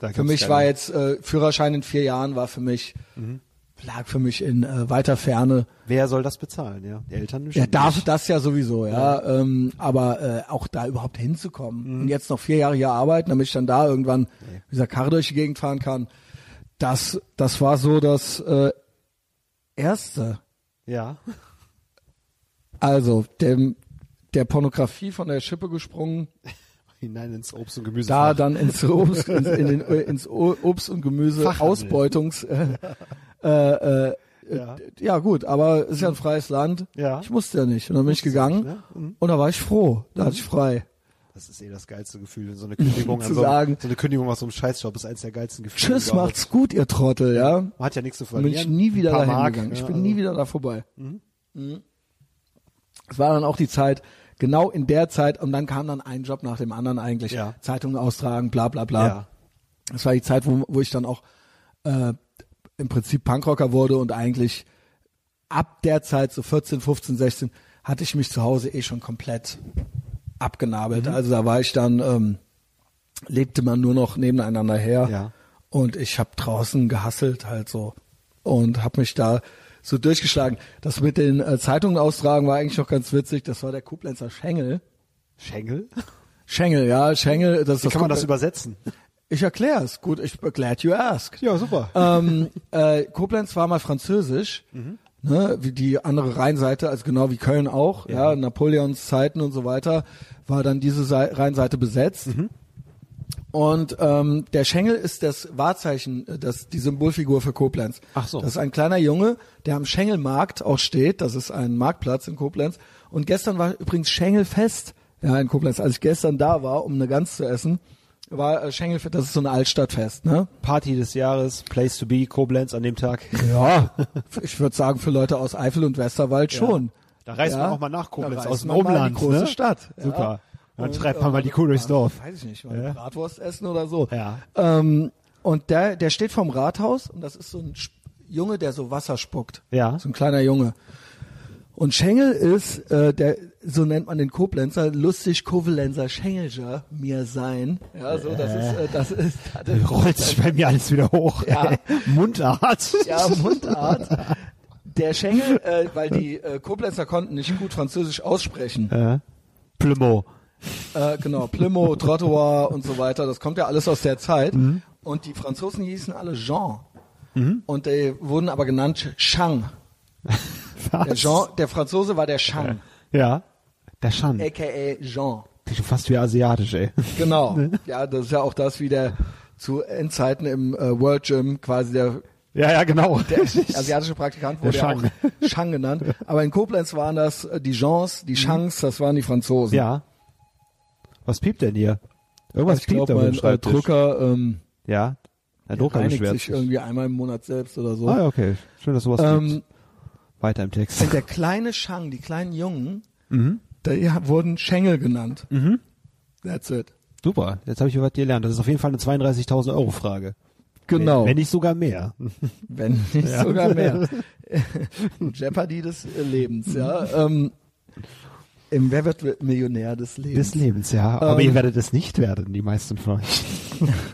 Da Für gibt's mich keine- war jetzt äh, Führerschein in vier Jahren war für mich Mhm. lag für mich in äh, weiter Ferne. Wer soll das bezahlen, ja? Die Eltern Ja, bestimmt darf nicht. das ja sowieso, ja. Ähm, aber äh, auch da überhaupt Mhm. hinzukommen und jetzt noch vier Jahre hier arbeiten, damit ich dann da irgendwann mit dieser Karre durch die Gegend fahren kann, das das war so das äh, erste. Ja. Also, dem, der Pornografie von der Schippe gesprungen, Hinein ins Obst und Gemüse. da dann ins Obst, ins, in den, äh, ins O- Obst und Gemüse Fachhandel. Ausbeutungs. Äh, äh, äh, Ja. ja. ja gut, aber es ist ja ein freies Land. Ja. Ich musste ja nicht. Und dann bin ich gegangen nicht, ne? Mhm. und da war ich froh. Da hatte ich frei. Das ist eh das geilste Gefühl, so eine Kündigung Zu an so, sagen. so eine Kündigung aus so einem Scheißjob ist eins der geilsten Gefühle. Tschüss, überhaupt. macht's gut, ihr Trottel, ja. Man hat ja nichts zu Dann verlieren. bin ich nie wieder Ein paar dahin Mark, gegangen. Ich ja, bin also- nie wieder da vorbei. Mhm. Es war dann auch die Zeit, genau in der Zeit, und dann kam dann ein Job nach dem anderen eigentlich. Ja. Zeitungen austragen, bla bla bla. Ja. Das war die Zeit, wo, wo ich dann auch äh, im Prinzip Punkrocker wurde und eigentlich ab der Zeit, so 14, 15, 16, hatte ich mich zu Hause eh schon komplett abgenabelt. Mhm. Also da war ich dann, ähm, lebte man nur noch nebeneinander her Ja. und ich habe draußen gehasselt halt so und habe mich da so durchgeschlagen. Das mit den äh, Zeitungen austragen war eigentlich noch ganz witzig. Das war der Koblenzer Schengel. Schengel? Schengel, ja, Schengel. Das, Wie kann man das Koblen- übersetzen? Ich erkläre es. Gut, ich glad you asked. Ja, super. ähm, äh, Koblenz war mal französisch, Mhm. ne, wie die andere Rheinseite, also genau wie Köln auch, ja, Napoleons Zeiten und so weiter, war dann diese Sei- Rheinseite besetzt. Mhm. Und ähm, der Schengel ist das Wahrzeichen, äh, das die Symbolfigur für Koblenz. Ach so. Das ist ein kleiner Junge, der am Schengelmarkt auch steht. Das ist ein Marktplatz in Koblenz. Und gestern war übrigens Schengelfest ja, in Koblenz. Als ich gestern da war, um eine Gans zu essen, war äh, Schengelfeld, das ist so ein Altstadtfest, ne? Party des Jahres, Place to be, Koblenz an dem Tag. Ja. ich würde sagen, für Leute aus Eifel und Westerwald schon. Da reist Ja. man auch mal nach Da Koblenz reist aus dem man mal in Umland. Die große ne? Stadt. Ja. Super. Dann Und, treibt man mal die Kuh durchs äh, Dorf. Weiß ich nicht, mal eine Bratwurst essen oder so. Ja. Ähm, und der, der steht vorm Rathaus und das ist so ein Sp- Junge, der so Wasser spuckt. Ja. So ein kleiner Junge. Und Schengel ist, äh, der, so nennt man den Koblenzer, lustig Kovalenzer Schengelger mir sein. Ja, so, das ist, äh, das ist, das ist Rollt sich bei mir alles wieder hoch. Ja. Mundart. ja, Mundart. Der Schengel, äh, weil die äh, Koblenzer konnten nicht gut Französisch aussprechen. Äh, Plümo. Äh, genau, Plimo, Trottoir und so weiter, das kommt ja alles aus der Zeit. Mhm. Und die Franzosen hießen alle Jean. Und die wurden aber genannt Chang. Der, Jean, der Franzose war der Chang, Ja. Der Schan. Ey, a.k.a. Jean. fast wie asiatisch, ey. Genau. Ne? Ja, das ist ja auch das, wie der zu Endzeiten im äh, World Gym quasi der Ja, ja, genau. der asiatische Praktikant wurde Der ja Shang. auch Shang genannt. Aber in Koblenz waren das äh, die Jeans, die Shangs, das waren die Franzosen. Mhm. ja. Was piept denn hier? Irgendwas ich piept da glaube, beim mein äh, Schreibtisch. Drucker ähm, Ja. Der Drucker reinigt beschwert sich sich. irgendwie einmal im Monat selbst oder so. Ah, ja, okay. Schön, dass sowas Ähm, gibt. Weiter im Text. Und der kleine Shang, die kleinen Jungen, Mhm. die ha- wurden Schengel genannt. That's it. Super. Jetzt habe ich hier was gelernt. Das ist auf jeden Fall eine 32.000 Euro Frage. Genau. Wenn nicht sogar mehr. Wenn nicht sogar mehr. Jeopardy des äh, Lebens, ja. Ähm, Im Wer wird Millionär des Lebens. Des Lebens, ja. Aber Ähm. ihr werdet es nicht werden, die meisten von euch.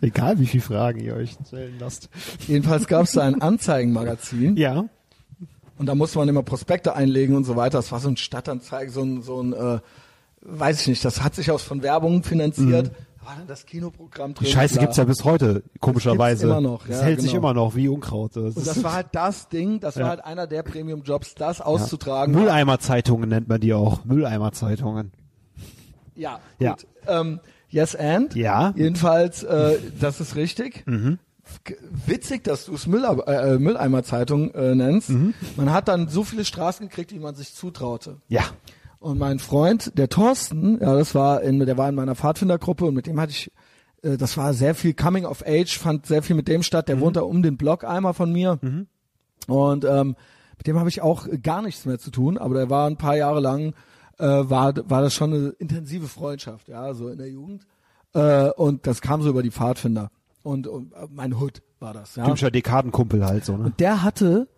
Egal, wie viele Fragen ihr euch stellen lasst. Jedenfalls gab es da ein Anzeigenmagazin. Ja. Und da musste man immer Prospekte einlegen und so weiter. Das war so ein Stadtanzeigen, so ein, so ein äh, weiß ich nicht, das hat sich aus von Werbung finanziert. Da war dann das Kinoprogramm drin. Mhm. Die Scheiße bla. gibt's ja bis heute, komischerweise. immer noch, Es ja, hält sich genau. immer noch, wie Unkraut. Das Und ist- das war halt das Ding, das war halt einer der Premium-Jobs, das auszutragen. Mülleimerzeitungen nennt man die auch. Mülleimerzeitungen. Ja, Ja. gut. Ähm, yes and? Ja. Mhm. Jedenfalls, äh, das ist richtig. G- Witzig, dass du es Müller, äh, Mülleimer-Zeitung äh, nennst. Mhm. Man hat dann so viele Straßen gekriegt, wie man sich zutraute. Ja. Und mein Freund, der Thorsten, ja, das war in, der war in meiner Pfadfindergruppe und mit dem hatte ich, äh, das war sehr viel Coming of Age, fand sehr viel mit dem statt. Der wohnt da um den Block einmal von mir. Und ähm, mit dem habe ich auch äh, gar nichts mehr zu tun, aber der war ein paar Jahre lang, äh, war, war das schon eine intensive Freundschaft, ja, so in der Jugend. Äh, und das kam so über die Pfadfinder. Und, und äh, mein Hood war das, ja. Typischer Dekadenkumpel halt so, ne? Der hatte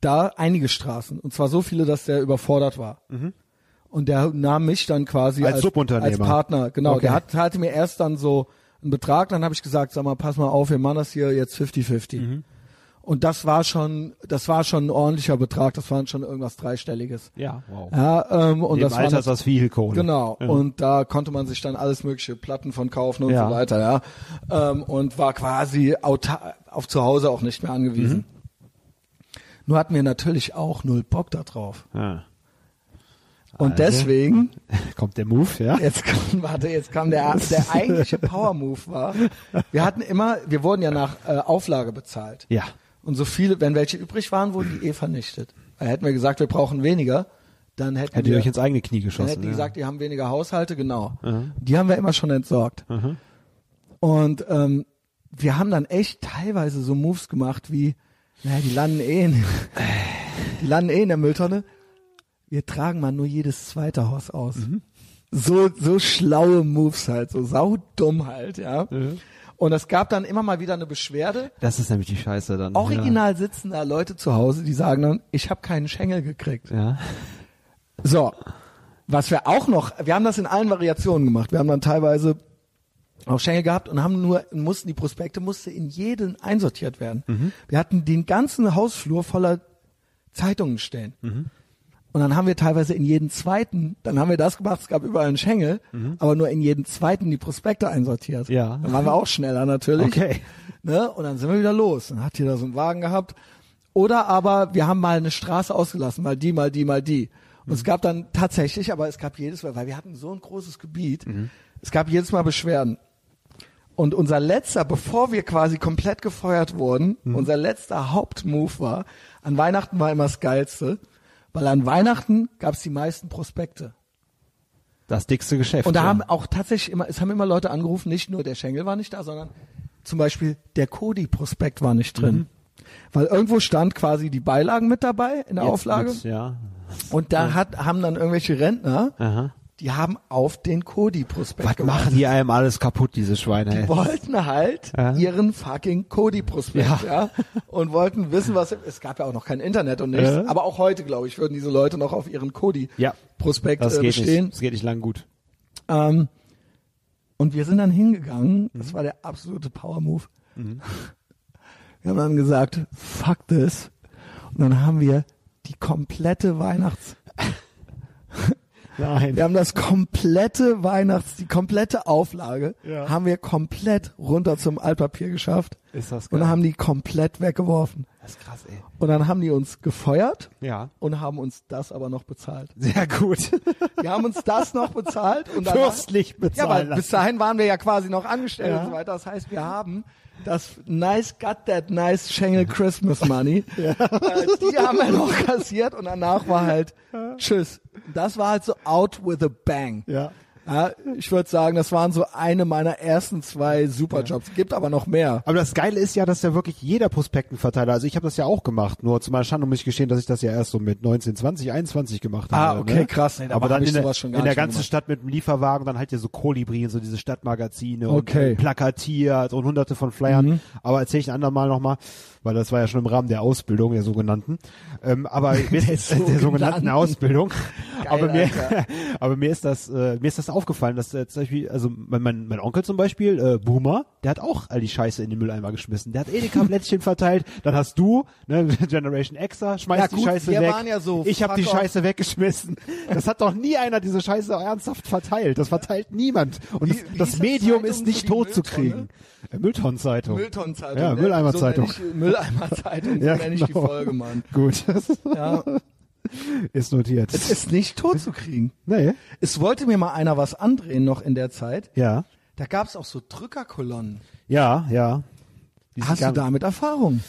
da einige Straßen und zwar so viele, dass der überfordert war. Und der nahm mich dann quasi Mhm. Als als, Subunternehmer. als Partner. Genau, Okay. der hat, hatte mir erst dann so einen Betrag, dann habe ich gesagt, sag mal, pass mal auf, wir machen das hier jetzt 50-50. Mhm. Und das war schon, das war schon ein ordentlicher Betrag, das waren schon irgendwas dreistelliges. Ja, wow. Ja, ähm, und Im das Alter war ist das viel Kohle. Genau. Und da konnte man sich dann alles mögliche Platten von kaufen und Ja. so weiter, ja. Ähm, und war quasi auta auf zu Hause auch nicht mehr angewiesen. Mhm. Nur hatten wir natürlich auch null Bock da drauf. Ah. Und Also. deswegen, Kommt der Move, ja? jetzt kam, warte, jetzt kam der, der eigentliche Power Move war, wir hatten immer, wir wurden ja nach äh, Auflage bezahlt. Ja. Und so viele, wenn welche übrig waren, wurden die eh vernichtet. Weil hätten wir gesagt, wir brauchen weniger, dann hätten Hättet wir ihr euch ins eigene Knie Dann geschossen. hätten die ja. gesagt, die haben weniger Haushalte, genau. Die haben wir immer schon entsorgt. Und ähm, wir haben dann echt teilweise so Moves gemacht wie, naja, die landen eh in, die landen eh in der Mülltonne. Wir tragen mal nur jedes zweite Haus aus. So, so schlaue Moves halt, so saudumm halt, ja. Und es gab dann immer mal wieder eine Beschwerde. das ist nämlich die Scheiße dann. Original sitzen da Leute zu Hause, die sagen dann, ich habe keinen Schengel gekriegt. Ja. So, was wir auch noch, wir haben das in allen Variationen gemacht. Wir haben dann teilweise auch Schengel gehabt und haben nur, mussten die Prospekte, musste in jeden einsortiert werden. Mhm. Wir hatten den ganzen Hausflur voller Zeitungen stehen. Mhm. Und dann haben wir teilweise in jeden zweiten, dann haben wir das gemacht, es gab überall einen Schengel, aber nur in jeden zweiten die Prospekte einsortiert. Mhm. Ja. Dann waren wir auch schneller natürlich. Okay. Ne? Und dann sind wir wieder los. Dann hat jeder so einen Wagen gehabt. Oder aber wir haben mal eine Straße ausgelassen, mal die, mal die, mal die. Und es gab dann tatsächlich, aber es gab jedes Mal, weil wir hatten so ein großes Gebiet, es gab jedes Mal Beschwerden. Und unser letzter, bevor wir quasi komplett gefeuert wurden, unser letzter Hauptmove war, an Weihnachten war immer das Geilste, weil an Weihnachten gab es die meisten Prospekte. Das dickste Geschäft. Und da ja. haben auch tatsächlich immer, es haben immer Leute angerufen, nicht nur der Schengel war nicht da, sondern zum Beispiel der Kodi-Prospekt war nicht Mhm. drin. Weil irgendwo stand quasi die Beilagen mit dabei in der Jetzt Auflage. nix, ja. Und da hat, haben dann irgendwelche Rentner, Aha. die haben auf den Kodi-Prospekt Was machen die einem alles kaputt, diese Schweine? ey? wollten halt Ja. ihren fucking Kodi-Prospekt, ja. und wollten wissen, was, es gab ja auch noch kein Internet und nichts, Ja. aber auch heute, glaube ich, würden diese Leute noch auf ihren Ja. Kodi-Prospekt Das äh, geht bestehen. nicht. Das geht nicht lang gut. Ähm, und wir sind dann hingegangen, Mhm. das war der absolute Power-Move. Wir haben dann gesagt, fuck this. Und dann haben wir die komplette Weihnachts, Nein. wir haben das komplette Weihnachts, die komplette Auflage, Ja. haben wir komplett runter zum Altpapier geschafft. Ist das Und geil. haben die komplett weggeworfen. Das ist krass, ey. Und dann haben die uns gefeuert Ja. und haben uns das aber noch bezahlt. Sehr gut. Die haben uns das noch bezahlt und danach- Fürstlich Ja, bezahlen aber lassen. bis dahin waren wir ja quasi noch angestellt Ja. und so weiter. Das heißt, wir haben das nice got that nice Schengel Christmas Money. Äh, die haben wir noch kassiert und danach war halt tschüss. Das war halt so out with a bang. Ja. Ja, ich würde sagen, das waren so eine meiner ersten zwei Superjobs. Gibt aber noch mehr. Aber das Geile ist ja, dass ja wirklich jeder Prospektenverteiler, also ich habe das ja auch gemacht, nur zu meiner Schande muss ich gestehen, dass ich das ja erst so mit 19, 20, 21 gemacht habe. Ah, okay, ne? krass, nee, da Aber hab dann ich in der, sowas schon gar in der nicht mehr ganzen gemacht. Stadt mit dem Lieferwagen, dann halt ja so Kolibri, so diese Stadtmagazine Okay. Mhm. und plakatiert und hunderte von Flyern. Aber erzähle ich ein andermal nochmal, weil das war ja schon im Rahmen der Ausbildung, der sogenannten. Ähm, aber der, sogenannten. der sogenannten Ausbildung. aber, mir, Alter. aber mir ist das, äh, mir ist das aufgefallen, dass äh, zum Beispiel, also mein, mein, mein Onkel zum Beispiel, äh, Boomer, der hat auch all die Scheiße in den Mülleimer geschmissen. Der hat Edeka-Blättchen verteilt, dann hast du, ne, Generation Xer, schmeißt Ja, die gut, Scheiße wir weg. waren ja so, ich habe fuck die off. Scheiße weggeschmissen. Das hat doch nie einer diese Scheiße ernsthaft verteilt. Das verteilt niemand. Und Wie- das, wie das hieß das Medium Zeitung ist für nicht die tot zu Mülltonne? kriegen. Äh, Mülltonnen-Zeitung. Mülltonnen-Zeitung. Ja, ne? Mülleimer-Zeitung. So nenn ich- Mülleimer-Zeitung, so Ja, nenne ich die genau. Folge, Mann. Gut, Ja, ist notiert. es ist nicht tot zu kriegen. nee. Es wollte mir mal einer was andrehen noch in der Zeit. Ja. Da gab es auch so Drückerkolonnen. Ja, ja. Die Hast du sind gar- damit Erfahrung?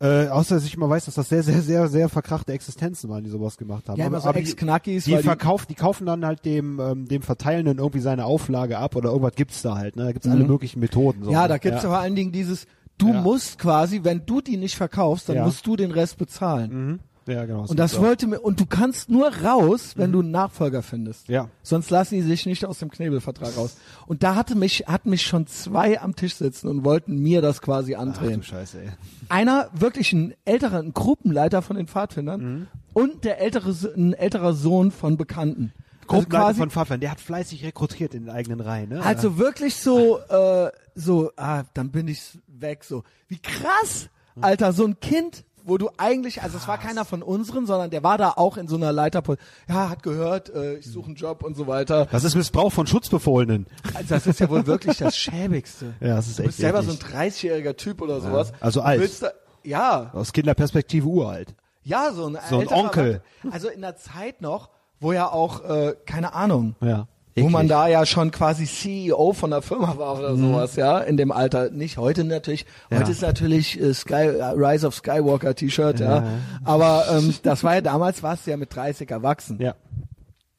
Äh, außer dass ich mal weiß, dass das sehr, sehr, sehr, sehr verkrachte Existenzen waren, die sowas gemacht haben. Ja, immer so die, Ex-Knackis, die weil die- verkaufen, die kaufen dann halt dem, ähm, dem Verteilenden irgendwie seine Auflage ab oder irgendwas gibt's da halt. Ne? Da gibt's alle möglichen Methoden. So, Mhm. Ja, ne? da gibt es vor allen Dingen dieses, du Ja. musst quasi, wenn du die nicht verkaufst, dann Ja. musst du den Rest bezahlen. Mhm. Ja, genau. Und das gibt's auch. wollte mir, und du kannst nur raus, wenn du einen Nachfolger findest. Mhm. Ja. Sonst lassen die sich nicht aus dem Knebelvertrag raus. Und da hatte mich, hatten mich schon zwei am Tisch sitzen und wollten mir das quasi Ach andrehen. du Scheiße, ey. einer wirklich ein älterer, ein Gruppenleiter von den Pfadfindern Mhm. und der ältere, S- ein älterer Sohn von Bekannten. Gruppenleiter also quasi, von Pfafflern, der hat fleißig rekrutiert in den eigenen Reihen. Ne? also wirklich so, äh, so, ah, dann bin ich weg, so. Wie krass, Mhm. Alter, so ein Kind, wo du eigentlich, also es war keiner von unseren, sondern der war da auch in so einer Leiterposition. Ja, hat gehört, äh, ich suche einen Job und so weiter. das ist Missbrauch von Schutzbefohlenen. Also das ist ja wohl wirklich das Schäbigste. Ja, das ist du bist echt selber eklig. so ein 30-jähriger Typ oder sowas. also Du alt. willst Da, ja, Aus Kinderperspektive uralt. Ja, so ein, So ein älterer Onkel. Mann. Also in der Zeit noch, wo ja auch, äh, keine Ahnung, Ja. wo Eklig. Mhm. man da ja schon quasi CEO von der Firma war oder sowas, ja, in dem Alter. Nicht heute natürlich. Ja. Heute ist natürlich äh, Sky, äh, Rise of Skywalker T-Shirt, ja. Aber ähm, das war ja damals, warst du ja mit 30 erwachsen. Ja.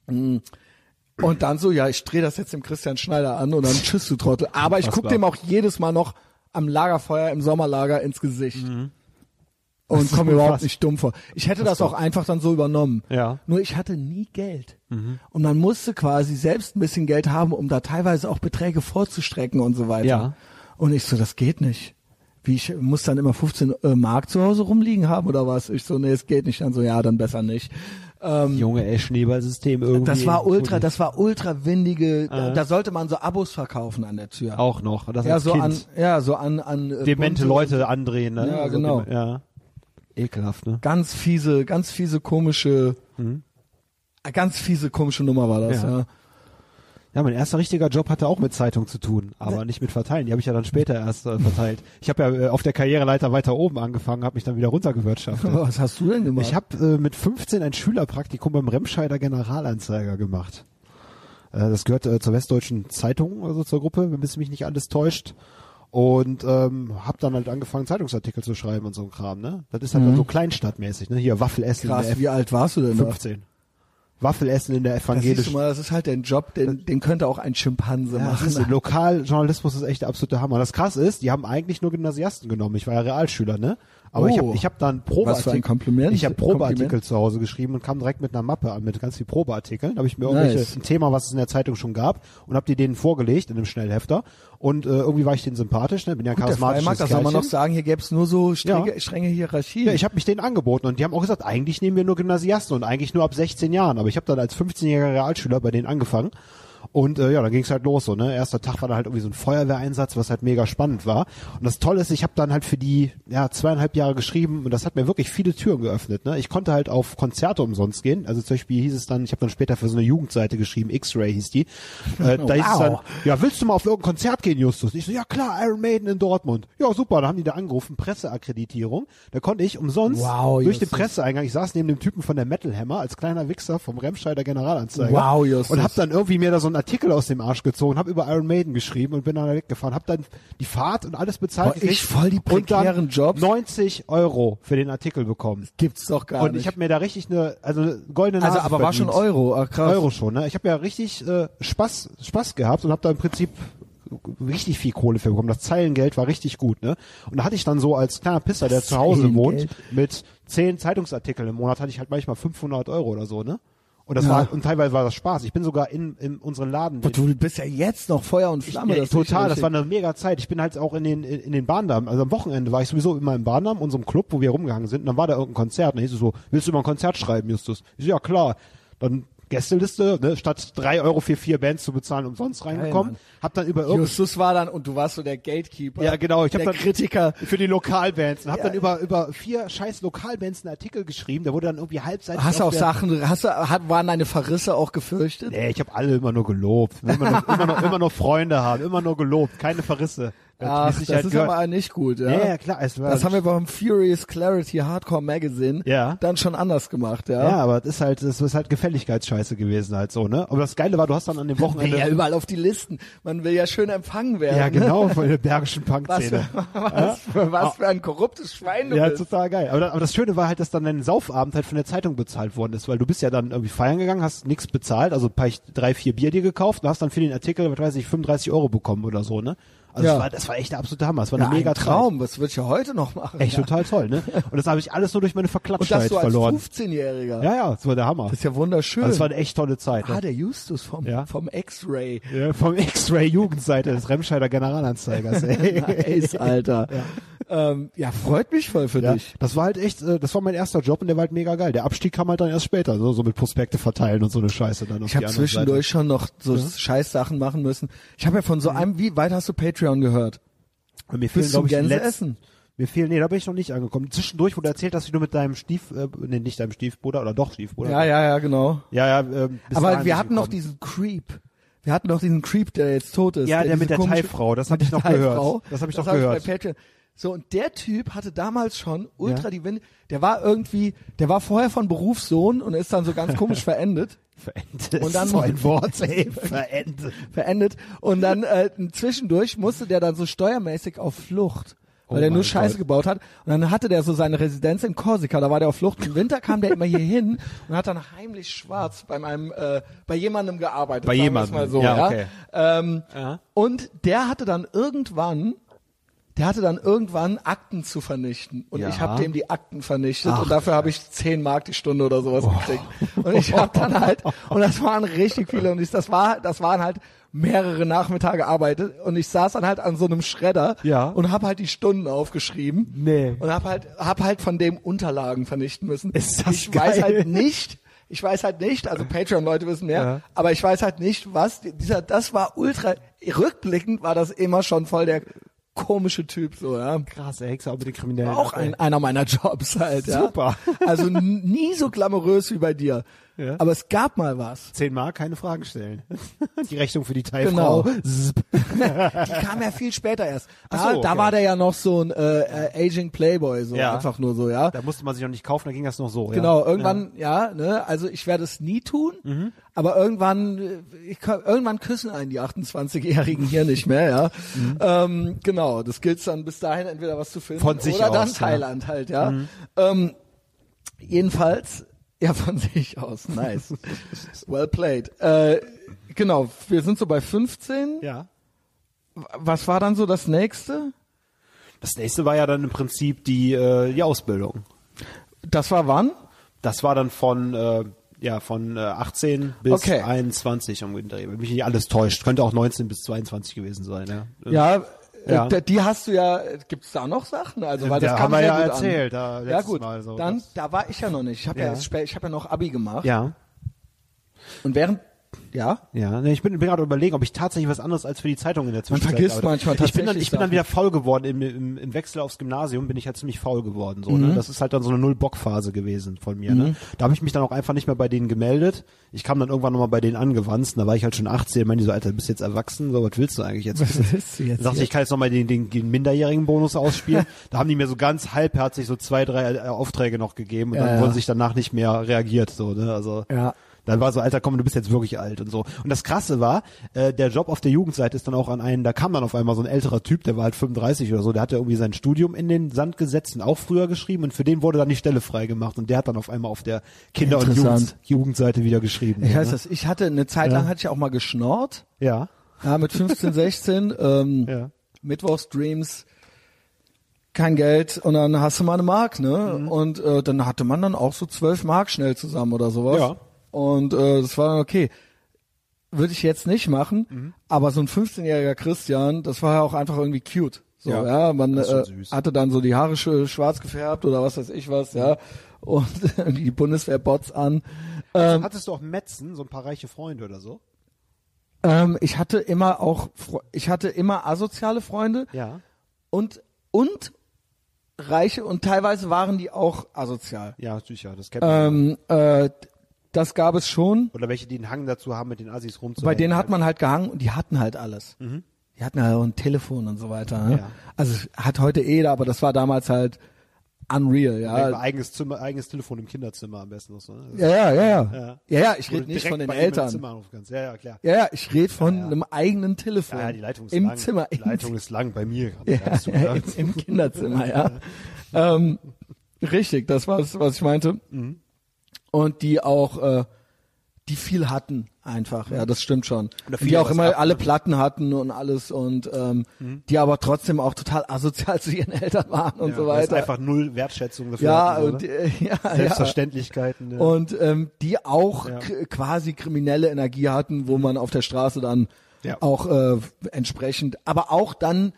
Und dann so, ja, ich drehe das jetzt dem Christian Schneider an und dann tschüss, du Trottel. Aber ich guck Unfassbar. dem auch jedes Mal noch am Lagerfeuer, im Sommerlager ins Gesicht. Und komme überhaupt Mhm. unfassbar. nicht dumm vor. Ich hätte das auch einfach dann so übernommen. Ja. Mhm. Nur ich hatte nie Geld. Und man musste quasi selbst ein bisschen Geld haben, um da teilweise auch Beträge vorzustrecken und so weiter. Ja. Und ich so, das geht nicht. Wie ich muss dann immer 15 äh, Mark zu Hause rumliegen haben oder was? Ich so, nee, es geht nicht. Dann so, ja, dann besser nicht. Junge, ey, Schneeballsystem irgendwie. Das war ultra, das war ultra windige, da, da sollte man so Abos verkaufen an der Tür. Ah. auch noch. und Das ja, als so kind. an, ja, so an, an äh, demente bunte, Leute andrehen. Ne? Ja, Also genau. dem- ja. Ekelhaft, ne? Ganz fiese, ganz fiese komische, äh, ganz fiese komische Nummer war das, Mhm. Ja. ja. Ja, mein erster richtiger Job hatte auch mit Zeitung zu tun, Ne. aber nicht mit Verteilen. Die habe ich ja dann später erst äh, verteilt. Ich habe ja äh, auf der Karriereleiter weiter oben angefangen, habe mich dann wieder runtergewirtschaftet. Was hast du denn gemacht? Ich habe äh, mit 15 ein Schülerpraktikum beim Remscheider Generalanzeiger gemacht. Äh, das gehört äh, zur Westdeutschen Zeitung, also zur Gruppe, wenn es mich nicht alles täuscht. Und ähm, habe dann halt angefangen, Zeitungsartikel zu schreiben und so Mhm. ein Kram. Ne, das ist halt dann so kleinstadtmäßig. Ne, hier Waffelessen, in Krass, der wie alt warst du denn da? 15. Waffelessen in der Genau. Das siehst du evangelischen. mal, das ist halt der Job, den, den könnte auch ein Schimpanse Ja, das machen. ist, Lokaljournalismus ist echt der absolute Hammer. Das krass ist, die haben eigentlich nur Gymnasiasten genommen. Ich war ja Realschüler, ne? Aber ich habe Oh. ich hab da einen Was für Probeartikel. ein Kompliment. Ich habe Probeartikel Kompliment. zu Hause geschrieben und kam direkt mit einer Mappe an, mit ganz viel Probeartikeln. Da habe ich mir Nice. irgendwelche ein Thema, was es in der Zeitung schon gab, und habe die denen vorgelegt in einem Schnellhefter. Und äh, irgendwie war ich denen sympathisch, ne? Bin ja ein der charismatisches Freimarkt, da soll man noch Kerlchen. sagen, hier gäbe es nur so strenge, Ja. strenge Hierarchie. Ja, ich habe mich denen angeboten und die haben auch gesagt, eigentlich nehmen wir nur Gymnasiasten und eigentlich nur ab 16 Jahren. Aber ich habe dann als 15-jähriger Realschüler bei denen angefangen. Und äh, ja, dann ging's halt los so, ne? Erster Tag war dann halt irgendwie so ein Feuerwehreinsatz, was halt mega spannend war. Und das Tolle ist, ich habe dann halt für die ja, zweieinhalb Jahre geschrieben und das hat mir wirklich viele Türen geöffnet. Ne? Ich konnte halt auf Konzerte umsonst gehen. Also zum Beispiel hieß es dann, ich habe dann später für so eine Jugendseite geschrieben, X-Ray hieß die. Äh, da hieß es dann, Wow. ja, willst du mal auf irgendein Konzert gehen, Justus? Ich so, ja klar, Iron Maiden in Dortmund. Ja, super, da haben die da angerufen, Presseakkreditierung. Da konnte ich umsonst Wow, durch den Justus. Presseeingang, ich saß neben dem Typen von der Metal Hammer als kleiner Wichser vom Remscheider Generalanzeiger Wow, Justus. und hab dann irgendwie mir da so einen Artikel aus dem Arsch gezogen, hab über Iron Maiden geschrieben und bin dann weggefahren, hab dann die Fahrt und alles bezahlt. Boah, ich gekriegt voll die und dann prekären Jobs. 90 Euro für den Artikel bekommen. Gibt's doch gar und nicht. ich habe mir da richtig eine, also eine goldene also, Nase aber war schon verdient. Euro, ach krass. Euro schon, ne? Ich habe ja richtig äh, Spaß, Spaß gehabt und habe da im Prinzip richtig viel Kohle für bekommen. Das Zeilengeld war richtig gut, ne? Und da hatte ich dann so als kleiner Pisser, der zu Hause wohnt, Zeilengeld. mit zehn Zeitungsartikeln im Monat hatte ich halt manchmal 500 Euro oder so, ne? Und das war und teilweise war das Spaß. Ich bin sogar in, in unseren Laden. Boah, Du bist ja jetzt noch Feuer und Flamme. Ja, das total, ist das war eine mega Zeit. Ich bin halt auch in den, in den Bahndamm, also am Wochenende war ich sowieso immer im Bahndamm, unserem Club, wo wir rumgegangen sind, und dann war da irgendein Konzert, und dann hieß es so, willst du mal ein Konzert schreiben, Justus? Ich so, ja klar. Dann Gästeliste, ne, statt drei Euro für vier Bands zu bezahlen, umsonst reingekommen, Mann. hab dann über irgendein Justus war dann, und du warst so der Gatekeeper. ja, genau. Ich habe der dann Kritiker. für die Lokalbands und habe Ja. dann über über vier scheiß Lokalbands einen Artikel geschrieben. Der wurde dann irgendwie halbseitig. Hast du auf auch der- Sachen, hast du, hat, waren deine Verrisse auch gefürchtet? Nee, ich habe alle immer nur gelobt. Immer nur, immer, nur, immer nur Freunde haben, immer nur gelobt, keine Verrisse. Ach, das Sicherheit ist halt gehört. aber nicht gut, ja. Ja, ja, klar, es war- das haben wir beim Furious Clarity Hardcore Magazine Ja. dann schon anders gemacht, ja. Ja, aber das ist halt, das ist halt Gefälligkeitsscheiße gewesen halt so, ne? Aber das Geile war, du hast dann an dem Man will Wochenende. ja überall auf die Listen. Man will ja schön empfangen werden. Ja, genau, Ne? von der bergischen Was für, Punkszene. was, für, was für ein korruptes Schwein du Ja, bist. total geil. Aber, da- aber das Schöne war halt, dass dann dein Saufabend halt von der Zeitung bezahlt worden ist, weil du bist ja dann irgendwie feiern gegangen, hast nichts bezahlt, also ein paar, drei, vier Bier dir gekauft und hast dann für den Artikel, was weiß ich, 35 Euro bekommen oder so, ne? Also Ja. das, war, das war echt der absolute Hammer. Das war Ja, eine mega ein Traum. Was würde ich ja heute noch machen? Echt ja. total toll, ne? Und das habe ich alles nur durch meine Und Verklapptheit das so als verloren. 15-Jähriger. Ja, ja, das war der Hammer. Das ist ja wunderschön. Also das war eine echt tolle Zeit. ah, Ne? der Justus vom, Ja. vom X-Ray. Ja, vom X-Ray-Jugendseite des Remscheider Generalanzeigers, ey. Ace, Alter. Ja. Ähm, ja, freut mich voll für Ja, dich. das war halt echt, äh, das war mein erster Job und der war halt mega geil. Der Abstieg kam halt dann erst später, so, so mit Prospekte verteilen und so eine Scheiße dann auf Ich die habe andere zwischendurch schon noch so scheiß Sachen machen müssen. Ich habe ja von Mhm. so einem, wie weit hast du Patreon gehört? Seite. Und Mir Bis fehlen, glaube zum ich, die Gänse letzten. essen. Mir fehlen, nee, da bin ich noch nicht angekommen. Zwischendurch, wo du erzählt hast, wie du mit deinem Stief, äh, nee, nicht deinem Stiefbruder, oder doch Stiefbruder. Ja, ja, ja, genau. Ja, ja, ähm, bist Aber dahin wir hatten noch gekommen. diesen Creep. Wir hatten noch diesen Creep, der jetzt tot ist. Ja, der mit diese der komische- Thai-Frau, das mit hab ich der noch gehört. Thai-Frau. Das hab ich noch hab gehört. bei Patreon. So, und der Typ hatte damals schon ultra die Winde. Der war irgendwie, der war vorher von Berufssohn und ist dann so ganz komisch verendet. Verendet. Und dann- so ein Wort, ey. Verendet. verendet. Und dann äh, zwischendurch musste der dann so steuermäßig auf Flucht, weil der Oh mein nur Scheiße Gott. gebaut hat. Und dann hatte der so seine Residenz in Korsika, da war der auf Flucht. Im Winter kam der immer hier hin und hat dann heimlich schwarz bei einem, äh, bei jemandem gearbeitet. Bei sagen wir's jemandem, Mal so, ja, ja, okay. Ähm, Und der hatte dann irgendwann der hatte dann irgendwann Akten zu vernichten und Ja. ich habe dem die Akten vernichtet und dafür habe ich 10 Mark die Stunde oder sowas Oh. gekriegt. Und ich habe dann halt und das waren richtig viele und ich, das war das waren halt mehrere Nachmittage Arbeit und ich saß dann halt an so einem Schredder Ja. und habe halt die Stunden aufgeschrieben Nee. und habe halt hab halt von dem Unterlagen vernichten müssen. Ist das ich geil. weiß halt nicht ich weiß halt nicht, also Patreon-Leute wissen mehr, Ja. aber ich weiß halt nicht, was die- dieser, das war ultra, rückblickend war das immer schon voll der komische Typ, so, ja. Krass, ey, Hexer auch mit den Kriminellen. Auch ein, einer meiner Jobs halt, ja. Super. Also n- nie so glamourös wie bei dir. Ja. Aber es gab mal was. 10 Mark, keine Fragen stellen. Die Rechnung für die Teilfrau. Genau. Die kam ja viel später erst. Ach Da, so, da okay. war der ja noch so ein äh, äh, Aging Playboy, so Ja. einfach nur so, ja. Da musste man sich noch nicht kaufen, da ging das noch so. Genau, ja. irgendwann, ja, ne, also ich werde es nie tun, Mhm. aber irgendwann, äh, ich, kann- irgendwann küssen einen die 28-Jährigen hier nicht mehr, ja. Mhm. Ähm, genau, das gilt dann bis dahin entweder was zu filmen Von sich oder dann Mhm. aus, ja. Thailand halt, ja. Ähm, jedenfalls Ja, von sich aus. Nice. well played. Äh, genau, wir sind so bei 15. Ja. Was war dann so das nächste? Das nächste war ja dann im Prinzip die, äh, die Ausbildung. Das war wann? Das war dann von, äh, ja, von äh, 18 bis Okay. 21 um den Dreh. Wenn mich nicht alles täuscht. Könnte auch 19 bis 22 gewesen sein. Ja, Ja, Ja. äh, d- die hast du ja, gibt es da noch Sachen? Also, Äh, weil das Ja, kam haben wir sehr ja gut erzählt, da An. Ja letztes gut, Mal so, dann, das- da war ich ja noch nicht. Ich habe ja. Ja. erst spä- ich habe ja noch Abi gemacht. ja. Und während, ja, Ja, nee, ich bin, bin gerade überlegen, ob ich tatsächlich was anderes als für die Zeitung in der Zwischenzeit vergisst arbeite. manchmal Ich bin dann, tatsächlich ich bin dann Sachen. wieder faul geworden. Im, im, Im Wechsel aufs Gymnasium bin ich ja ziemlich faul geworden. So, Mhm. ne? Das ist halt dann so eine Null-Bock-Phase gewesen von mir. Ne? Da habe ich mich dann auch einfach nicht mehr bei denen gemeldet. Ich kam dann irgendwann nochmal bei denen angewanzt. Da war ich halt schon 18. Meine, die so, Alter, bist jetzt erwachsen. So, was willst du eigentlich jetzt? Was willst du jetzt Dann dachte ich, ich kann jetzt nochmal den, den, den minderjährigen Bonus ausspielen. da haben die mir so ganz halbherzig so zwei, drei äh, Aufträge noch gegeben und dann Ja. wurden sich danach nicht mehr reagiert. So, ne? Also Ja. dann war so, Alter, komm, du bist jetzt wirklich alt und so. Und das Krasse war, äh, der Job auf der Jugendseite ist dann auch an einen, da kam dann auf einmal so ein älterer Typ, der war halt 35 oder so, der hat ja irgendwie sein Studium in den Sand gesetzt und auch früher geschrieben und für den wurde dann die Stelle freigemacht und der hat dann auf einmal auf der Kinder- und Interessant. Jugend, Jugendseite wieder geschrieben. ich so, weiß ne? das, ich hatte eine Zeit lang hatte ich auch mal geschnorrt. Ja. Ja, Ah, mit 15, 16, ähm, Ja. Mittwochs-Dreams, kein Geld und dann hast du mal eine Mark, ne? Mhm. Und äh, dann hatte man dann auch so zwölf Mark schnell zusammen oder sowas. Ja. Und äh, das war dann okay. Würde ich jetzt nicht machen, Mhm. aber so ein 15-jähriger Christian, das war ja auch einfach irgendwie cute. So, ja, Ja, man das ist schon äh, süß. hatte dann so die Haare sch- schwarz gefärbt oder was weiß ich was, ja. Und die Bundeswehr-Bots an. Hattest du auch Metzen, so ein paar reiche Freunde oder so? Ähm, ich hatte immer auch, Fre- ich hatte immer asoziale Freunde. Ja. und und Reiche und teilweise waren die auch asozial. Ja, sicher, das kennt Ähm, man. äh, das gab es schon. Oder welche, die einen Hang dazu haben, mit den Assis rumzuhängen. Bei denen hat man halt gehangen und die hatten halt alles. Die hatten halt auch ein Telefon und so weiter. Ne? Mhm. Ja. Also hat heute jeder, aber das war damals halt unreal. Ein Ja, eigenes Zimmer, eigenes Telefon im Kinderzimmer am besten noch so. Ne? halt ja, ja, ja. Ja, ja, ich Wo du rede nicht direkt von den bei ihm im Eltern. Zimmer anrufen kannst. Ja, ja, klar. Ja, ja, ich rede von einem eigenen Telefon. Ja, die Leitung ist Im lang. Zimmer. Die im Leitung ist lang bei mir. Ja, Hast du ja, im, gedacht? im Kinderzimmer, ja. ähm, richtig, das war es, was ich meinte. Mhm. Und die auch, äh, die viel hatten einfach, ja, das stimmt schon. Und die viel auch was immer hatten. Mhm. alle Platten hatten und alles und ähm, die aber trotzdem auch total asozial zu ihren Eltern waren und so Weil es weiter. einfach null Wertschätzung dafür. ja, hatten, so, und, ne? äh, ja, ja. Selbstverständlichkeiten. ne? Und ähm, die auch Ja. k- quasi kriminelle Energie hatten, wo man auf der Straße dann Ja. auch äh, entsprechend, aber auch dann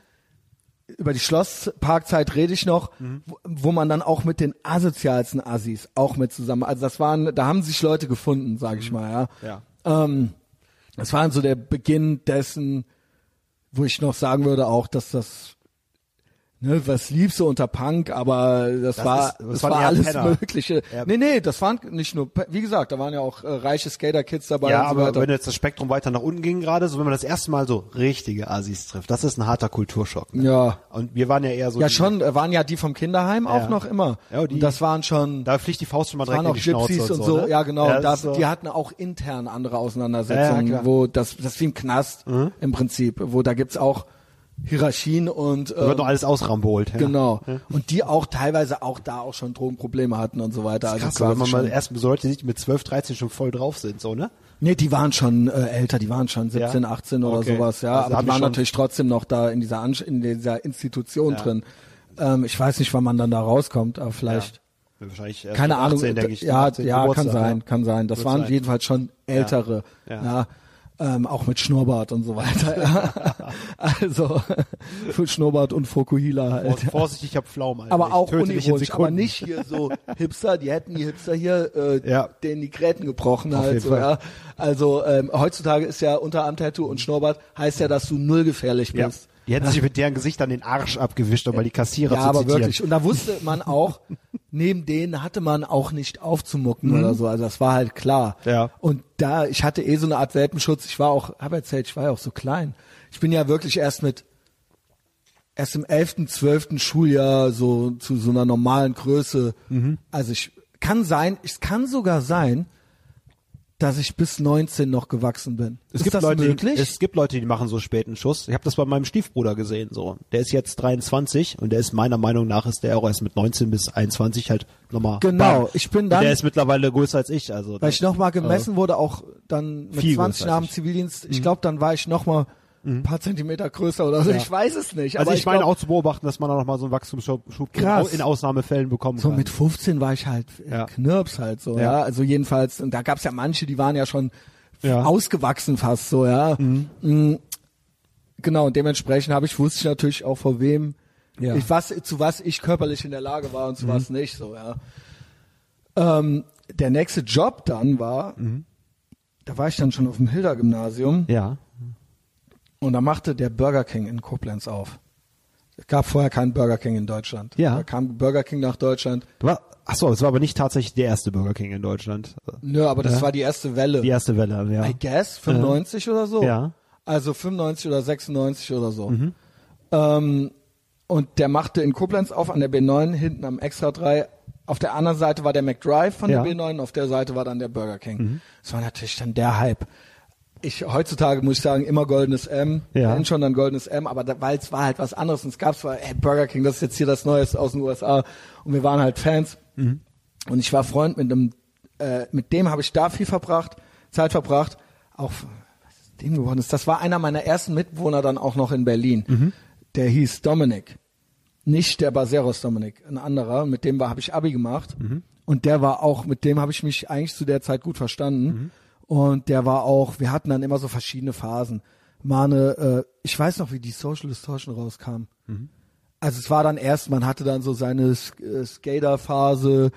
über die Schlossparkzeit rede ich noch, Mhm. wo, wo man dann auch mit den asozialsten Assis auch mit zusammen, also das waren, da haben sich Leute gefunden, sage Mhm. ich mal, ja. Ähm, das war so der Beginn dessen, wo ich noch sagen würde auch, dass das ne, was lief so unter Punk, aber das, Das war ist- das das waren war eher alles Penner. mögliche. Ja. Nee, nee, das waren nicht nur Pe- wie gesagt, da waren ja auch äh, reiche Skater Kids dabei ja, und so aber weiter. wenn jetzt das Spektrum weiter nach unten ging gerade, so wenn man das erste Mal so richtige Assis trifft, das ist ein harter Kulturschock. Ne? Ja. Und wir waren ja eher so. ja, die- schon äh, waren ja die vom Kinderheim auch noch immer. Ja, die- und das waren schon Da fliegt die Faust schon mal das waren direkt in auch die Schnauze Gypsies und so. ne? ja genau, Ja, das da, ist so. die hatten auch intern andere Auseinandersetzungen, Ja, ja, klar. Mhm. wo das das ist wie ein Knast im Prinzip, wo da gibt's auch Hierarchien und da ähm, wird noch alles ausrambolt. Ja. Genau. Und die auch teilweise auch da auch schon Drogenprobleme hatten und so weiter. Krass, also wenn man quasi mal schon- erst so Leute sieht, die mit 12, 13 schon voll drauf sind, so, ne? nee, die waren schon äh, älter, die waren schon 17, Ja. 18 oder Okay. sowas, ja. Also aber haben die die waren schon- natürlich trotzdem noch da in dieser Ansch in dieser Institution drin. Ähm, ich weiß nicht, wann man dann da rauskommt, aber vielleicht. Ja. Wahrscheinlich erst Keine mit Ahnung. äh, 18, denke ich. ja, 18 ja, kann Geburtstag, sein, ja. kann sein. Das Wird waren sein. jedenfalls schon ältere, ja. Ja. Ähm, auch mit Schnurrbart und so weiter. Ja. also für Schnurrbart und Fokuhila halt. Vorsicht, Vorsicht, ich hab Pflaumen. Alter. aber Ich auch töte dich in unironisch, aber Sekunden. nicht hier so Hipster, die hätten die Hipster hier äh, Ja. denen die Gräten gebrochen Auf halt jeden so, Fall. ja. Also ähm, heutzutage ist ja Unterarm-Tattoo und Schnurrbart heißt ja, dass du null gefährlich Ja. bist. Die hätten sich mit deren Gesicht dann den Arsch abgewischt, um mal die Kassierer Ja, zu aber zitieren. wirklich. Und da wusste man auch, neben denen hatte man auch nicht aufzumucken oder so. Also das war halt klar. Mhm. Ja. Und da, ich hatte eh so eine Art Welpenschutz. Ich war auch, hab erzählt, ich war ja auch so klein. Ich bin ja wirklich erst mit, erst im 11., 12. Schuljahr so zu so einer Mhm. normalen Größe. Also ich, kann sein, es kann sogar sein, dass ich bis 19 noch gewachsen bin. Es ist gibt das Leute, möglich? Die, es gibt Leute, die machen so späten Schuss. Ich habe das bei meinem Stiefbruder gesehen. So, der ist jetzt 23 und der ist meiner Meinung nach ist der auch erst mit 19 bis 21 halt nochmal. Genau, ich bin Und dann- Der ist mittlerweile größer als ich. Also Weil ich nochmal gemessen wurde, auch dann mit Viel Mhm. 20 größer nach als dem Zivildienst. Ich glaube, dann war ich nochmal ein paar Zentimeter größer oder so. Ich weiß es nicht. also aber ich, meine glaub, auch zu beobachten, dass man auch nochmal so einen Wachstumsschub in Au- Krass. in Ausnahmefällen bekommen So kann. mit 15 war ich halt äh, Ja. Knirps halt so, ja. Ja. Also jedenfalls, und da gab es ja manche, die waren ja schon Ja. Mhm. ausgewachsen fast so, ja. Mm. Genau, und dementsprechend habe ich, wusste ich natürlich auch vor wem, Ja. Mhm. ich, was, zu was ich körperlich in der Lage war und zu was nicht, so, ja. Ähm, der nächste Job dann war, da war ich dann schon auf dem Hilda-Gymnasium. Mhm. ja. Und da machte der Burger King in Koblenz auf. Es gab vorher keinen Burger King in Deutschland. Ja. Da kam Burger King nach Deutschland. Du war- Ach so, es war aber nicht tatsächlich der erste Burger King in Deutschland. Nö, aber das war die erste Welle. Die erste Welle, ja. I guess, 95 oder so. Ja. Mhm. Also 95 oder 96 oder so. Ähm, und der machte in Koblenz auf an der B9 hinten am Extra 3. Auf der anderen Seite war der McDrive von Ja. Mhm. der B9, auf der Seite war dann der Burger King. Das war natürlich dann der Hype. Ich, heutzutage muss ich sagen, immer goldenes M. Ja. Wenn schon dann goldenes M, aber da, weil es war halt was anderes und es gab zwar, ey, Burger King, das ist jetzt hier das Neueste aus den USA und wir waren halt Fans. Und ich war Freund mit einem, äh, mit dem habe ich da viel verbracht, Zeit verbracht, auch was ist dem geworden ist. Das war einer meiner ersten Mitbewohner dann auch noch in Berlin. Der hieß Dominik. Nicht der Baseros Dominik, ein anderer, mit dem war habe ich Abi gemacht Mhm. und der war auch mit dem habe ich mich eigentlich zu der Zeit gut Mhm. verstanden und der war auch, wir hatten dann immer so verschiedene Phasen. Mane, äh, ich weiß noch, wie die Social Distortion rauskam. Mhm. Also es war dann erst, man hatte dann so seine S- äh, Skater-Phase.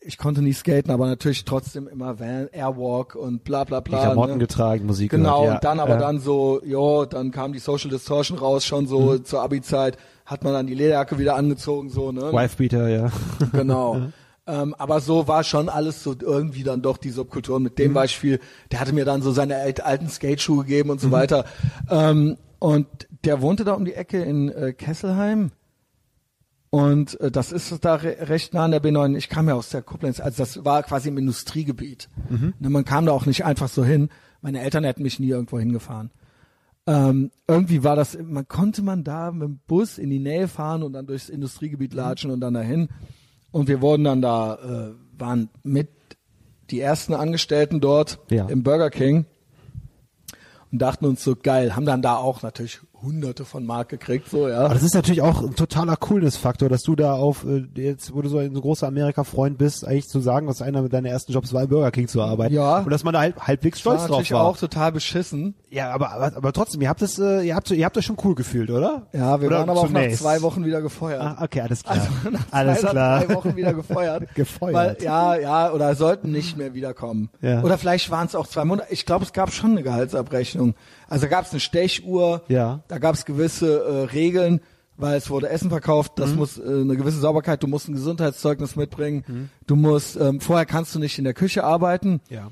Ich konnte nicht skaten, aber natürlich trotzdem immer Van Airwalk und bla bla Die bla. Klamotten ne? getragen, Musik Genau, gehört, ja. und dann aber Ja. dann so, jo, dann kam die Social Distortion raus, schon so zur Abi-Zeit, hat man dann die Lederjacke wieder angezogen, so, ne? Wifebeater, ja. Genau. ähm, aber so war schon alles so irgendwie dann doch die Subkulturen. Mit dem war ich viel, der hatte mir dann so seine alt, alten Skateschuhe gegeben und so weiter. Ähm, und der wohnte da um die Ecke in äh, Kesselheim. Und äh, das ist da re recht nah an der B9. Ich kam ja aus der Koblenz, also das war quasi im Industriegebiet. Ne, man kam da auch nicht einfach so hin. Meine Eltern hätten mich nie irgendwo hingefahren. Ähm, irgendwie war das, man konnte man da mit dem Bus in die Nähe fahren und dann durchs Industriegebiet latschen und dann dahin. Und wir wurden dann da, äh, waren mit die ersten Angestellten dort Ja. im Burger King und dachten uns so geil, haben dann da auch natürlich hunderte von Mark gekriegt, so, ja. Aber das ist natürlich auch ein totaler Coolness-Faktor, dass du da auf, äh, jetzt, wo du so ein so großer Amerika-Freund bist, eigentlich zu sagen, dass einer deiner ersten Jobs war, im Burger King zu arbeiten. Ja. Und dass man da halb, halbwegs war stolz drauf natürlich war. auch total beschissen. Ja, aber, aber, aber trotzdem, ihr habt es, äh, ihr habt, ihr habt euch schon cool gefühlt, oder? Ja, wir oder waren aber auch nach zunächst? zwei Wochen wieder gefeuert. Ah, okay, alles klar. Also nach alles zwei, klar. drei Wochen wieder gefeuert. Gefeuert. Weil, ja, ja, oder sollten nicht mehr wiederkommen. Ja. Oder vielleicht waren es auch zwei Monate. Ich glaube, es gab schon eine Gehaltsabrechnung. Also gab es eine Stechuhr, Ja. da gab es gewisse äh, Regeln, weil es wurde Essen verkauft, das Mhm. muss äh, eine gewisse Sauberkeit, du musst ein Gesundheitszeugnis mitbringen, Mhm. du musst, ähm, vorher kannst du nicht in der Küche arbeiten. Ja.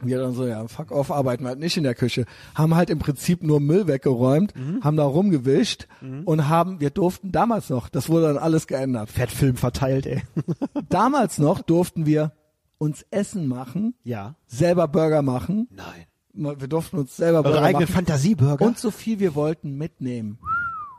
Wir dann so, ja, fuck off, arbeiten wir halt nicht in der Küche. Haben halt im Prinzip nur Müll weggeräumt, Mhm. haben da rumgewischt und haben, wir durften damals noch, das wurde dann alles geändert. Fettfilm verteilt, ey. Damals noch durften wir uns Essen machen, ja. selber Burger machen. Nein. Wir durften uns selber Eure Burger eigenen machen. Fantasieburger. Und so viel wir wollten mitnehmen.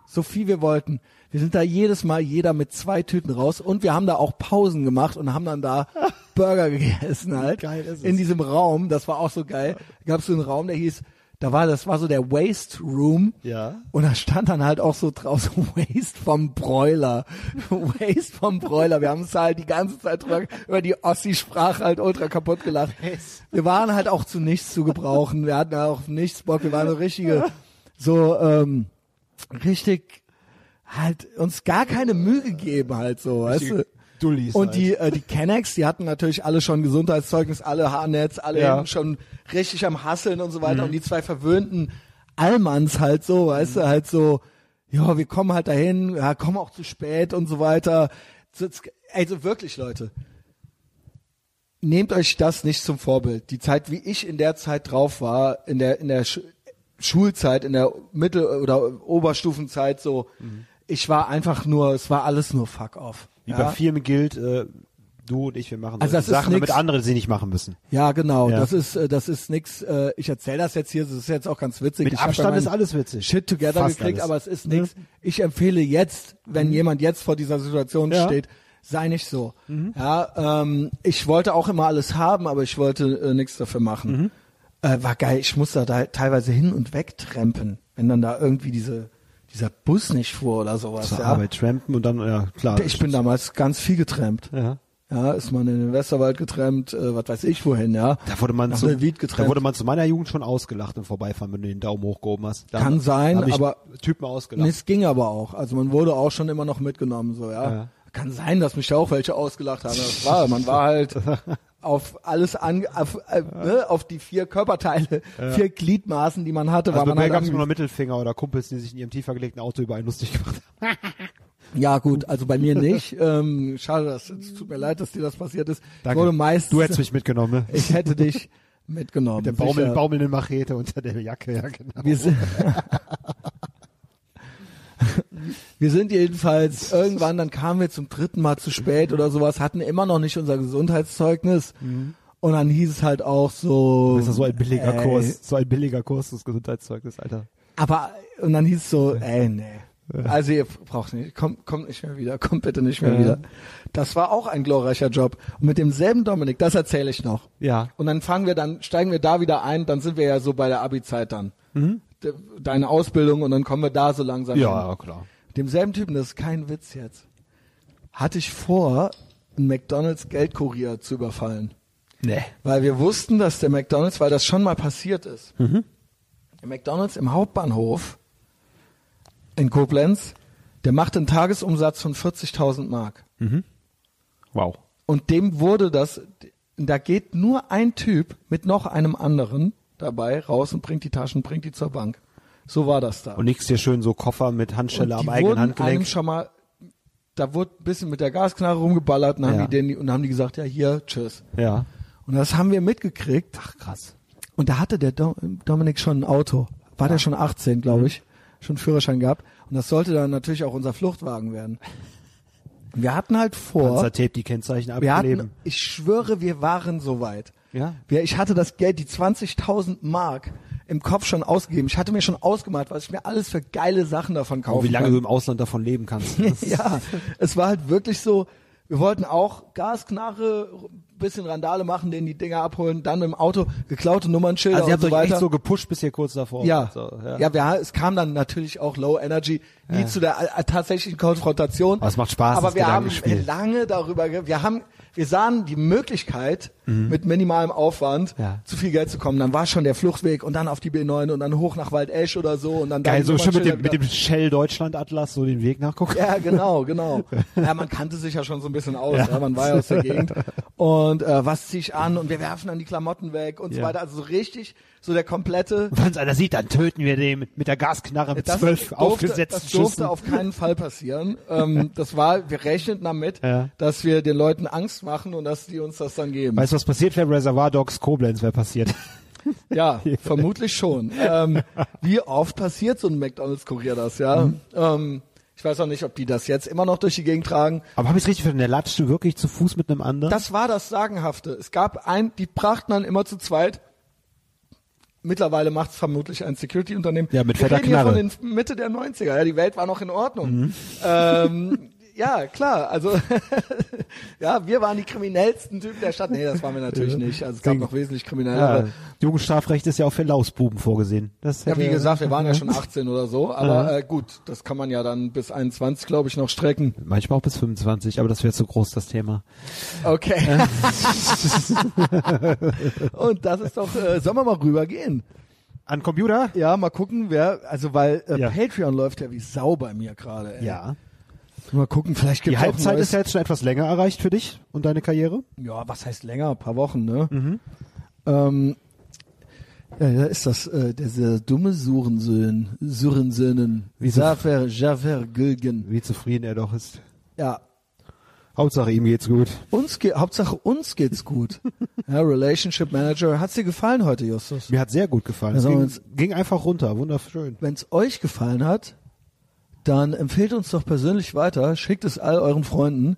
So viel wir wollten. Wir sind da jedes Mal jeder mit zwei Tüten raus und wir haben da auch Pausen gemacht und haben dann da Burger gegessen halt. Geil ist es. In diesem Raum, das war auch so geil. Gab es so einen Raum, der hieß, da war, das war so der Waste Room. Ja. Und da stand dann halt auch so drauf, so Waste vom Broiler. Waste vom Broiler. Wir haben uns halt die ganze Zeit drüber, über die Ossi-Sprache halt ultra kaputt gelacht. Wir waren halt auch zu nichts zu gebrauchen. Wir hatten auch auf nichts Bock. Wir waren so richtige, so, ähm, richtig, halt uns gar keine Mühe gegeben halt so, weißt du? Dullis halt. Und die, äh, die Kennex, die hatten natürlich alle schon Gesundheitszeugnis, alle Haarnetz, alle Ja. Mhm. hinten schon richtig am Hasseln und so weiter. Und die zwei verwöhnten Allmanns halt so, weißt du, halt so, ja, wir kommen halt dahin, ja, kommen auch zu spät und so weiter. So, es- Also wirklich, Leute. Nehmt euch das nicht zum Vorbild. Die Zeit, wie ich in der Zeit drauf war, in der, in der Sch Schulzeit, in der Mittel- oder Oberstufenzeit so, ich war einfach nur, es war alles nur fuck off. Wie ja? bei vielen gilt, äh, Du und ich, wir machen Also solche das ist Sachen, damit nix- andere sie nicht machen müssen. Ja, genau. Ja. Das ist, äh, das ist nix. Äh, ich erzähle das jetzt hier. Das ist jetzt auch ganz witzig. Mit ich hab Abstand da meinen ist alles witzig. Shit together Fast gekriegt, alles. Mhm. aber es ist nix. Ich empfehle jetzt, wenn jemand jetzt vor dieser Situation Ja. Mhm. steht, sei nicht so. Ja, ähm, ich wollte auch immer alles haben, aber ich wollte äh, nichts dafür Mhm. machen. Äh, war geil. Ich musste da teilweise hin und weg trempen, wenn dann da irgendwie diese dieser Bus nicht fuhr oder sowas. Zur Ja. Arbeit trampen und dann, ja, klar. Ich bin damals ganz viel getrampt. ja. Ja, ist man in den Westerwald getrennt, äh, was weiß ich wohin, ja. Da wurde man Nach zu, Neuwied da getrennt. wurde man zu meiner Jugend schon ausgelacht im Vorbeifahren, wenn du den Daumen hochgehoben hast. Da Kann haben- sein, hab ich aber- Typen Nee, ausgelacht. es ging aber auch. Also man wurde auch schon immer noch mitgenommen, so, ja. Ja. Kann sein, dass mich da auch welche ausgelacht haben. Das war, man war halt auf alles an, auf, äh, ne, auf die vier Körperteile, vier Gliedmaßen, die man hatte, Also war bei man mir halt gab es nur ange- noch Mittelfinger oder Kumpels, die sich in ihrem tiefer gelegten Auto über einen lustig gemacht haben. Ja, gut, also bei mir nicht. Ähm, schade, das, es tut mir leid, dass dir das passiert ist. Ich Danke. wurde meist, Du hättest mich mitgenommen, ne? ich hätte dich mitgenommen. Der sicher. Baumel, baumelnde Machete unter der Jacke, ja genau. Wir sind, wir sind jedenfalls irgendwann, dann kamen wir zum dritten Mal zu spät oder sowas, hatten immer noch nicht unser Gesundheitszeugnis. Und dann hieß es halt auch so. Das Mhm. ist so ein billiger ey, Kurs, so ein billiger Kurs des Gesundheitszeugnis, Alter. Aber, und dann hieß es so, ey, nee. Also ihr braucht nicht, kommt, kommt nicht mehr wieder, kommt bitte nicht mehr Ja. wieder. Das war auch ein glorreicher Job. Und mit demselben Dominik, das erzähle ich noch. Ja. Und dann fangen wir dann, steigen wir da wieder ein, dann sind wir ja so bei der Abi-Zeit dann. Mhm. De- Deine Ausbildung und dann kommen wir da so langsam hin klar. demselben Typen, das ist kein Witz jetzt, hatte ich vor, einen McDonalds Geldkurier zu überfallen. Nee. Weil wir wussten, dass der McDonalds, weil das schon mal passiert Hm. ist, der McDonalds im Hauptbahnhof in Koblenz, der macht einen Tagesumsatz von 40.000 Mark. Wow. Und dem wurde das, da geht nur ein Typ mit noch einem anderen dabei raus und bringt die Taschen, bringt die zur Bank. So war das da. Und nix hier schön so Koffer mit Handschelle Und am die eigenen wurden Einem Handgelenk. schon mal, da wurde ein bisschen mit der Gasknarre rumgeballert und haben Ja. die denen, und haben die gesagt, ja hier, tschüss. Ja. Und das haben wir mitgekriegt. Ach krass. Und da hatte der Dom Dominik schon ein Auto. War der schon 18, Mhm. glaube ich. Schon Führerschein gehabt. Und das sollte dann natürlich auch unser Fluchtwagen werden. Wir hatten halt vor, Panzertape, die Kennzeichen wir abkleben. hatten, ich schwöre, wir waren soweit. Ja. Wir, ich hatte das Geld, die 20.000 Mark im Kopf schon ausgegeben. Ich hatte mir schon ausgemalt, was ich mir alles für geile Sachen davon kaufen Und Oh, wie lange kann du im Ausland davon leben kannst. Das ist- ja, es war halt wirklich so, wir wollten auch Gasknarre, bisschen Randale machen, denen die Dinger abholen, dann im Auto geklaute Nummernschilder Also ihr und habt so euch weiter. echt so gepusht bis hier kurz davor. ja. So, ja, ja, wir, es kam dann natürlich auch Low Energy, nie zu der äh, tatsächlichen Konfrontation. Aber es macht Spaß, das Aber wir haben Gedankenspiel. lange darüber, ge wir haben, wir sahen die Möglichkeit, mit minimalem Aufwand Mhm. Ja. zu viel Geld zu kommen. Dann war schon der Fluchtweg und dann auf die B9 und dann hoch nach Waldesch oder so und dann da Geil, die so schön mit Nummernschilder dem, mit wieder- dem Shell Deutschland Atlas so den Weg nachgucken. ja, genau, genau. Ja, man kannte sich ja schon so ein bisschen aus, ja. man war ja aus der Gegend. Und äh, was zieh ich an und wir werfen dann die Klamotten weg und so Ja. weiter. Also so richtig, so der komplette. Wenn uns einer sieht, dann töten wir den mit, mit der Gasknarre mit Das zwölf durfte, aufgesetzten das durfte Schüssen. auf keinen Fall passieren. Ähm, das war, wir rechneten damit, Ja. dass wir den Leuten Angst machen und dass die uns das dann geben. Weißt du, was passiert wäre? Reservoir Dogs Koblenz wäre passiert. Ja, vermutlich schon. Ähm, wie oft passiert so ein McDonalds-Kurier das, ja? Mhm. Ähm, ich weiß auch nicht, ob die das jetzt immer noch durch die Gegend tragen. Aber habe ich richtig verstanden? Der latscht du wirklich zu Fuß mit einem anderen? Das war das Sagenhafte. Es gab ein, die brachten dann immer zu zweit. Mittlerweile macht es vermutlich ein Security-Unternehmen. Ja, mit Wir fetter reden hier Knarre. Mhm. von den Mitte der 90er. Ja, die Welt war noch in Ordnung. Ähm, ja, klar. Also, ja, wir waren die kriminellsten Typen der Stadt. Nee, das waren wir natürlich nicht. Also es gab noch wesentlich kriminellere. Also, ja. Jugendstrafrecht ist ja auch für Lausbuben vorgesehen. Das Ja, hätte- wie gesagt, wir waren ja schon 18 oder so. Aber äh, gut, das kann man ja dann bis 21, glaube ich, noch strecken. Manchmal auch bis 25, aber das wäre zu groß, das Thema. Okay. Und das ist doch, äh, sollen wir mal rübergehen? An Computer? Ja, mal gucken, wer, also weil äh, Ja. Patreon läuft ja wie Sau bei mir gerade. ey. Ja. Mal gucken, vielleicht Die gibt's auch ein Halbzeit neues, ist ja jetzt schon etwas länger erreicht für dich und deine Karriere. ja, was heißt länger, ein paar Wochen, ne? Mhm. Ähm, ja, da ist das, äh, der, der dumme Surensöhn, Surensöhnen, Wieso? Javer, Javer Gülgen. Wie zufrieden er doch ist. Ja, Hauptsache ihm geht's gut. uns geht, Hauptsache uns geht's gut. ja, Relationship Manager, hat's dir gefallen heute, Justus? Mir hat sehr gut gefallen. Also es uns- ging, ging einfach runter, wunderschön. Wenn es euch gefallen hat, dann empfehlt uns doch persönlich weiter, schickt es all euren Freunden.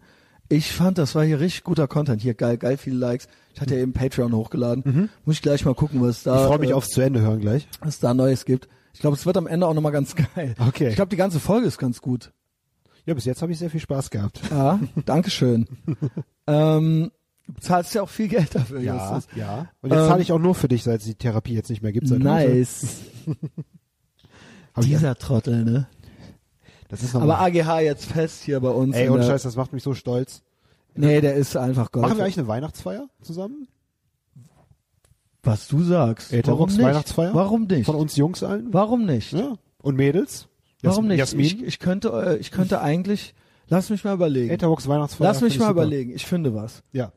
Ich fand, das war hier richtig guter Content. Hier geil, geil viele Likes. Ich hatte ja eben Patreon hochgeladen. Muss ich gleich mal gucken, was da. Mhm. Ich freue mich äh, aufs zu Ende hören gleich. was da Neues gibt. Ich glaube, es wird am Ende auch nochmal ganz geil. Okay. Ich glaube, die ganze Folge ist ganz gut. Ja, bis jetzt habe ich sehr viel Spaß gehabt. Ja, Dankeschön. ähm, du bezahlst ja auch viel Geld dafür, Justus. ja. Und jetzt Ähm, zahle ich auch nur für dich, seit es die Therapie jetzt nicht mehr gibt. Seit Nice. Heute. Hab ich- Dieser Trottel, ne? Das ist Aber nochmal. AGH jetzt fest hier bei uns. Ey, in ohne der- Scheiß, das macht mich so stolz. Nee, der ist einfach Gold. Machen wir eigentlich eine Weihnachtsfeier zusammen? was du sagst. Älterer Warum nicht? Weihnachtsfeier? Warum nicht? Von uns Jungs allen? Warum nicht? Ja. Und Mädels? Jas- Warum nicht? Jasmin? Ich, ich könnte, äh, ich könnte eigentlich, lass mich mal überlegen. Etherbox Weihnachtsfeier. lass mich finde mal ich super. überlegen. Ich finde was. Ja.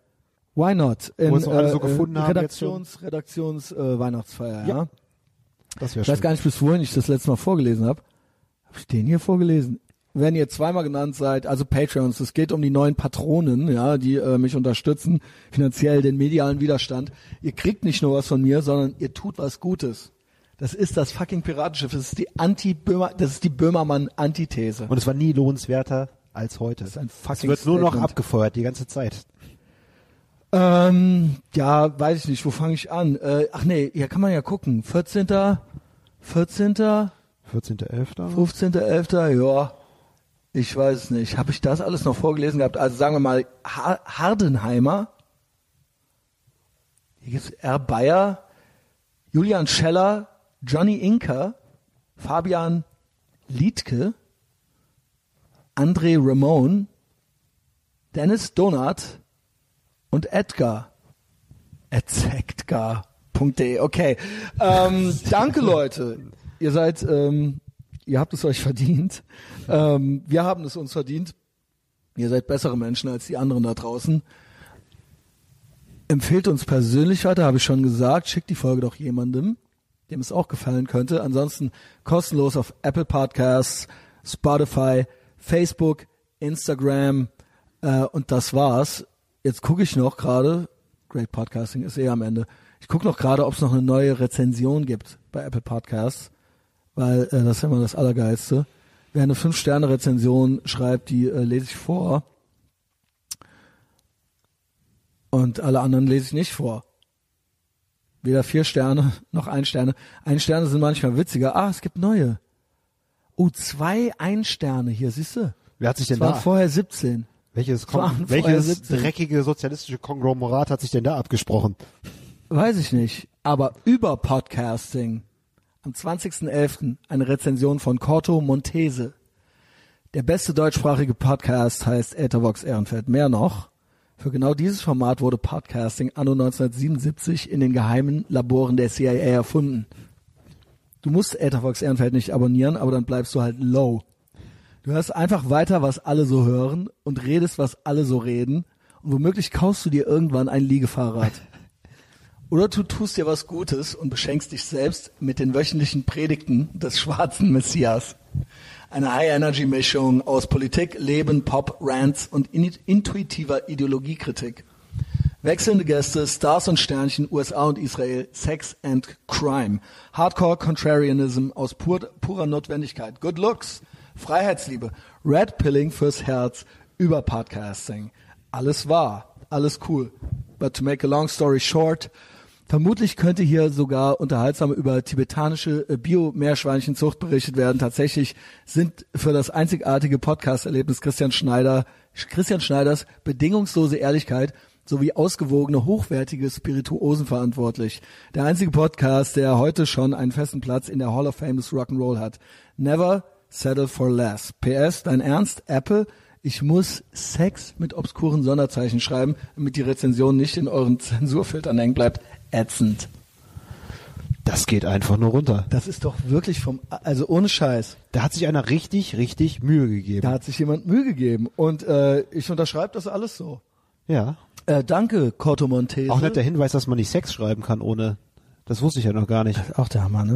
Why not? In, äh, Wo es noch alle so gefunden haben jetzt schon. Redaktions, Redaktions, äh, Weihnachtsfeier, ja. Ja, Das wäre Ich weiß schön. gar nicht, bis wohin ich das letzte Mal vorgelesen habe. Habe ich den hier vorgelesen? Wenn ihr zweimal genannt seid, also Patreons, es geht um die neuen Patronen, ja, die äh, mich unterstützen, finanziell den medialen Widerstand. Ihr kriegt nicht nur was von mir, sondern ihr tut was Gutes. Das ist das fucking Piratenschiff. Das ist die Anti-Böhmer, das ist die Böhmermann-Antithese. Und es war nie lohnenswerter als heute. Das ist ein es fucking wird nur noch Statement. abgefeuert die ganze Zeit. Ähm, ja, weiß ich nicht, wo fange ich an? Äh, ach nee, hier kann man ja gucken. 14. 14. 14.11. 15.11., ja, ich weiß es nicht. Habe ich das alles noch vorgelesen gehabt? Also sagen wir mal ha Hardenheimer, hier gibt's R. Bayer, Julian Scheller, Johnny Inker, Fabian Liedke, André Ramon, Dennis Donat und Edgar. Etzektka.de. Okay. Ähm, danke, Leute. Ihr seid, ähm, ihr habt es euch verdient. Ähm, wir haben es uns verdient. Ihr seid bessere Menschen als die anderen da draußen. Empfehlt uns persönlich weiter, habe ich schon gesagt. Schickt die Folge doch jemandem, dem es auch gefallen könnte. Ansonsten kostenlos auf Apple Podcasts, Spotify, Facebook, Instagram. Äh, und das war's. Jetzt gucke ich noch gerade. Great Podcasting ist eh am Ende. Ich gucke noch gerade, ob es noch eine neue Rezension gibt bei Apple Podcasts weil äh, das ist immer das Allergeilste. Wer eine 5-Sterne-Rezension schreibt, die äh, lese ich vor. Und alle anderen lese ich nicht vor. Weder vier Sterne noch ein Sterne. Ein Sterne sind manchmal witziger. Ah, es gibt neue. Oh, zwei Ein-Sterne hier, siehst du? Wer hat sich Es denn waren da? vorher 17. Welches, waren Kon vorher welches 17. dreckige sozialistische Konglomerat hat sich denn da abgesprochen? Weiß ich nicht. Aber über Podcasting. Am 20.11. eine Rezension von Corto Montese. Der beste deutschsprachige Podcast heißt Etherbox Ehrenfeld. Mehr noch. Für genau dieses Format wurde Podcasting anno 1977 in den geheimen Laboren der CIA erfunden. Du musst Etherbox Ehrenfeld nicht abonnieren, aber dann bleibst du halt low. Du hörst einfach weiter, was alle so hören und redest, was alle so reden. Und womöglich kaufst du dir irgendwann ein Liegefahrrad. Oder du tust dir was Gutes und beschenkst dich selbst mit den wöchentlichen Predigten des schwarzen Messias. Eine High-Energy-Mischung aus Politik, Leben, Pop, Rants und in intuitiver Ideologiekritik. Wechselnde Gäste, Stars und Sternchen, USA und Israel, Sex and Crime. Hardcore Contrarianism aus pur, purer Notwendigkeit. Good Looks, Freiheitsliebe, Red Pilling fürs Herz über Podcasting. Alles wahr, alles cool. But to make a long story short, Vermutlich könnte hier sogar unterhaltsam über tibetanische äh, Bio-Meerschweinchenzucht berichtet werden. Tatsächlich sind für das einzigartige Podcast-Erlebnis Christian Schneider, Christian Schneiders bedingungslose Ehrlichkeit sowie ausgewogene, hochwertige Spirituosen verantwortlich. Der einzige Podcast, der heute schon einen festen Platz in der Hall of Fame des Rock'n'Roll hat. Never settle for less. PS, dein Ernst, Apple, ich muss Sex mit obskuren Sonderzeichen schreiben, damit die Rezension nicht in euren Zensurfiltern hängen bleibt. Ätzend. Das geht einfach nur runter. Das ist doch wirklich vom, also ohne Scheiß. Da hat sich einer richtig, richtig Mühe gegeben. Da hat sich jemand Mühe gegeben. Und äh, ich unterschreibe das alles so. ja. Äh, danke, Corto Montese. Auch netter Hinweis, dass man nicht Sex schreiben kann ohne. Das wusste ich ja noch gar nicht. Auch der Hammer, ne?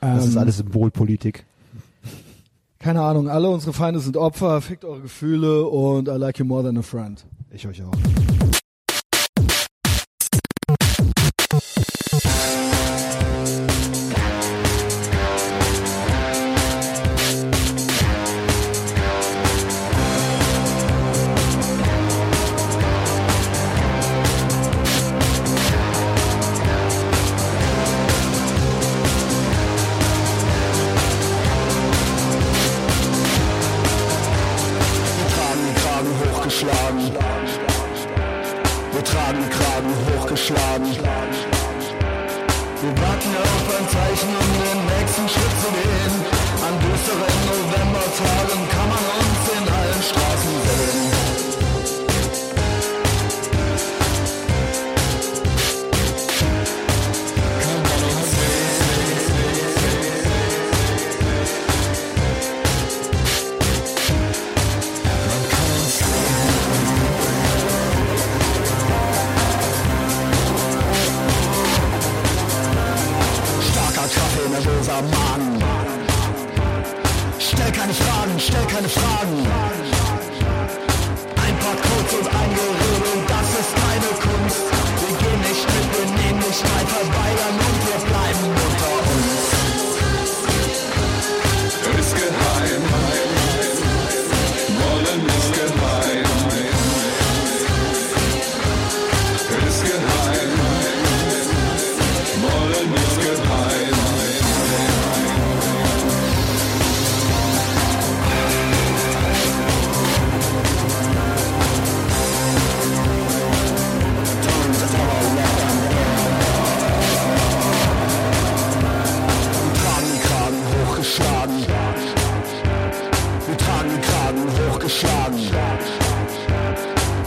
Ähm, Ja. Das ist alles Symbolpolitik. Keine Ahnung, alle unsere Feinde sind Opfer, fickt eure Gefühle und I like you more than a friend. Ich euch auch. auf ein Zeichen, um den nächsten Schritt zu gehen. An düsteren Novembertagen kann man uns in allen Straßen sehen. Kann man uns sehen. Man kann uns sehen. Starker Kaffee, nervöser Magen. Stell keine Fragen, stell keine Fragen. Ein paar Codes und ein Gerede, das ist keine Kunst. Wir gehen nicht mit, wir nehmen nicht weit verweigern und wir bleiben unter uns. Ist geheim. Wollen ist geheim. Ist geheim. Wollen ist geheim. tragen die Kragen hochgeschlagen. Wir tragen die Kragen hochgeschlagen.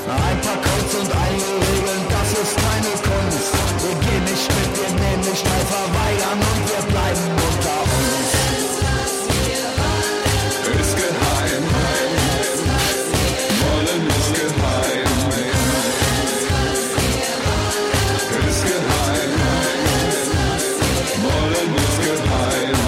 Ein paar Codes und einige Regeln, das ist keine Kunst. Wir gehen nicht mit, wir nehmen nicht teil, verweigern und wir bleiben unter uns. Ist geheim. Wollen ist geheim. Ist geheim. Wollen ist geheim.